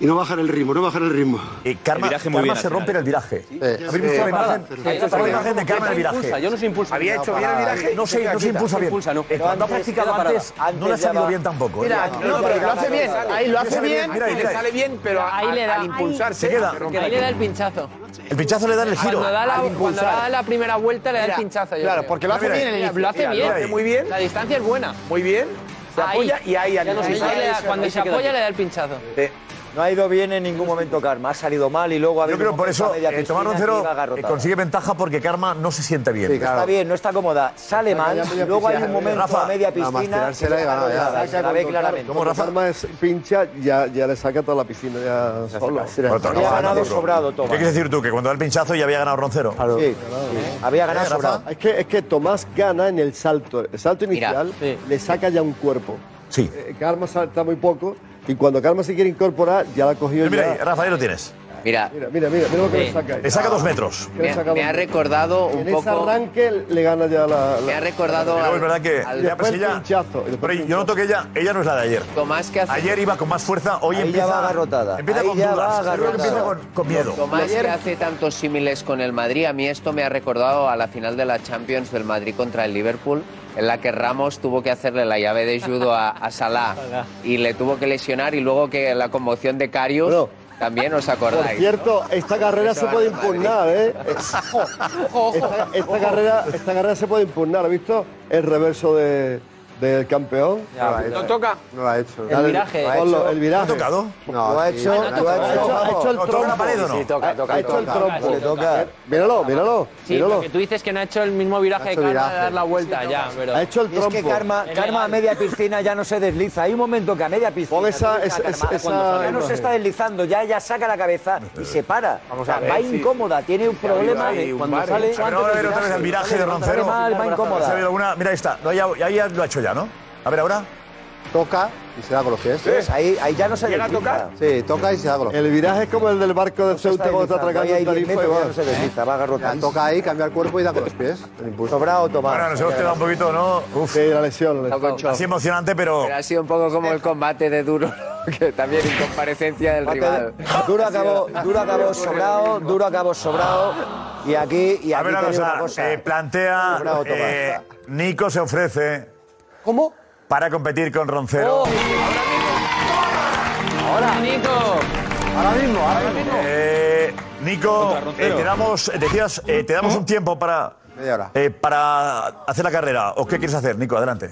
[SPEAKER 5] y no bajar el ritmo, no bajar el ritmo.
[SPEAKER 6] Y Eh, Karma, Karma se rompe
[SPEAKER 5] ¿eh?
[SPEAKER 6] en el viraje. ¿Habéis
[SPEAKER 5] Sí.
[SPEAKER 6] visto la
[SPEAKER 5] Sí.
[SPEAKER 6] imagen?
[SPEAKER 5] Sí.
[SPEAKER 6] ¿Habéis visto la imagen de Karma en el
[SPEAKER 5] Impulsa,
[SPEAKER 6] viraje?
[SPEAKER 5] yo no sé impulsar.
[SPEAKER 6] Había
[SPEAKER 5] No,
[SPEAKER 6] hecho bien el
[SPEAKER 5] para-
[SPEAKER 6] viraje. No sé, no se
[SPEAKER 5] Quieta,
[SPEAKER 6] impulsa bien.
[SPEAKER 5] impulsa, no.
[SPEAKER 6] Eh, Cuando ha
[SPEAKER 5] Antes-
[SPEAKER 6] practicado
[SPEAKER 5] queda
[SPEAKER 6] antes,
[SPEAKER 5] parada.
[SPEAKER 6] no le ha
[SPEAKER 5] Antes ya
[SPEAKER 6] salido
[SPEAKER 5] va.
[SPEAKER 6] bien tampoco.
[SPEAKER 5] Mira,
[SPEAKER 6] Eh,
[SPEAKER 5] no, pero lo hace bien, ahí lo hace
[SPEAKER 6] sale
[SPEAKER 5] bien,
[SPEAKER 6] mira,
[SPEAKER 5] le
[SPEAKER 6] mira.
[SPEAKER 5] sale
[SPEAKER 22] bien, pero a-
[SPEAKER 12] Ahí le
[SPEAKER 22] al-
[SPEAKER 12] da.
[SPEAKER 22] al impulsarse,
[SPEAKER 6] Se queda.
[SPEAKER 22] se
[SPEAKER 6] rompe.
[SPEAKER 12] Ahí le da el pinchazo.
[SPEAKER 6] El pinchazo le da el giro.
[SPEAKER 12] Cuando da la,
[SPEAKER 6] Al
[SPEAKER 12] cuando
[SPEAKER 6] impulsar.
[SPEAKER 12] da la primera vuelta le da
[SPEAKER 22] Mira,
[SPEAKER 12] el pinchazo. yo
[SPEAKER 22] claro,
[SPEAKER 12] creo.
[SPEAKER 22] porque lo hace bien en el
[SPEAKER 12] Mira,
[SPEAKER 22] inicio.
[SPEAKER 12] Lo hace
[SPEAKER 22] Mira,
[SPEAKER 12] bien.
[SPEAKER 22] lo hace muy bien.
[SPEAKER 12] La distancia es buena.
[SPEAKER 22] Muy bien. Se apoya y ahí anima.
[SPEAKER 12] Ahí le da- Cuando se apoya le da el pinchazo.
[SPEAKER 8] No ha ido bien en ningún momento Karma, ha salido mal y luego ha
[SPEAKER 6] Yo
[SPEAKER 8] habido
[SPEAKER 6] creo
[SPEAKER 8] un
[SPEAKER 6] por
[SPEAKER 8] momento a
[SPEAKER 6] eso
[SPEAKER 8] media
[SPEAKER 6] eh, Tomás
[SPEAKER 8] piscina que
[SPEAKER 6] Roncero
[SPEAKER 8] iba
[SPEAKER 6] eh,
[SPEAKER 8] agarrotada.
[SPEAKER 6] consigue ventaja porque Karma no se siente bien.
[SPEAKER 8] No está bien, no está cómoda, sale
[SPEAKER 6] Está
[SPEAKER 8] mal,
[SPEAKER 6] ya media
[SPEAKER 8] luego hay
[SPEAKER 6] piscina.
[SPEAKER 8] un momento
[SPEAKER 6] Rafa,
[SPEAKER 8] a media
[SPEAKER 6] nada más
[SPEAKER 8] piscina
[SPEAKER 6] tirársela
[SPEAKER 8] que
[SPEAKER 6] y ganar,
[SPEAKER 8] está
[SPEAKER 6] ya.
[SPEAKER 8] rodeada, se la ve
[SPEAKER 14] Cuando
[SPEAKER 8] claramente.
[SPEAKER 14] Car- Como Rafa más pincha, ya, ya le saca toda la piscina ya solo.
[SPEAKER 6] Bueno, Tomás,
[SPEAKER 14] Había
[SPEAKER 6] ganando,
[SPEAKER 14] ganado
[SPEAKER 6] bro.
[SPEAKER 14] sobrado, Tomás.
[SPEAKER 6] ¿Qué quieres decir tú? Que cuando da el pinchazo ya había ganado Roncero.
[SPEAKER 14] Sí,
[SPEAKER 6] Eh,
[SPEAKER 8] Había
[SPEAKER 14] ganado sobrado. Es que, es que Tomás gana en el salto. El salto inicial le saca ya un cuerpo. Eh,
[SPEAKER 6] Sí.
[SPEAKER 14] Karma salta muy poco y cuando Karma se quiere incorporar, ya la ha cogido.
[SPEAKER 6] Eh, Mira ahí,
[SPEAKER 14] ya.
[SPEAKER 6] Rafa, ahí lo tienes.
[SPEAKER 13] Mira,
[SPEAKER 14] mira, mira, mira, mira lo que
[SPEAKER 13] Sí. Ah,
[SPEAKER 14] le saca. ahí.
[SPEAKER 6] Le saca dos metros.
[SPEAKER 14] Que le
[SPEAKER 13] Me-
[SPEAKER 14] saca
[SPEAKER 13] me
[SPEAKER 14] dos
[SPEAKER 13] ha
[SPEAKER 14] metros.
[SPEAKER 13] recordado
[SPEAKER 14] en
[SPEAKER 13] un
[SPEAKER 14] ese
[SPEAKER 13] poco-
[SPEAKER 14] arranque le gana ya la. la-
[SPEAKER 13] Me ha recordado
[SPEAKER 6] Pero
[SPEAKER 13] al-
[SPEAKER 6] es verdad que
[SPEAKER 13] al-
[SPEAKER 6] ya, pues,
[SPEAKER 13] Después
[SPEAKER 6] ella-
[SPEAKER 14] pinchazo, después
[SPEAKER 6] pero yo noto que ella, ella no es la de ayer.
[SPEAKER 13] Tomás, ¿qué hace?
[SPEAKER 6] Ayer iba con más fuerza, hoy
[SPEAKER 8] Ahí ya
[SPEAKER 6] empieza
[SPEAKER 8] va agarrotada.
[SPEAKER 6] Empieza
[SPEAKER 8] Ahí
[SPEAKER 6] con
[SPEAKER 8] ya va
[SPEAKER 6] dudas. Yo creo que
[SPEAKER 8] agarrotada.
[SPEAKER 6] empieza con, con miedo.
[SPEAKER 13] Tomás que hace tantos símiles con el Madrid, a mí esto me ha recordado a la final de la Champions del Madrid contra el Liverpool, en la que Ramos tuvo que hacerle la llave de judo a, a Salah y le tuvo que lesionar y luego que la conmoción de Carius también os
[SPEAKER 14] Por
[SPEAKER 13] acordáis.
[SPEAKER 14] cierto, esta carrera
[SPEAKER 13] Eso
[SPEAKER 14] se
[SPEAKER 13] va
[SPEAKER 14] puede
[SPEAKER 13] al Madrid.
[SPEAKER 14] impugnar, ¿eh?
[SPEAKER 13] <laughs>
[SPEAKER 14] Esta, esta carrera, esta carrera se puede impugnar. ¿Has visto el reverso de, del campeón.
[SPEAKER 41] ¿No toca?
[SPEAKER 17] No lo ha hecho.
[SPEAKER 41] El viraje.
[SPEAKER 14] Ponlo,
[SPEAKER 41] ¿Lo ha hecho?
[SPEAKER 14] el viraje.
[SPEAKER 41] ¿Lo ha tocado?
[SPEAKER 17] No,
[SPEAKER 14] Lo ha
[SPEAKER 17] Ah, sí,
[SPEAKER 14] hecho,
[SPEAKER 17] no, no
[SPEAKER 14] lo ha
[SPEAKER 17] toca.
[SPEAKER 14] hecho, ha hecho el
[SPEAKER 17] No, ¿toca la
[SPEAKER 14] trompo.
[SPEAKER 17] pared o no?
[SPEAKER 14] Sí, toca, toca,
[SPEAKER 17] Ha hecho el
[SPEAKER 14] toca.
[SPEAKER 17] trompo.
[SPEAKER 14] Le toca. Míralo, míralo,
[SPEAKER 15] Sí,
[SPEAKER 14] míralo.
[SPEAKER 15] porque tú dices que no ha hecho el mismo viraje
[SPEAKER 14] Ha
[SPEAKER 15] de
[SPEAKER 14] hecho
[SPEAKER 15] Karma de
[SPEAKER 14] viraje.
[SPEAKER 15] dar la vuelta
[SPEAKER 8] Sí,
[SPEAKER 15] ya,
[SPEAKER 8] no,
[SPEAKER 15] pero...
[SPEAKER 8] Y Es que Karma, Karma a media piscina ya no se desliza. Hay un momento que a media piscina. Pon
[SPEAKER 14] esa- esa- esa- esa-
[SPEAKER 8] ya no se está deslizando, ya ella saca la cabeza y se para.
[SPEAKER 6] Vamos
[SPEAKER 8] o sea,
[SPEAKER 6] a ver,
[SPEAKER 8] va
[SPEAKER 6] sí.
[SPEAKER 8] incómoda, tiene un
[SPEAKER 6] Sí, ha habido
[SPEAKER 8] problema
[SPEAKER 6] ahí
[SPEAKER 8] de
[SPEAKER 6] un
[SPEAKER 8] cuando
[SPEAKER 6] par.
[SPEAKER 8] sale.
[SPEAKER 6] A ver, ahora a ver otra vez el viraje de Roncero.
[SPEAKER 8] Mal, va
[SPEAKER 6] ¿Se ha habido
[SPEAKER 8] incómoda.
[SPEAKER 6] alguna? Mira, ahí está. No, ya, ya- ya lo ha hecho ya, ¿no? A ver, ahora.
[SPEAKER 17] Toca y se da con los pies.
[SPEAKER 6] Sí.
[SPEAKER 8] Ahí, ahí ya no se
[SPEAKER 6] ¿Llega a
[SPEAKER 8] desliza.
[SPEAKER 6] tocar?
[SPEAKER 17] Sí, toca y se da con los pies.
[SPEAKER 14] El viraje es como el del barco de Ceuta cuando está atracando
[SPEAKER 17] Ahí
[SPEAKER 14] el
[SPEAKER 17] hay diez
[SPEAKER 14] tarifa y
[SPEAKER 17] metros,
[SPEAKER 14] va.
[SPEAKER 17] ya no se desliza,
[SPEAKER 8] va
[SPEAKER 17] Ya, toca ahí, cambiar cuerpo y da con los pies. El impulso.
[SPEAKER 8] Sobrado tomar.
[SPEAKER 6] Bueno, nos hemos quedado un poquito, ¿no? Uf. Sí,
[SPEAKER 14] la lesión.
[SPEAKER 6] Así emocionante, pero...
[SPEAKER 13] ha sido un poco como el combate de Duro, <laughs> que también incomparecencia del rival.
[SPEAKER 8] Duro acabó, duro
[SPEAKER 13] <laughs>
[SPEAKER 8] acabó sobrado, duro acabó sobrado. Y aquí, y aquí
[SPEAKER 6] A ver, una
[SPEAKER 8] tenéis
[SPEAKER 6] cosa,
[SPEAKER 8] una cosa.
[SPEAKER 6] eh, plantea...
[SPEAKER 8] Bravo, Tomás.
[SPEAKER 6] eh, Nico se ofrece...
[SPEAKER 8] ¿Cómo? Oh,
[SPEAKER 6] Para competir con Roncero.
[SPEAKER 15] ¡Hola, Nico!
[SPEAKER 6] Ahora mismo, ahora mismo. Nico, eh, te damos, decías, eh, te
[SPEAKER 8] ¿Mm?
[SPEAKER 6] damos un tiempo para, eh, para hacer la carrera. ¿O qué quieres hacer, Nico? Adelante.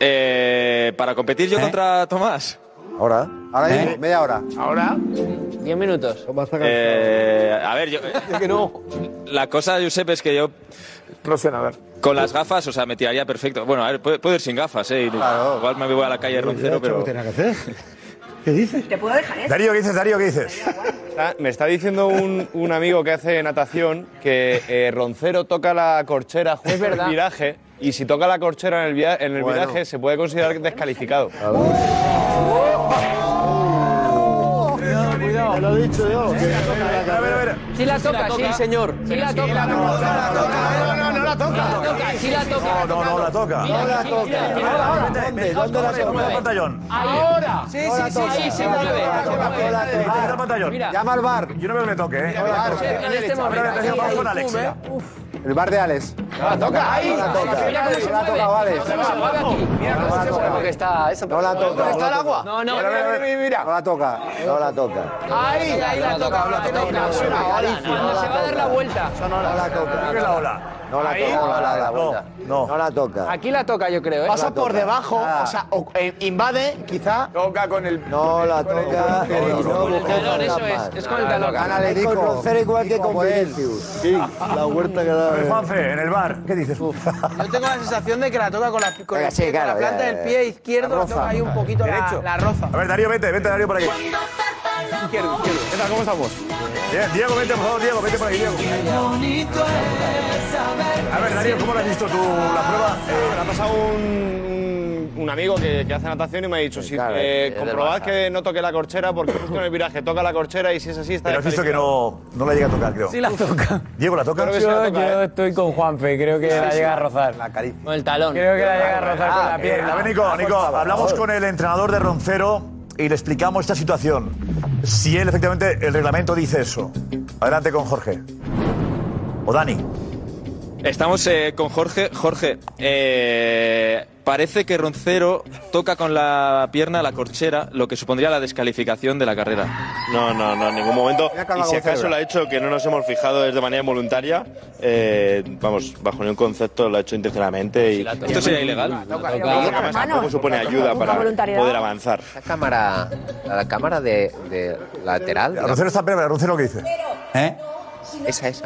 [SPEAKER 9] Eh, para competir yo contra Tomás.
[SPEAKER 6] Ahora.
[SPEAKER 17] Ahora
[SPEAKER 5] ¿Eh?
[SPEAKER 17] mismo, media hora.
[SPEAKER 15] ¿Ahora? Diez minutos.
[SPEAKER 9] Eh, a ver, yo. La cosa, Josep, es que yo.
[SPEAKER 41] a ver.
[SPEAKER 9] Con las gafas, o sea, me tiraría perfecto. Bueno, a ver, puedo, puedo ir sin gafas, ¿eh? Igual me voy a la calle roncero, pero.
[SPEAKER 42] que hacer. ¿Qué dices?
[SPEAKER 3] ¿Te puedo dejar eso?
[SPEAKER 6] Darío, ¿qué dices, Darío? ¿Qué dices?
[SPEAKER 1] Está- me está diciendo un, un amigo que hace natación que eh, Roncero toca la corchera justo en el
[SPEAKER 15] verdad.
[SPEAKER 1] viraje y si toca la corchera en el, via- en el
[SPEAKER 15] Bueno.
[SPEAKER 1] viraje se puede considerar descalificado.
[SPEAKER 14] Te lo he dicho yo.
[SPEAKER 6] A ver, a ver.
[SPEAKER 15] Sí la toca, sí, señor. Sí la toca. No, no la toca. No, no la toca. Sí la toca.
[SPEAKER 6] No, no la toca.
[SPEAKER 15] No la toca.
[SPEAKER 6] Ahora, vente, ¿Dónde la toca? el pantallón.
[SPEAKER 15] Ahora. Sí, sí, sí, ahí se mueve.
[SPEAKER 6] Ahí está el pantallón. Llama al bar. Yo no veo que me toque, ¿eh?
[SPEAKER 15] En este
[SPEAKER 6] A ver, a ver,
[SPEAKER 15] momento. ¿eh?
[SPEAKER 6] vamos con Alex. venga.
[SPEAKER 17] ¿eh? El bar de Alex.
[SPEAKER 1] No
[SPEAKER 21] Ah,
[SPEAKER 1] la toca, ahí.
[SPEAKER 15] Mira cómo se
[SPEAKER 17] La toca, vale.
[SPEAKER 1] Porque está eso. No la toca.
[SPEAKER 17] está el agua?
[SPEAKER 1] No, no.
[SPEAKER 17] No la toca.
[SPEAKER 8] No la toca.
[SPEAKER 1] Ahí,
[SPEAKER 15] ahí la toca. No la toca. Cuando se va a dar la vuelta.
[SPEAKER 8] No la toca.
[SPEAKER 6] Creo que la ola.
[SPEAKER 8] No la
[SPEAKER 15] Ahí.
[SPEAKER 8] toca, no la da la
[SPEAKER 6] No,
[SPEAKER 8] vuelta.
[SPEAKER 6] no.
[SPEAKER 8] No la toca.
[SPEAKER 15] Aquí la toca, yo creo, ¿eh?
[SPEAKER 8] Pasa por debajo, o sea,
[SPEAKER 43] invade, quizá.
[SPEAKER 1] Toca con el.
[SPEAKER 8] No la toca. No busqué
[SPEAKER 15] talón, eso
[SPEAKER 8] trampas.
[SPEAKER 15] es, es con el talón.
[SPEAKER 8] Hay que conocer igual que con Vinicius.
[SPEAKER 14] Sí, la huerta que da.
[SPEAKER 6] Eh, Juanfe, en el bar, ¿qué dices?
[SPEAKER 18] Yo tengo la sensación de que la toca con la, con
[SPEAKER 6] Venga,
[SPEAKER 18] el
[SPEAKER 6] sí,
[SPEAKER 18] pie, con
[SPEAKER 6] claro,
[SPEAKER 18] la planta
[SPEAKER 6] ya,
[SPEAKER 18] del
[SPEAKER 6] ya,
[SPEAKER 18] pie
[SPEAKER 6] ya.
[SPEAKER 18] izquierdo,
[SPEAKER 6] La
[SPEAKER 18] toca
[SPEAKER 6] roza.
[SPEAKER 18] ahí un poquito la,
[SPEAKER 6] Derecho.
[SPEAKER 18] la roza.
[SPEAKER 6] A ver, Darío, vete, vete, Darío, por aquí.
[SPEAKER 18] Izquierdo, izquierdo.
[SPEAKER 6] ¿Qué tal, cómo estamos? Bien, Diego, vete, por favor, Diego, vete por aquí, Diego. A ver, Darío, ¿cómo lo has visto tú la prueba?
[SPEAKER 1] Me la ha pasado un, un- un amigo que, que hace natación y me ha dicho, si,
[SPEAKER 6] Claro,
[SPEAKER 1] eh,
[SPEAKER 6] es de
[SPEAKER 1] comprobad
[SPEAKER 6] baja.
[SPEAKER 1] que no toque la corchera porque justo en el viraje toca la corchera y si es así está
[SPEAKER 6] Pero has visto que no, no la llega a tocar, creo.
[SPEAKER 44] <laughs>
[SPEAKER 1] Sí
[SPEAKER 6] la
[SPEAKER 18] toca.
[SPEAKER 6] Diego, ¿la toca?
[SPEAKER 1] Creo que sí la toca, eh.
[SPEAKER 6] Yo-
[SPEAKER 18] Yo estoy con Juanfe, creo que
[SPEAKER 6] Sí,
[SPEAKER 18] la
[SPEAKER 6] sí,
[SPEAKER 18] llega
[SPEAKER 6] sí.
[SPEAKER 18] a rozar.
[SPEAKER 6] La caricia.
[SPEAKER 18] Con el talón. Creo que la llega a rozar con la
[SPEAKER 6] Eh,
[SPEAKER 18] pierna.
[SPEAKER 6] a ver, Nico, Nico, hablamos con el entrenador de Roncero y le explicamos esta situación. Si él, efectivamente, el reglamento dice eso. Adelante con Jorge. O Dani.
[SPEAKER 9] Estamos eh, con Jorge. Jorge, eh, parece que Roncero toca con la pierna la corchera, lo que supondría la descalificación de la carrera.
[SPEAKER 44] No, no, no, en ningún momento.
[SPEAKER 9] Mira,
[SPEAKER 44] Y
[SPEAKER 9] Carlos
[SPEAKER 44] si acaso
[SPEAKER 9] Gonzalo.
[SPEAKER 44] lo ha hecho que no nos hemos fijado es de manera involuntaria, eh, vamos, bajo ningún concepto lo ha hecho intencionalmente. Y,
[SPEAKER 9] Esto sería ilegal.
[SPEAKER 44] No, porque además tampoco supone ayuda para poder avanzar.
[SPEAKER 13] La cámara, la cámara de, de lateral.
[SPEAKER 6] Roncero está, pero Roncero, ¿qué dice?
[SPEAKER 9] ¿Eh?
[SPEAKER 13] Esa es.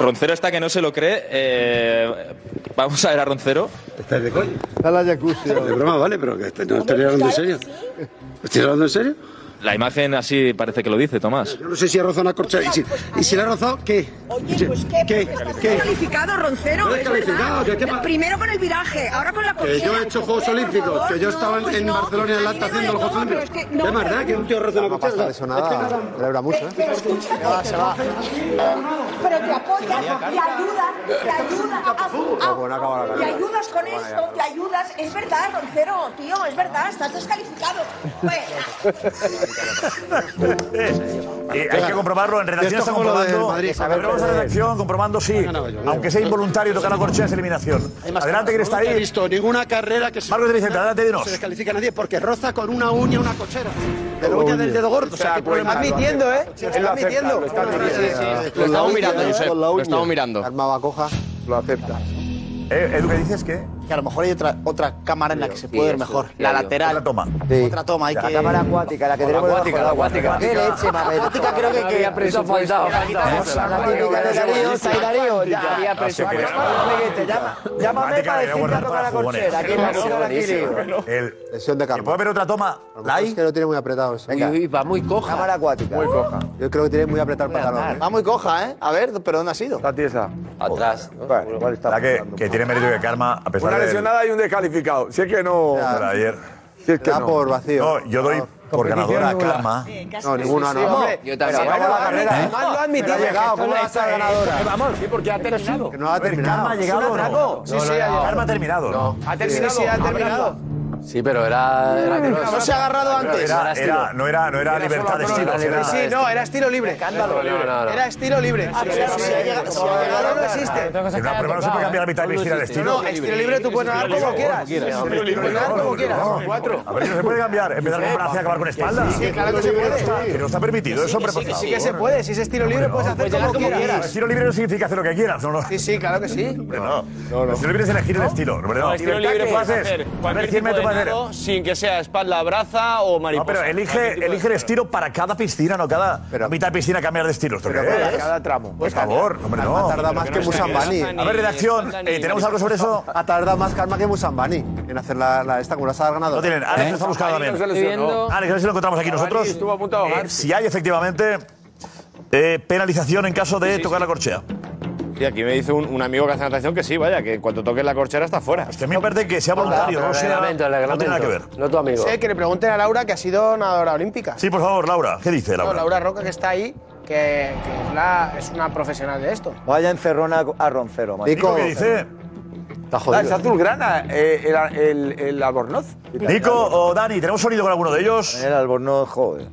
[SPEAKER 9] Roncero está que no se lo cree. eh, vamos a ver a Roncero.
[SPEAKER 5] ¿Estás de coña?
[SPEAKER 14] Está la jacuzzi.
[SPEAKER 5] De broma, vale, pero que este- no estoy hablando en serio. ¿Estoy hablando en serio?
[SPEAKER 9] La imagen así parece que lo dice, Tomás.
[SPEAKER 5] Yo no sé si ha rozado una corchera. ¿Y si, y si la ha rozado, qué?
[SPEAKER 3] Oye, pues qué,
[SPEAKER 5] ¿Qué? ¿Qué?
[SPEAKER 3] calificado, Roncero.
[SPEAKER 5] No
[SPEAKER 3] es
[SPEAKER 5] descalificado,
[SPEAKER 3] verdad.
[SPEAKER 5] ¿qué- qué pa-
[SPEAKER 3] Primero con el viraje, ahora con la
[SPEAKER 5] Que yo
[SPEAKER 3] cochera.
[SPEAKER 5] he hecho Juegos Olímpicos, que yo estaba
[SPEAKER 3] pues
[SPEAKER 5] en, en Barcelona en el acta haciendo los Juegos Olímpicos.
[SPEAKER 3] pero es que-
[SPEAKER 5] Es verdad que un tío roza una
[SPEAKER 17] Pasta
[SPEAKER 5] corchera.
[SPEAKER 17] lesionada. Celebra mucho, ¿eh?
[SPEAKER 3] Pero escúchame, se va. pero te apoyas, te ayudas, te ayudas. Ah,
[SPEAKER 17] No, bueno, acaba la
[SPEAKER 3] Te
[SPEAKER 17] carrera.
[SPEAKER 3] ayudas con esto, te ayudas. Es verdad, Roncero, tío, es verdad, estás descalificado.
[SPEAKER 6] Eh, hay que comprobarlo, en redacción está comprobando. A ver, vamos a redacción comprobando sí. Aunque sea involuntario tocar la corchea es eliminación. Adelante, que está
[SPEAKER 5] No he
[SPEAKER 6] ahí.
[SPEAKER 5] visto ninguna carrera que se,
[SPEAKER 6] Marcos de Vicente, adelante,
[SPEAKER 5] no
[SPEAKER 6] dinos.
[SPEAKER 5] se descalifica a nadie porque roza con una uña una cochera. De la uña del dedo gordo. O sea, pues, ¿qué problema hay?
[SPEAKER 18] admitiendo, ¿eh? Está admitiendo.
[SPEAKER 5] Sí, sí, sí.
[SPEAKER 17] Con la uña, ¿eh? Con la uña.
[SPEAKER 18] mirando.
[SPEAKER 17] Arma coja.
[SPEAKER 18] Lo acepta.
[SPEAKER 6] Edu, ¿qué dices? ¿Qué?
[SPEAKER 5] Que a lo mejor hay otra, otra cámara en la que se puede ver
[SPEAKER 8] eso,
[SPEAKER 5] mejor.
[SPEAKER 8] sí,
[SPEAKER 5] La
[SPEAKER 8] yo.
[SPEAKER 5] lateral.
[SPEAKER 8] Otra toma.
[SPEAKER 5] Otra toma. Hay
[SPEAKER 8] La
[SPEAKER 5] que...
[SPEAKER 8] cámara acuática, la que tenemos debajo del agua.
[SPEAKER 5] Qué leche, madre. Acuática creo que... que
[SPEAKER 8] Darío, sai, Darío, ya.
[SPEAKER 5] Había presupuesto.
[SPEAKER 8] Amiguete, llama- Llámame para decirte a tocar la corchera. Aquí la corchera, aquí digo.
[SPEAKER 17] Lesión de carpa.
[SPEAKER 6] ¿Puede haber otra toma?
[SPEAKER 17] La Es que lo tiene muy apretado eso.
[SPEAKER 8] Uy, uy,
[SPEAKER 13] va muy coja.
[SPEAKER 17] Cámara
[SPEAKER 8] acuática.
[SPEAKER 17] Muy coja. Yo creo que tiene muy apretado el pantalón.
[SPEAKER 5] Va muy coja, ¿eh? A ver, pero ¿dónde ha sido?
[SPEAKER 22] La tiesa.
[SPEAKER 6] Atrás. la que, que tiene mérito que Karma, Pues a pesar
[SPEAKER 22] Una
[SPEAKER 6] de...
[SPEAKER 22] lesionada y un descalificado. Si es que no.
[SPEAKER 6] de la de ayer.
[SPEAKER 22] es que
[SPEAKER 6] Da
[SPEAKER 22] no.
[SPEAKER 6] por vacío. No, yo doy por ganadora a
[SPEAKER 22] ninguna.
[SPEAKER 6] Karma.
[SPEAKER 22] No, ninguno, no.
[SPEAKER 17] Hombre,
[SPEAKER 22] Yo
[SPEAKER 17] pero
[SPEAKER 22] también.
[SPEAKER 17] bueno, la carrera.
[SPEAKER 6] ¿Eh?
[SPEAKER 17] Además, lo ha admitido.
[SPEAKER 6] Pero ha llegado, ¿cómo
[SPEAKER 17] Esto
[SPEAKER 6] va a ser
[SPEAKER 17] es-
[SPEAKER 6] ganadora?
[SPEAKER 22] Vamos, sí, porque ha terminado.
[SPEAKER 17] Que no ha terminado.
[SPEAKER 6] Karma ha llegado. o
[SPEAKER 17] atraco?
[SPEAKER 6] no?
[SPEAKER 17] Sí, sí, ha llegado.
[SPEAKER 6] Karma ha terminado. No.
[SPEAKER 22] Ha
[SPEAKER 17] terminado. Sí, sí, ha terminado.
[SPEAKER 6] Sí, pero era.
[SPEAKER 22] era
[SPEAKER 17] cross. No se ha agarrado antes.
[SPEAKER 6] Era, era- no era, no era libertad de estilo. era-
[SPEAKER 17] Sí, no, era estilo libre.
[SPEAKER 6] Era
[SPEAKER 17] estilo libre.
[SPEAKER 5] Ah, claro, si ha llegado, si ha llegado no existe.
[SPEAKER 6] En una prueba no se puede cambiar la mitad de la historia de estilo.
[SPEAKER 5] No, estilo libre tú puedes nadar como quieras. Estilo libre, nadar como quieras. Cuatro.
[SPEAKER 6] A ver, no se puede cambiar. Empezar con brazo y acabar con espalda.
[SPEAKER 5] Sí, claro que se puede.
[SPEAKER 6] Que no está permitido eso, pero por
[SPEAKER 5] Sí, que
[SPEAKER 6] favor.
[SPEAKER 5] sí que se puede. Si es estilo libre puedes hacer como quieras.
[SPEAKER 6] Estilo libre no significa hacer lo que quieras, ¿no?
[SPEAKER 5] Sí, sí, claro que sí.
[SPEAKER 6] Hombre, no. Estilo libre es elegir el estilo. No,
[SPEAKER 1] No,
[SPEAKER 6] no.
[SPEAKER 1] estilo libre puedes hacer
[SPEAKER 6] A ver,
[SPEAKER 1] cualquier tipo
[SPEAKER 6] 100 metros
[SPEAKER 1] de
[SPEAKER 6] para hacer.
[SPEAKER 1] nado sin que sea espalda, braza o
[SPEAKER 6] No,
[SPEAKER 1] mariposa.
[SPEAKER 6] pero
[SPEAKER 1] Cualquier tipo
[SPEAKER 6] elige,
[SPEAKER 1] de-
[SPEAKER 6] elige el estilo para cada piscina, no cada a mitad de piscina cambiar de estilo. ¿Esto
[SPEAKER 17] Pero
[SPEAKER 6] qué
[SPEAKER 17] para
[SPEAKER 6] es?
[SPEAKER 17] cada tramo.
[SPEAKER 6] Por favor, hombre, no.
[SPEAKER 17] tarda más que Musambani.
[SPEAKER 6] A ver, redacción, eh, ¿tenemos algo sobre eso?
[SPEAKER 17] Ha tardado más Karma que Musambani en hacer la, la- esta como la ha ganado.
[SPEAKER 6] No tienen. Alex
[SPEAKER 17] ¿Eh?
[SPEAKER 6] lo está buscando también. Alex, a ver si lo encontramos aquí nosotros. Eh, si hay, efectivamente, eh, penalización en caso de tocar la corchea.
[SPEAKER 1] Y aquí me dice un, un amigo que hace natación que sí, vaya, que en cuanto toques la corchera está fuera. Es
[SPEAKER 6] que a mí me parece que sea
[SPEAKER 1] voluntario,
[SPEAKER 6] no sea- no tiene nada que ver.
[SPEAKER 5] No tu
[SPEAKER 6] amigo.
[SPEAKER 5] Sé que le pregunten a Laura que ha sido nadadora olímpica.
[SPEAKER 6] Sí, por favor, Laura, ¿qué dice
[SPEAKER 5] No,
[SPEAKER 6] Laura?
[SPEAKER 5] Laura Roca que está ahí, que, que es, la- es una profesional de esto.
[SPEAKER 8] Vaya encerrona a Roncero. macho.
[SPEAKER 6] Nico, ¿qué dice? Está
[SPEAKER 22] Ah, es azulgrana eh, el, el, el albornoz.
[SPEAKER 6] Nico o Dani, ¿tenemos sonido con alguno de ellos?
[SPEAKER 1] Eh,
[SPEAKER 8] El albornoz, joven.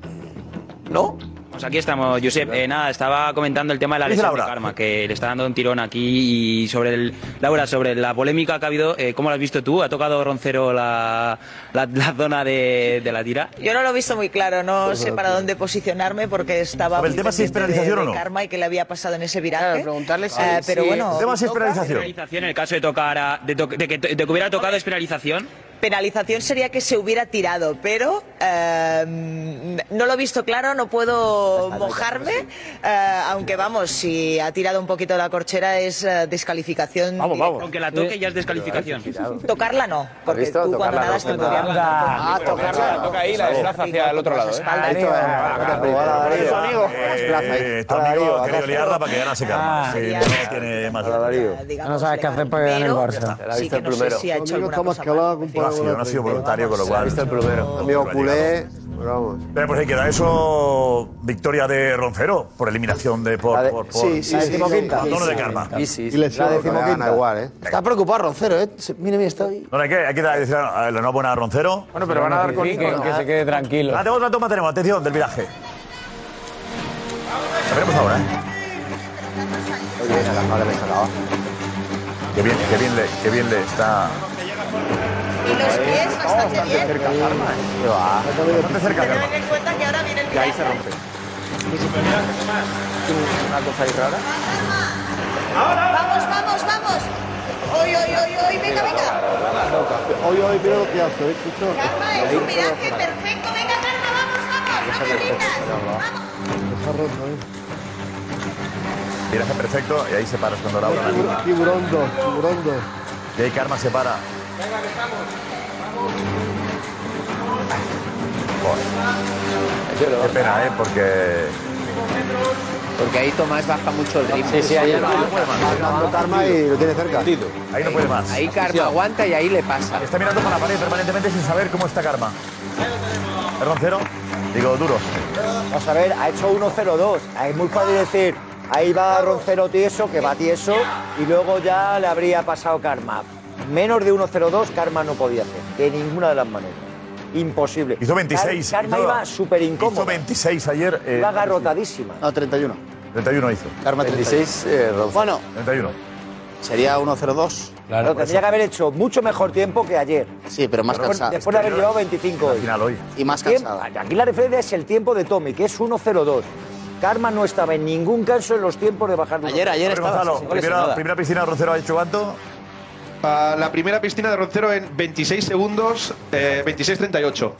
[SPEAKER 10] ¿No? Pues aquí estamos, Josep. Eh, nada, estaba comentando el tema de la
[SPEAKER 6] Dice
[SPEAKER 10] lesión de
[SPEAKER 6] Laura.
[SPEAKER 10] Karma, que le está dando un tirón aquí. Y sobre el. Laura, sobre la polémica que ha habido, eh, ¿cómo la has visto tú? ¿Ha tocado Roncero la, la- la zona de, de la tira?
[SPEAKER 19] Yo no lo he visto muy claro, no sé para dónde posicionarme porque estaba.
[SPEAKER 10] Pues A ver, el
[SPEAKER 19] muy
[SPEAKER 10] tema es si es
[SPEAKER 19] pendiente de-
[SPEAKER 10] penalización o
[SPEAKER 19] de
[SPEAKER 10] no.
[SPEAKER 19] Karma y que le había pasado en ese viraje. preguntarle
[SPEAKER 10] si-
[SPEAKER 19] Eh, Pero
[SPEAKER 10] si- eh,
[SPEAKER 19] bueno.
[SPEAKER 10] El tema
[SPEAKER 19] si toca-
[SPEAKER 10] Penalización en el caso de tocar a- de, to- de que, de que hubiera tocado es penalización.
[SPEAKER 19] Penalización sería que se hubiera tirado, pero eh, no lo he visto claro, no puedo mojarme, eh, aunque vamos, si ha tirado un poquito la corchera es eh, descalificación. directa. Eh,
[SPEAKER 10] Aunque la toque ya es descalificación.
[SPEAKER 19] Tocarla no, porque
[SPEAKER 10] visto?
[SPEAKER 19] tú cuando
[SPEAKER 10] Tocarla no.
[SPEAKER 19] nadas te
[SPEAKER 10] Anda.
[SPEAKER 19] podrías
[SPEAKER 10] Ah,
[SPEAKER 19] tocarla.
[SPEAKER 1] Toca ahí, la desplaza hacia el otro lado. ¿eh?
[SPEAKER 6] Eh, tu amigo ha querido liarla para que ganase Karma.
[SPEAKER 17] Ah,
[SPEAKER 6] Sí, no tiene más.
[SPEAKER 45] No sabes qué hacer para que gane el Barça.
[SPEAKER 19] Sí, que no sé si ha hecho
[SPEAKER 17] Conmigo
[SPEAKER 19] alguna
[SPEAKER 17] estamos
[SPEAKER 19] cosa
[SPEAKER 17] calados con
[SPEAKER 6] No ha sido, no ha sido voluntario, con lo cual.
[SPEAKER 17] visto el plumero. Amigo culé. Vamos.
[SPEAKER 6] Venga, pues ahí queda eso. Victoria de Roncero por eliminación de. Por, por, por-
[SPEAKER 5] sí, sí, La sí, decimoquinta. sí, sí.
[SPEAKER 6] Abandono de Karma.
[SPEAKER 5] Sí, sí, sí.
[SPEAKER 6] No,
[SPEAKER 5] La decimoquinta. Está preocupado Roncero, ¿eh? Se- Mire, mira, está ahí.
[SPEAKER 6] no, hay que, hay que decir la enhorabuena a Roncero. Bueno,
[SPEAKER 8] pero van a dar con-
[SPEAKER 6] Que,
[SPEAKER 8] Que- que se
[SPEAKER 6] quede tranquilo. Ah, tengo otra toma, tenemos. Atención, del viraje. La veremos ahora, ¿eh? Qué bien, qué bien le, qué bien le está.
[SPEAKER 19] Y los pies bastante bien.
[SPEAKER 6] Qué va. Bastante cerca, Karma.
[SPEAKER 19] Ten en cuenta que ahora viene el
[SPEAKER 6] Y ahí
[SPEAKER 19] viraje.
[SPEAKER 6] se rompe.
[SPEAKER 22] Una cosa ahí rara.
[SPEAKER 19] Vamos, vamos, vamos. Hoy, hoy, hoy, hoy, venga, venga.
[SPEAKER 14] Hoy, hoy, mira lo que hace, ¿eh? Escucho.
[SPEAKER 19] Karma es un viraje perfecto. Venga, Karma, vamos, vamos. Vamos,
[SPEAKER 14] Está roto, ¿eh?
[SPEAKER 6] Viraje perfecto y ahí se para cuando Laura.
[SPEAKER 14] Tiburón- Tiburón 2, tiburón 2.
[SPEAKER 6] Y ahí Karma se para.
[SPEAKER 22] Qué
[SPEAKER 6] pena, ¿eh? Porque.
[SPEAKER 13] Porque ahí Tomás baja mucho el ritmo.
[SPEAKER 6] Sí, sí, ahí no-
[SPEAKER 17] Karma y lo tiene cerca.
[SPEAKER 6] Ahí no puede más.
[SPEAKER 13] Ahí Karma aguanta y ahí le pasa.
[SPEAKER 6] Está mirando para la pared permanentemente sin saber cómo está Karma. Perdón, cero. Digo, duro.
[SPEAKER 8] Vamos a ver, ha hecho 1-0-2. Ahí Es muy fácil decir, ahí va Roncero tieso, que va tieso, y luego ya le habría pasado Karma. Menos de 1-0-2 Karma no podía hacer, de ninguna de las maneras. Imposible.
[SPEAKER 6] Hizo 26.
[SPEAKER 8] Kar- Karma
[SPEAKER 6] hizo-
[SPEAKER 8] iba súper
[SPEAKER 6] Hizo
[SPEAKER 8] incómoda.
[SPEAKER 6] 26 ayer. eh,
[SPEAKER 8] Iba agarrotadísima.
[SPEAKER 5] No, 31.
[SPEAKER 6] 31 hizo.
[SPEAKER 5] Karma
[SPEAKER 17] 36, eh, Roncero.
[SPEAKER 5] Bueno,
[SPEAKER 6] 31.
[SPEAKER 5] sería 1-0-2.
[SPEAKER 8] Claro,
[SPEAKER 15] pues
[SPEAKER 8] tendría que haber hecho mucho mejor tiempo que ayer.
[SPEAKER 5] Sí, pero más
[SPEAKER 8] Después-
[SPEAKER 5] cansado.
[SPEAKER 8] Después de haber llevado 25 hoy.
[SPEAKER 6] final hoy.
[SPEAKER 5] Y más
[SPEAKER 8] Tiempo-
[SPEAKER 5] cansada.
[SPEAKER 8] Aquí la referencia es el tiempo de Tommy, que es 1-0-2. Karma no estaba en ningún caso en los tiempos de bajar de
[SPEAKER 5] Ayer,
[SPEAKER 8] uno.
[SPEAKER 6] A ver, Gonzalo, primera, primera piscina Roncero ha hecho cuánto?
[SPEAKER 37] a Ah, la primera piscina de Roncero en 26 segundos, eh, 26.38.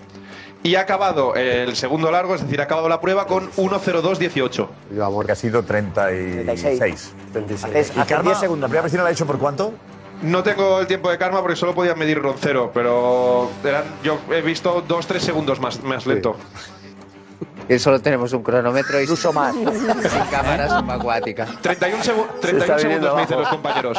[SPEAKER 37] Y ha acabado el segundo largo, es decir, ha acabado la prueba con 1.02.18.
[SPEAKER 6] Porque ha sido 36.
[SPEAKER 37] 36.
[SPEAKER 6] ¿Y Karma? ¿La primera piscina la ha hecho por cuánto?
[SPEAKER 37] No tengo el tiempo de karma porque solo podían medir Roncero, pero eran, yo he visto 2-3 segundos más, más lento.
[SPEAKER 13] Y solo tenemos un cronómetro y uso más. cámara subacuática.
[SPEAKER 37] 31, segu- 31 segundos me dicen los compañeros.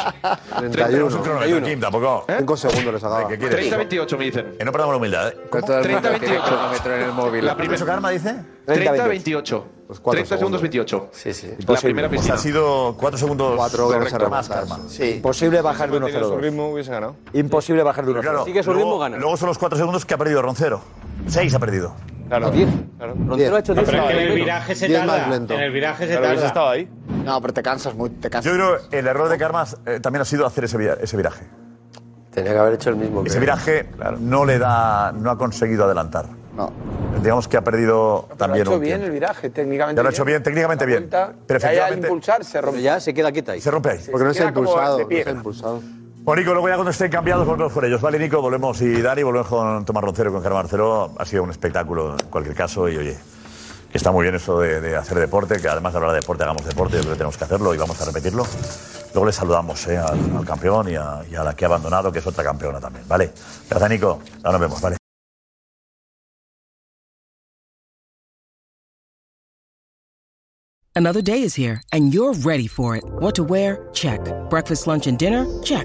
[SPEAKER 6] 31. Un cronómetro, Kim, tampoco.
[SPEAKER 37] ¿Eh?
[SPEAKER 5] 5 segundos les acaba.
[SPEAKER 6] ¿Qué quieres?
[SPEAKER 37] 30-28 me dicen.
[SPEAKER 6] Que no perdamos la humildad, ¿eh?
[SPEAKER 37] No todo el mundo 30, tiene 28.
[SPEAKER 6] cronómetro
[SPEAKER 37] cronómetro en el móvil. La primera-
[SPEAKER 6] karma dice?
[SPEAKER 37] 30-28. 30 segundos 28.
[SPEAKER 6] Sí, sí.
[SPEAKER 37] La primera
[SPEAKER 6] Pues ha
[SPEAKER 37] piscina.
[SPEAKER 6] sido 4 segundos.
[SPEAKER 37] Cuatro horas
[SPEAKER 6] correcto, más
[SPEAKER 37] remontadas.
[SPEAKER 6] karma.
[SPEAKER 1] Imposible bajar de 1-0.
[SPEAKER 7] ritmo hubiese ganado.
[SPEAKER 1] Imposible bajar de
[SPEAKER 6] Pero
[SPEAKER 1] 1-0.
[SPEAKER 6] claro, luego, luego son los 4 segundos que ha perdido Roncero. 6 ha perdido.
[SPEAKER 7] Claro.
[SPEAKER 6] 10.
[SPEAKER 7] Roncero ha hecho
[SPEAKER 6] diez.
[SPEAKER 7] diez.
[SPEAKER 6] No, pero
[SPEAKER 7] Pero en
[SPEAKER 6] es que
[SPEAKER 7] el
[SPEAKER 6] en
[SPEAKER 7] viraje se
[SPEAKER 6] Diez
[SPEAKER 7] tarda.
[SPEAKER 6] más lento.
[SPEAKER 7] En el viraje se
[SPEAKER 6] Pero hubiese
[SPEAKER 7] tarda.
[SPEAKER 6] estado
[SPEAKER 7] ahí.
[SPEAKER 15] No, pero te cansas muy, te cansas.
[SPEAKER 6] Yo creo que el error de Karma eh, también ha sido hacer ese, via- ese viraje.
[SPEAKER 15] Tenía que haber hecho el mismo.
[SPEAKER 6] Ese viraje no le da, no ha conseguido adelantar.
[SPEAKER 15] No.
[SPEAKER 6] Digamos que ha perdido
[SPEAKER 22] Lo ha
[SPEAKER 6] también
[SPEAKER 22] hecho
[SPEAKER 6] un
[SPEAKER 22] bien
[SPEAKER 6] tiempo.
[SPEAKER 22] el viraje, técnicamente.
[SPEAKER 6] Ya lo ha hecho bien, técnicamente bien. Pero
[SPEAKER 22] Pero al
[SPEAKER 6] efectivamente.
[SPEAKER 22] impulsar se rompe.
[SPEAKER 6] Ya se queda quieta ahí. Se rompe ahí.
[SPEAKER 22] Porque no se
[SPEAKER 6] se
[SPEAKER 22] queda como impulsado, de pie. no se ha
[SPEAKER 6] impulsado. Bueno, Nico, luego ya cuando estén cambiados volvemos con ellos. Vale, Nico, volvemos y Dani, volvemos con Tomás Roncero y con Germán Marcelo. Ha sido un espectáculo en cualquier caso y oye, que está muy bien eso de, de hacer deporte, que además de hablar de deporte, hagamos deporte, yo creo que tenemos que hacerlo y vamos a repetirlo. Luego le saludamos eh, al, al campeón y a, y a la que ha abandonado, que es otra campeona también. Vale, gracias Nico, ahora nos vemos, vale.
[SPEAKER 36] Another day is here, and you're ready for it. What to wear? Check. Breakfast, lunch, and dinner? Check.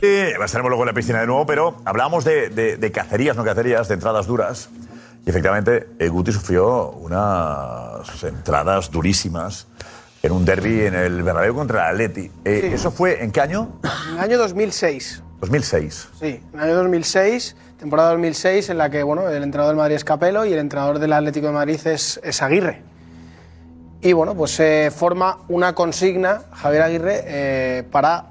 [SPEAKER 6] Eh, estaremos luego en la piscina de nuevo, pero hablábamos de, de- de cacerías, no cacerías, de entradas duras. Y efectivamente, eh, Guti sufrió unas entradas durísimas en un derby en el Bernabéu contra el Atleti. Eh,
[SPEAKER 26] Sí.
[SPEAKER 6] ¿Eso fue en qué año?
[SPEAKER 26] En el año 2006.
[SPEAKER 6] 2006.
[SPEAKER 26] Sí, en el año 2006, temporada 2006, en la que bueno, el entrenador del Madrid es Capello y el entrenador del Atlético de Madrid es, es Aguirre. Y bueno, pues se forma una consigna, Javier Aguirre, eh, para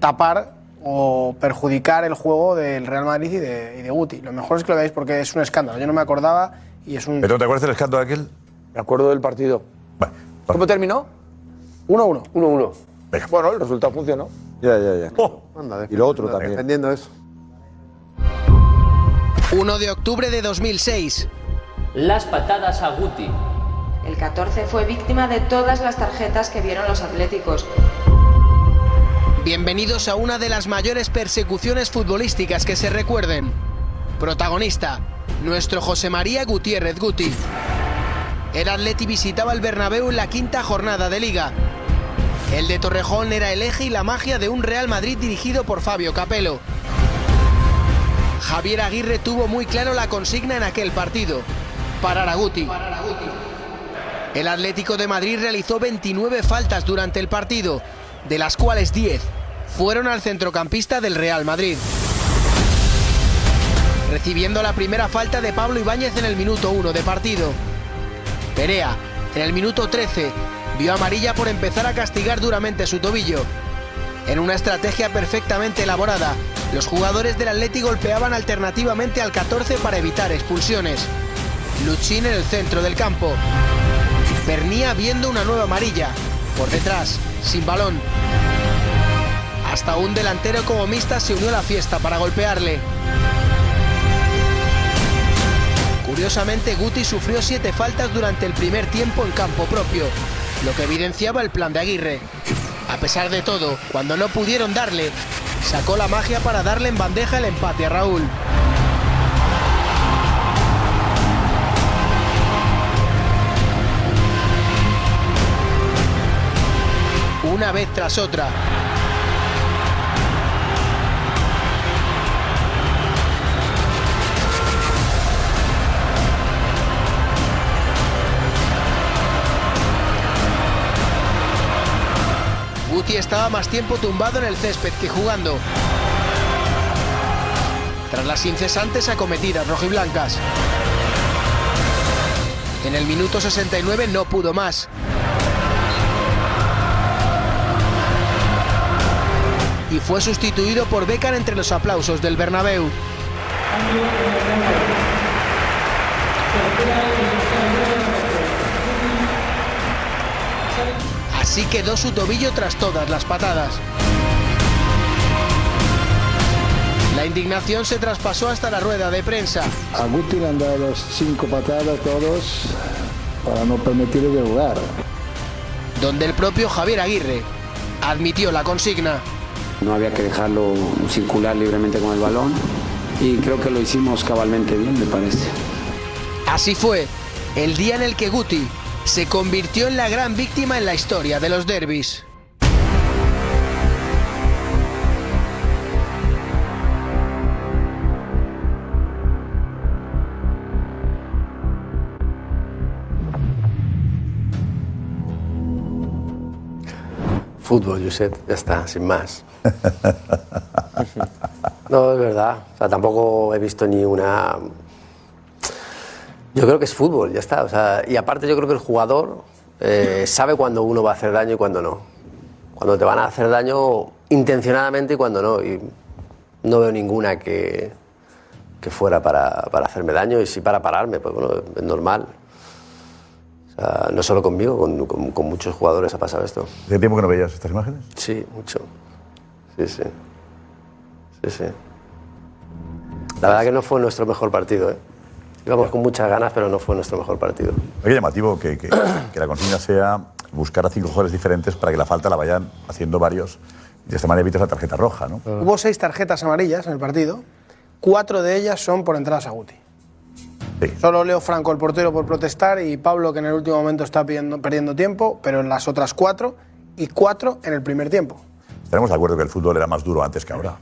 [SPEAKER 26] tapar o perjudicar el juego del Real Madrid y de, y de Guti. Lo mejor es que lo veáis porque es un escándalo. Yo no me acordaba y es un...
[SPEAKER 6] ¿Pero te acuerdas del escándalo aquel?
[SPEAKER 26] Me acuerdo del partido.
[SPEAKER 6] ¿Cómo
[SPEAKER 26] terminó? 1-1.
[SPEAKER 22] 1-1. Bueno, el resultado funcionó.
[SPEAKER 5] Ya, ya, ya.
[SPEAKER 6] Oh.
[SPEAKER 5] y lo otro
[SPEAKER 26] anda,
[SPEAKER 5] también. Defendiendo eso.
[SPEAKER 18] 1 de octubre de 2006. Las patadas a Guti.
[SPEAKER 19] El 14 fue víctima de todas las tarjetas que vieron los atléticos.
[SPEAKER 18] Bienvenidos a una de las mayores persecuciones futbolísticas que se recuerden. Protagonista, nuestro José María Gutiérrez Guti. El Atleti visitaba el Bernabéu en la quinta jornada de Liga. El de Torrejón era el eje y la magia de un Real Madrid dirigido por Fabio Capello. Javier Aguirre tuvo muy claro la consigna en aquel partido. Parar a Guti. El Atlético de Madrid realizó 29 faltas durante el partido, de las cuales 10 fueron al centrocampista del Real Madrid. Recibiendo la primera falta de Pablo Ibáñez en el minuto 1 de partido. Perea, en el minuto 13, vio amarilla por empezar a castigar duramente su tobillo. En una estrategia perfectamente elaborada, los jugadores del Atleti golpeaban alternativamente al 14 para evitar expulsiones. Luchín en el centro del campo. Pernía viendo una nueva amarilla. Por detrás, sin balón. Hasta un delantero como Mista se unió a la fiesta para golpearle. Curiosamente, Guti sufrió siete faltas durante el primer tiempo en campo propio, lo que evidenciaba el plan de Aguirre. A pesar de todo, cuando no pudieron darle, sacó la magia para darle en bandeja el empate a Raúl. Una vez tras otra. Guti estaba más tiempo tumbado en el césped que jugando. tras las incesantes acometidas rojiblancas. En el minuto 69 no pudo más. Y fue sustituido por Becar entre los aplausos del Bernabéu. Así quedó su tobillo tras todas las patadas. La indignación se traspasó hasta la rueda de prensa.
[SPEAKER 4] A Guti le han dado cinco patadas todos para no permitirle de jugar.
[SPEAKER 18] donde el propio Javier Aguirre admitió la consigna.
[SPEAKER 5] No había que dejarlo circular libremente con el balón y creo que lo hicimos cabalmente bien, me parece.
[SPEAKER 18] Así fue el día en el que Guti se convirtió en la gran víctima en la historia de los derbis.
[SPEAKER 21] Fútbol, Josep, ya está, sin más. No, es verdad. O sea, tampoco he visto ni una. Yo creo que es fútbol, ya está. O sea, y aparte, yo creo que el jugador eh, sabe cuando uno va a hacer daño y cuando no. Cuando te van a hacer daño intencionadamente y cuando no. Y no veo ninguna que, que fuera para, para hacerme daño y sí para pararme, pues bueno, es normal. O sea, no solo conmigo, con- con- con muchos jugadores ha pasado esto.
[SPEAKER 6] ¿Hace tiempo que no veías estas imágenes?
[SPEAKER 21] Sí, mucho. Sí, sí. Sí, sí. La verdad que no fue nuestro mejor partido, ¿eh? Íbamos con muchas ganas, pero no fue nuestro mejor partido.
[SPEAKER 6] Oye, llamativo que, que- que la consigna sea buscar a cinco jugadores diferentes para que la falta la vayan haciendo varios. De esta manera evitas la tarjeta roja, ¿no?
[SPEAKER 26] Hubo seis tarjetas amarillas en el partido. Cuatro de ellas son por entradas a Guti. Solo Leo Franco, el portero, por protestar y Pablo, que en el último momento está pidiendo- perdiendo tiempo, pero en las otras cuatro y cuatro en el primer tiempo.
[SPEAKER 6] Estaremos de acuerdo que el fútbol era más duro antes que ahora.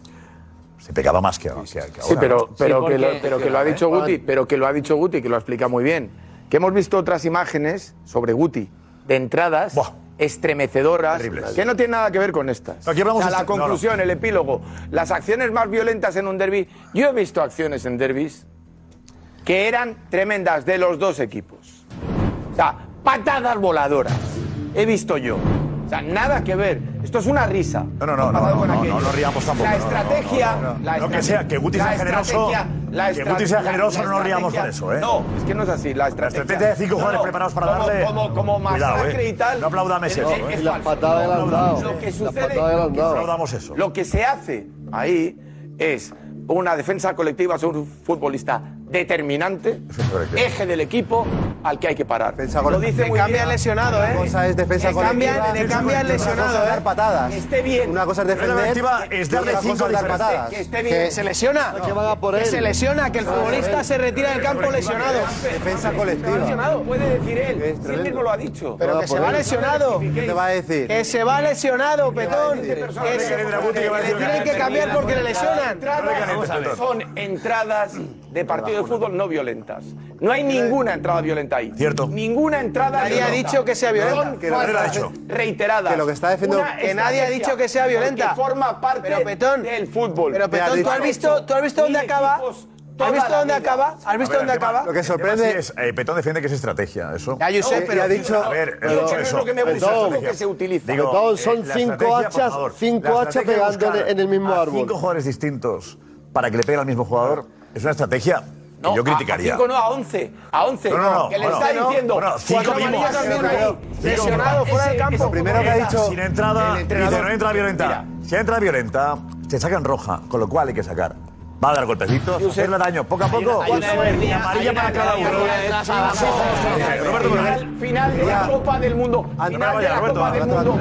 [SPEAKER 6] Se pegaba más que, que- que ahora.
[SPEAKER 22] Sí, pero,
[SPEAKER 6] ¿no?
[SPEAKER 22] pero, que, lo, pero que lo ha dicho Guti, pero que lo ha dicho Guti, que lo explica muy bien. Que hemos visto otras imágenes sobre Guti de entradas estremecedoras que no tienen nada que ver con estas.
[SPEAKER 6] Aquí hablamos
[SPEAKER 22] O sea,
[SPEAKER 6] de- este-
[SPEAKER 22] la
[SPEAKER 6] no, no.
[SPEAKER 22] conclusión, el epílogo, las acciones más violentas en un derby. Yo he visto acciones en derbis que eran tremendas de los dos equipos. O sea, patadas voladoras. He visto yo. O sea, nada que ver. Esto es una risa. No,
[SPEAKER 6] no, no, no, no, no, no nos riamos tampoco,
[SPEAKER 22] La
[SPEAKER 6] no, no, no,
[SPEAKER 22] estrategia.
[SPEAKER 6] no, no, no.
[SPEAKER 22] la
[SPEAKER 6] No, que
[SPEAKER 22] estrate-
[SPEAKER 6] sea, que Guti
[SPEAKER 22] la
[SPEAKER 6] sea generoso,
[SPEAKER 22] estrategia- la
[SPEAKER 6] que
[SPEAKER 22] estra-
[SPEAKER 6] Guti sea
[SPEAKER 22] la-
[SPEAKER 6] generoso,
[SPEAKER 22] la
[SPEAKER 6] no nos riamos con
[SPEAKER 22] estrategia-
[SPEAKER 6] eso, ¿eh?
[SPEAKER 22] No, es que no es así. La estrategia,
[SPEAKER 6] estrategia de cinco jugadores preparados para
[SPEAKER 22] como-
[SPEAKER 6] darle-
[SPEAKER 22] Como, como
[SPEAKER 6] Cuidado,
[SPEAKER 22] masacre
[SPEAKER 6] ¿eh?
[SPEAKER 22] y tal.
[SPEAKER 6] No aplaudame
[SPEAKER 22] es-
[SPEAKER 6] eso,
[SPEAKER 22] es-
[SPEAKER 6] ¿eh?
[SPEAKER 22] es
[SPEAKER 6] Y la
[SPEAKER 22] falso.
[SPEAKER 6] patada del
[SPEAKER 22] No aplaudamos.
[SPEAKER 6] Aldao.
[SPEAKER 22] Lo que
[SPEAKER 6] La
[SPEAKER 22] sucede.
[SPEAKER 6] patada del
[SPEAKER 22] lo que
[SPEAKER 6] Aldao.
[SPEAKER 22] se-
[SPEAKER 6] No aplaudamos eso.
[SPEAKER 22] Lo que se hace ahí es una defensa colectiva sobre un futbolista determinante, eje del equipo al que hay que parar. Lo
[SPEAKER 17] colectiva.
[SPEAKER 22] dice
[SPEAKER 17] Te
[SPEAKER 22] muy
[SPEAKER 17] cambia
[SPEAKER 22] bien.
[SPEAKER 17] el lesionado, Una ¿eh? cosa es defensa
[SPEAKER 22] Te cambia-
[SPEAKER 17] colectiva,
[SPEAKER 22] te
[SPEAKER 17] defensa
[SPEAKER 22] cambia el
[SPEAKER 17] colectiva, otra
[SPEAKER 22] lesionado,
[SPEAKER 17] cosa es
[SPEAKER 22] ¿eh?
[SPEAKER 17] dar patadas.
[SPEAKER 22] Que esté bien.
[SPEAKER 17] Una cosa es defender, y otra cosa es dar patadas.
[SPEAKER 22] Que esté bien.
[SPEAKER 17] Que-
[SPEAKER 26] Que se lesiona.
[SPEAKER 17] No, que van a por
[SPEAKER 26] Que
[SPEAKER 17] él.
[SPEAKER 26] se lesiona, que el
[SPEAKER 17] Van a por
[SPEAKER 26] futbolista
[SPEAKER 17] él.
[SPEAKER 26] se retira del campo lesionado.
[SPEAKER 17] Defensa colectiva.
[SPEAKER 22] Lesionado, Puede decir él, si él mismo lo ha dicho.
[SPEAKER 26] Pero que se va lesionado.
[SPEAKER 17] ¿Qué te va a decir?
[SPEAKER 26] Que se va lesionado, petón. Que se- que le tienen que cambiar porque le lesionan.
[SPEAKER 22] Entradas son entradas de partido de fútbol no violentas. No hay ninguna entrada violenta ahí. Cierto. Ninguna entrada.
[SPEAKER 26] Nadie ha
[SPEAKER 22] violenta.
[SPEAKER 26] dicho que sea violenta.
[SPEAKER 22] Son
[SPEAKER 26] Que lo-
[SPEAKER 22] faltas
[SPEAKER 26] lo ha dicho.
[SPEAKER 22] Reiteradas.
[SPEAKER 26] Que lo que está defendiendo-
[SPEAKER 22] Una
[SPEAKER 26] Que nadie ha
[SPEAKER 22] estrategia,
[SPEAKER 26] dicho que sea violenta.
[SPEAKER 22] porque forma parte
[SPEAKER 26] Pero, Petón,
[SPEAKER 22] del fútbol.
[SPEAKER 26] Pero Petón, ¿tú has visto, tú has visto dónde acaba? ¿Has visto dónde acaba? ¿Has visto
[SPEAKER 6] A ver,
[SPEAKER 26] dónde
[SPEAKER 6] el tema-
[SPEAKER 26] acaba?
[SPEAKER 6] el tema sí es, eh, Petón defiende que es estrategia, eso.
[SPEAKER 26] Ya, yo sé, pero-
[SPEAKER 6] ha dicho.
[SPEAKER 26] A ver,
[SPEAKER 6] he dicho
[SPEAKER 26] pero-
[SPEAKER 6] eso.
[SPEAKER 26] lo que me gusta,
[SPEAKER 6] Petón,
[SPEAKER 26] es lo que se utiliza.
[SPEAKER 6] digo,
[SPEAKER 14] Petón, son
[SPEAKER 6] eh, la
[SPEAKER 14] cinco
[SPEAKER 6] estrategia, por
[SPEAKER 14] hachas-
[SPEAKER 6] favor,
[SPEAKER 14] cinco
[SPEAKER 6] la
[SPEAKER 14] hachas
[SPEAKER 6] estrategia de
[SPEAKER 14] pegando
[SPEAKER 6] buscar
[SPEAKER 14] en el mismo
[SPEAKER 6] a
[SPEAKER 14] árbol.
[SPEAKER 6] Cinco jugadores distintos para que le pegue al mismo jugador es una estrategia que yo criticaría.
[SPEAKER 22] A 5 no, a 11. A 11.
[SPEAKER 6] No, no, no,
[SPEAKER 22] Que le
[SPEAKER 6] bueno,
[SPEAKER 22] está
[SPEAKER 6] no.
[SPEAKER 22] diciendo.
[SPEAKER 6] Bueno, cinco
[SPEAKER 22] cuatro
[SPEAKER 6] mínimo.
[SPEAKER 22] amarillas
[SPEAKER 6] Pero,
[SPEAKER 22] también
[SPEAKER 6] pero,
[SPEAKER 22] ahí.
[SPEAKER 6] pero,
[SPEAKER 22] Lesionado
[SPEAKER 6] pero,
[SPEAKER 22] fuera del campo.
[SPEAKER 6] Lo primero que ha
[SPEAKER 22] Mira,
[SPEAKER 6] dicho.
[SPEAKER 22] sin
[SPEAKER 6] Sin entrada,
[SPEAKER 22] el
[SPEAKER 6] dice, no
[SPEAKER 22] entrenador-
[SPEAKER 6] hay entrada violenta. Si hay entrada violenta, te sacan roja, con lo cual hay que sacar. Va a dar golpecitos, hacerle daño poco a poco.
[SPEAKER 22] Hay una- hay una-
[SPEAKER 6] Y amarilla
[SPEAKER 22] hay
[SPEAKER 6] para
[SPEAKER 22] una-
[SPEAKER 6] cada uno.
[SPEAKER 22] hay una-
[SPEAKER 6] Las ojos, Roberto, por favor.
[SPEAKER 22] Final- Final de la Copa del Mundo. Final de la Copa del Mundo.
[SPEAKER 6] Vamos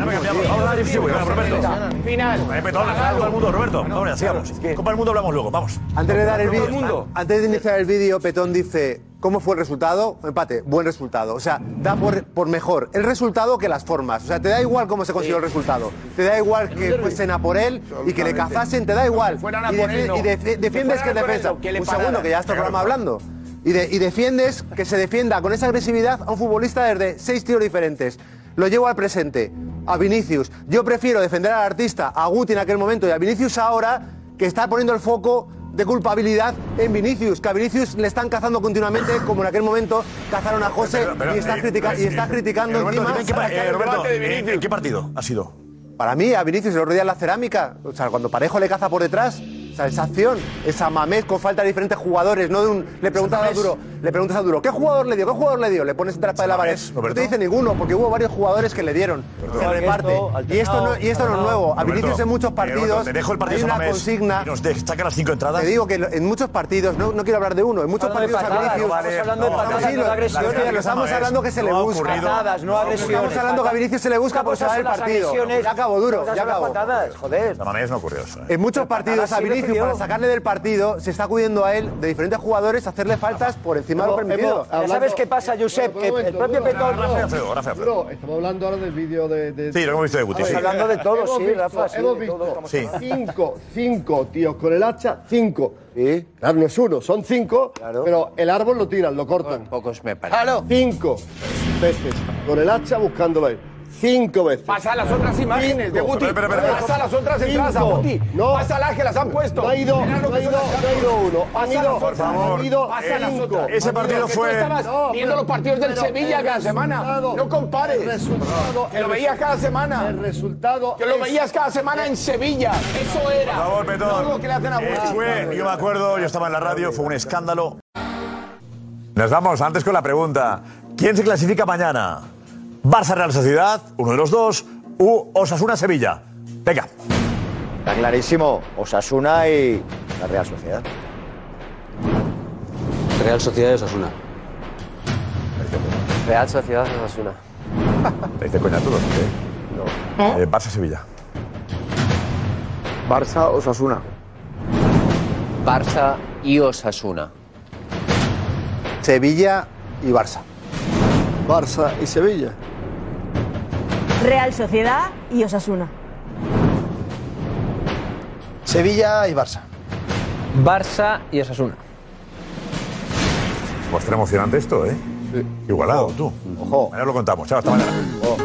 [SPEAKER 6] a dar el Roberto.
[SPEAKER 22] Final.
[SPEAKER 6] Eh, Petón, la Copa del Mundo, Roberto. Vamos, ya, sigamos. Copa del Mundo hablamos luego, vamos.
[SPEAKER 17] Antes de dar el
[SPEAKER 6] Copa del
[SPEAKER 17] vídeo, antes de iniciar el vídeo, Petón dice, ¿cómo fue el resultado? Empate, buen resultado. O sea, da por, por mejor el resultado que las formas. O sea, te da igual cómo se consiguió el resultado. Te da igual que fuesen a por él y que le cazasen, te da igual.
[SPEAKER 22] fueran a
[SPEAKER 17] Y,
[SPEAKER 22] por él, no.
[SPEAKER 17] y defi-
[SPEAKER 22] Que
[SPEAKER 17] defiendes que
[SPEAKER 22] fueran a por él,
[SPEAKER 17] defensa.
[SPEAKER 22] no, que le
[SPEAKER 17] Un
[SPEAKER 22] pararan.
[SPEAKER 17] segundo, que ya está el programa hablando. Y, de- y defiendes que se defienda con esa agresividad a un futbolista desde seis tiros diferentes. Lo llevo al presente, a Vinicius. Yo prefiero defender al artista, a Guti en aquel momento y a Vinicius ahora, que está poniendo el foco de culpabilidad en Vinicius, que a Vinicius le están cazando continuamente, como en aquel momento cazaron a José y está, critica- y está criticando encima.
[SPEAKER 6] ¿en qué, pa-
[SPEAKER 17] a la
[SPEAKER 6] eh,
[SPEAKER 17] cara
[SPEAKER 6] Roberto,
[SPEAKER 17] de
[SPEAKER 6] eh,
[SPEAKER 17] Vinicius.
[SPEAKER 6] ¿en qué partido ha sido?
[SPEAKER 17] Para mí, a Vinicius el otro día en la cerámica, o sea, cuando Parejo le caza por detrás, o sea, esa acción, esa mamés con falta de diferentes jugadores, no de un. Le preguntas a Duro, le preguntas a Duro, ¿qué jugador le dio? ¿Qué jugador le dio? Le pones entre la espada y la pared.
[SPEAKER 6] Mamés,
[SPEAKER 17] No
[SPEAKER 6] Roberto.
[SPEAKER 17] te dice ninguno, porque hubo varios jugadores que le dieron. Se reparte. Y esto no, y esto no es nuevo. A
[SPEAKER 6] Roberto,
[SPEAKER 17] Vinicius en muchos
[SPEAKER 6] eh, Roberto,
[SPEAKER 17] partidos
[SPEAKER 6] te dejo el partido
[SPEAKER 17] hay una
[SPEAKER 6] Samamés
[SPEAKER 17] consigna.
[SPEAKER 6] y nos de- saca las cinco entradas.
[SPEAKER 17] Te digo que lo- en muchos partidos, no, no quiero hablar de uno, en muchos
[SPEAKER 6] Hablando de
[SPEAKER 17] partidos
[SPEAKER 6] patadas,
[SPEAKER 17] a Vinicius.
[SPEAKER 6] vale,
[SPEAKER 17] Estamos
[SPEAKER 6] no,
[SPEAKER 17] tranquilo,
[SPEAKER 6] las agresiones,
[SPEAKER 17] tranquilo,
[SPEAKER 6] las
[SPEAKER 17] Estamos
[SPEAKER 6] agresiones,
[SPEAKER 17] hablando que se le
[SPEAKER 6] no ha
[SPEAKER 17] busca.
[SPEAKER 6] ocurrido. Patadas, no agresiones.
[SPEAKER 17] Estamos hablando que a Vinicius se le busca
[SPEAKER 5] Una
[SPEAKER 17] por
[SPEAKER 5] cosa
[SPEAKER 17] sacar el
[SPEAKER 5] son las
[SPEAKER 17] partido.
[SPEAKER 5] agresiones,
[SPEAKER 17] Ya acabo duro,
[SPEAKER 5] otra
[SPEAKER 17] ya
[SPEAKER 5] son las
[SPEAKER 17] acabo.
[SPEAKER 5] patadas, joder.
[SPEAKER 6] Samamés no ocurrió eso. ¿eh?
[SPEAKER 17] En muchos
[SPEAKER 6] Pero
[SPEAKER 17] partidos
[SPEAKER 6] patadas
[SPEAKER 17] a
[SPEAKER 6] sí le
[SPEAKER 17] Vinicius,
[SPEAKER 6] pidió.
[SPEAKER 17] para sacarle del partido, se está acudiendo a él de diferentes jugadores a hacerle faltas por encima de lo
[SPEAKER 5] Evo,
[SPEAKER 17] permitido.
[SPEAKER 5] Evo, ya sabes qué pasa, Josep, que el propio Petón...
[SPEAKER 14] Bro, estamos hablando ahora del vídeo de, de-
[SPEAKER 6] Sí, lo hemos visto de Guti,
[SPEAKER 14] A ver,
[SPEAKER 6] sí.
[SPEAKER 5] hablando de todo,
[SPEAKER 14] hemos
[SPEAKER 5] sí,
[SPEAKER 14] visto-
[SPEAKER 5] Rafa, sí,
[SPEAKER 14] Hemos
[SPEAKER 5] de todo
[SPEAKER 14] visto
[SPEAKER 5] estamos Sí. hablando.
[SPEAKER 14] cinco, cinco tíos con el hacha, cinco. Claro, no es uno, son cinco, pero el árbol lo tiran, lo cortan.
[SPEAKER 46] Pocos me parecen.
[SPEAKER 14] Claro. Cinco veces con el hacha buscándolo ahí. Cinco veces.
[SPEAKER 22] Pasa las otras imágenes de Guti.
[SPEAKER 14] Pero, pero, pero, pero.
[SPEAKER 22] Pasa las otras entradas a
[SPEAKER 14] Cinco.
[SPEAKER 22] Guti.
[SPEAKER 14] No.
[SPEAKER 22] Pasa las que las han puesto.
[SPEAKER 14] No ha ido,
[SPEAKER 22] Mirá
[SPEAKER 14] no
[SPEAKER 22] lo que
[SPEAKER 14] ha
[SPEAKER 22] son
[SPEAKER 14] ido,
[SPEAKER 22] las
[SPEAKER 14] no ha ido uno. Han
[SPEAKER 22] Pasa
[SPEAKER 14] ido,
[SPEAKER 22] las otras.
[SPEAKER 14] han ido
[SPEAKER 22] Pasa las
[SPEAKER 14] cinco.
[SPEAKER 22] otras.
[SPEAKER 14] Ese partido
[SPEAKER 22] Porque tú
[SPEAKER 14] fue-
[SPEAKER 22] estabas
[SPEAKER 14] No,
[SPEAKER 22] viendo
[SPEAKER 14] pero-
[SPEAKER 22] los partidos del
[SPEAKER 14] pero
[SPEAKER 22] Sevilla
[SPEAKER 14] el
[SPEAKER 22] cada semana.
[SPEAKER 14] resultado-
[SPEAKER 22] No compares.
[SPEAKER 14] el resultado-
[SPEAKER 22] Que lo
[SPEAKER 14] el
[SPEAKER 22] veías
[SPEAKER 14] resu-
[SPEAKER 22] cada semana.
[SPEAKER 14] el resultado
[SPEAKER 22] Que lo
[SPEAKER 14] es-
[SPEAKER 22] veías cada semana en Sevilla. Eso era.
[SPEAKER 6] Por favor, Petón.
[SPEAKER 22] No lo que le hacen a
[SPEAKER 6] Eh,
[SPEAKER 22] Guti.
[SPEAKER 6] fue, yo me acuerdo, yo estaba en la radio, fue un escándalo. Nos vamos antes con la pregunta. ¿Quién se clasifica mañana? ¿Barça Real Sociedad, uno de los dos, u Osasuna Sevilla? Venga.
[SPEAKER 5] Está clarísimo, Osasuna y la Real Sociedad.
[SPEAKER 8] Real Sociedad de Osasuna.
[SPEAKER 21] Real Sociedad Osasuna.
[SPEAKER 6] ¿Estáis de coña todos? No. ¿Eh? Barça Sevilla.
[SPEAKER 22] Barça Osasuna.
[SPEAKER 46] Barça y Osasuna.
[SPEAKER 17] Sevilla y Barça.
[SPEAKER 14] Barça y Sevilla.
[SPEAKER 2] Real Sociedad y Osasuna.
[SPEAKER 47] Sevilla y Barça.
[SPEAKER 46] Barça y Osasuna.
[SPEAKER 6] Pues será emocionante esto, ¿eh? Igualado, tú. Ojo. Mañana lo contamos. Chao, hasta mañana.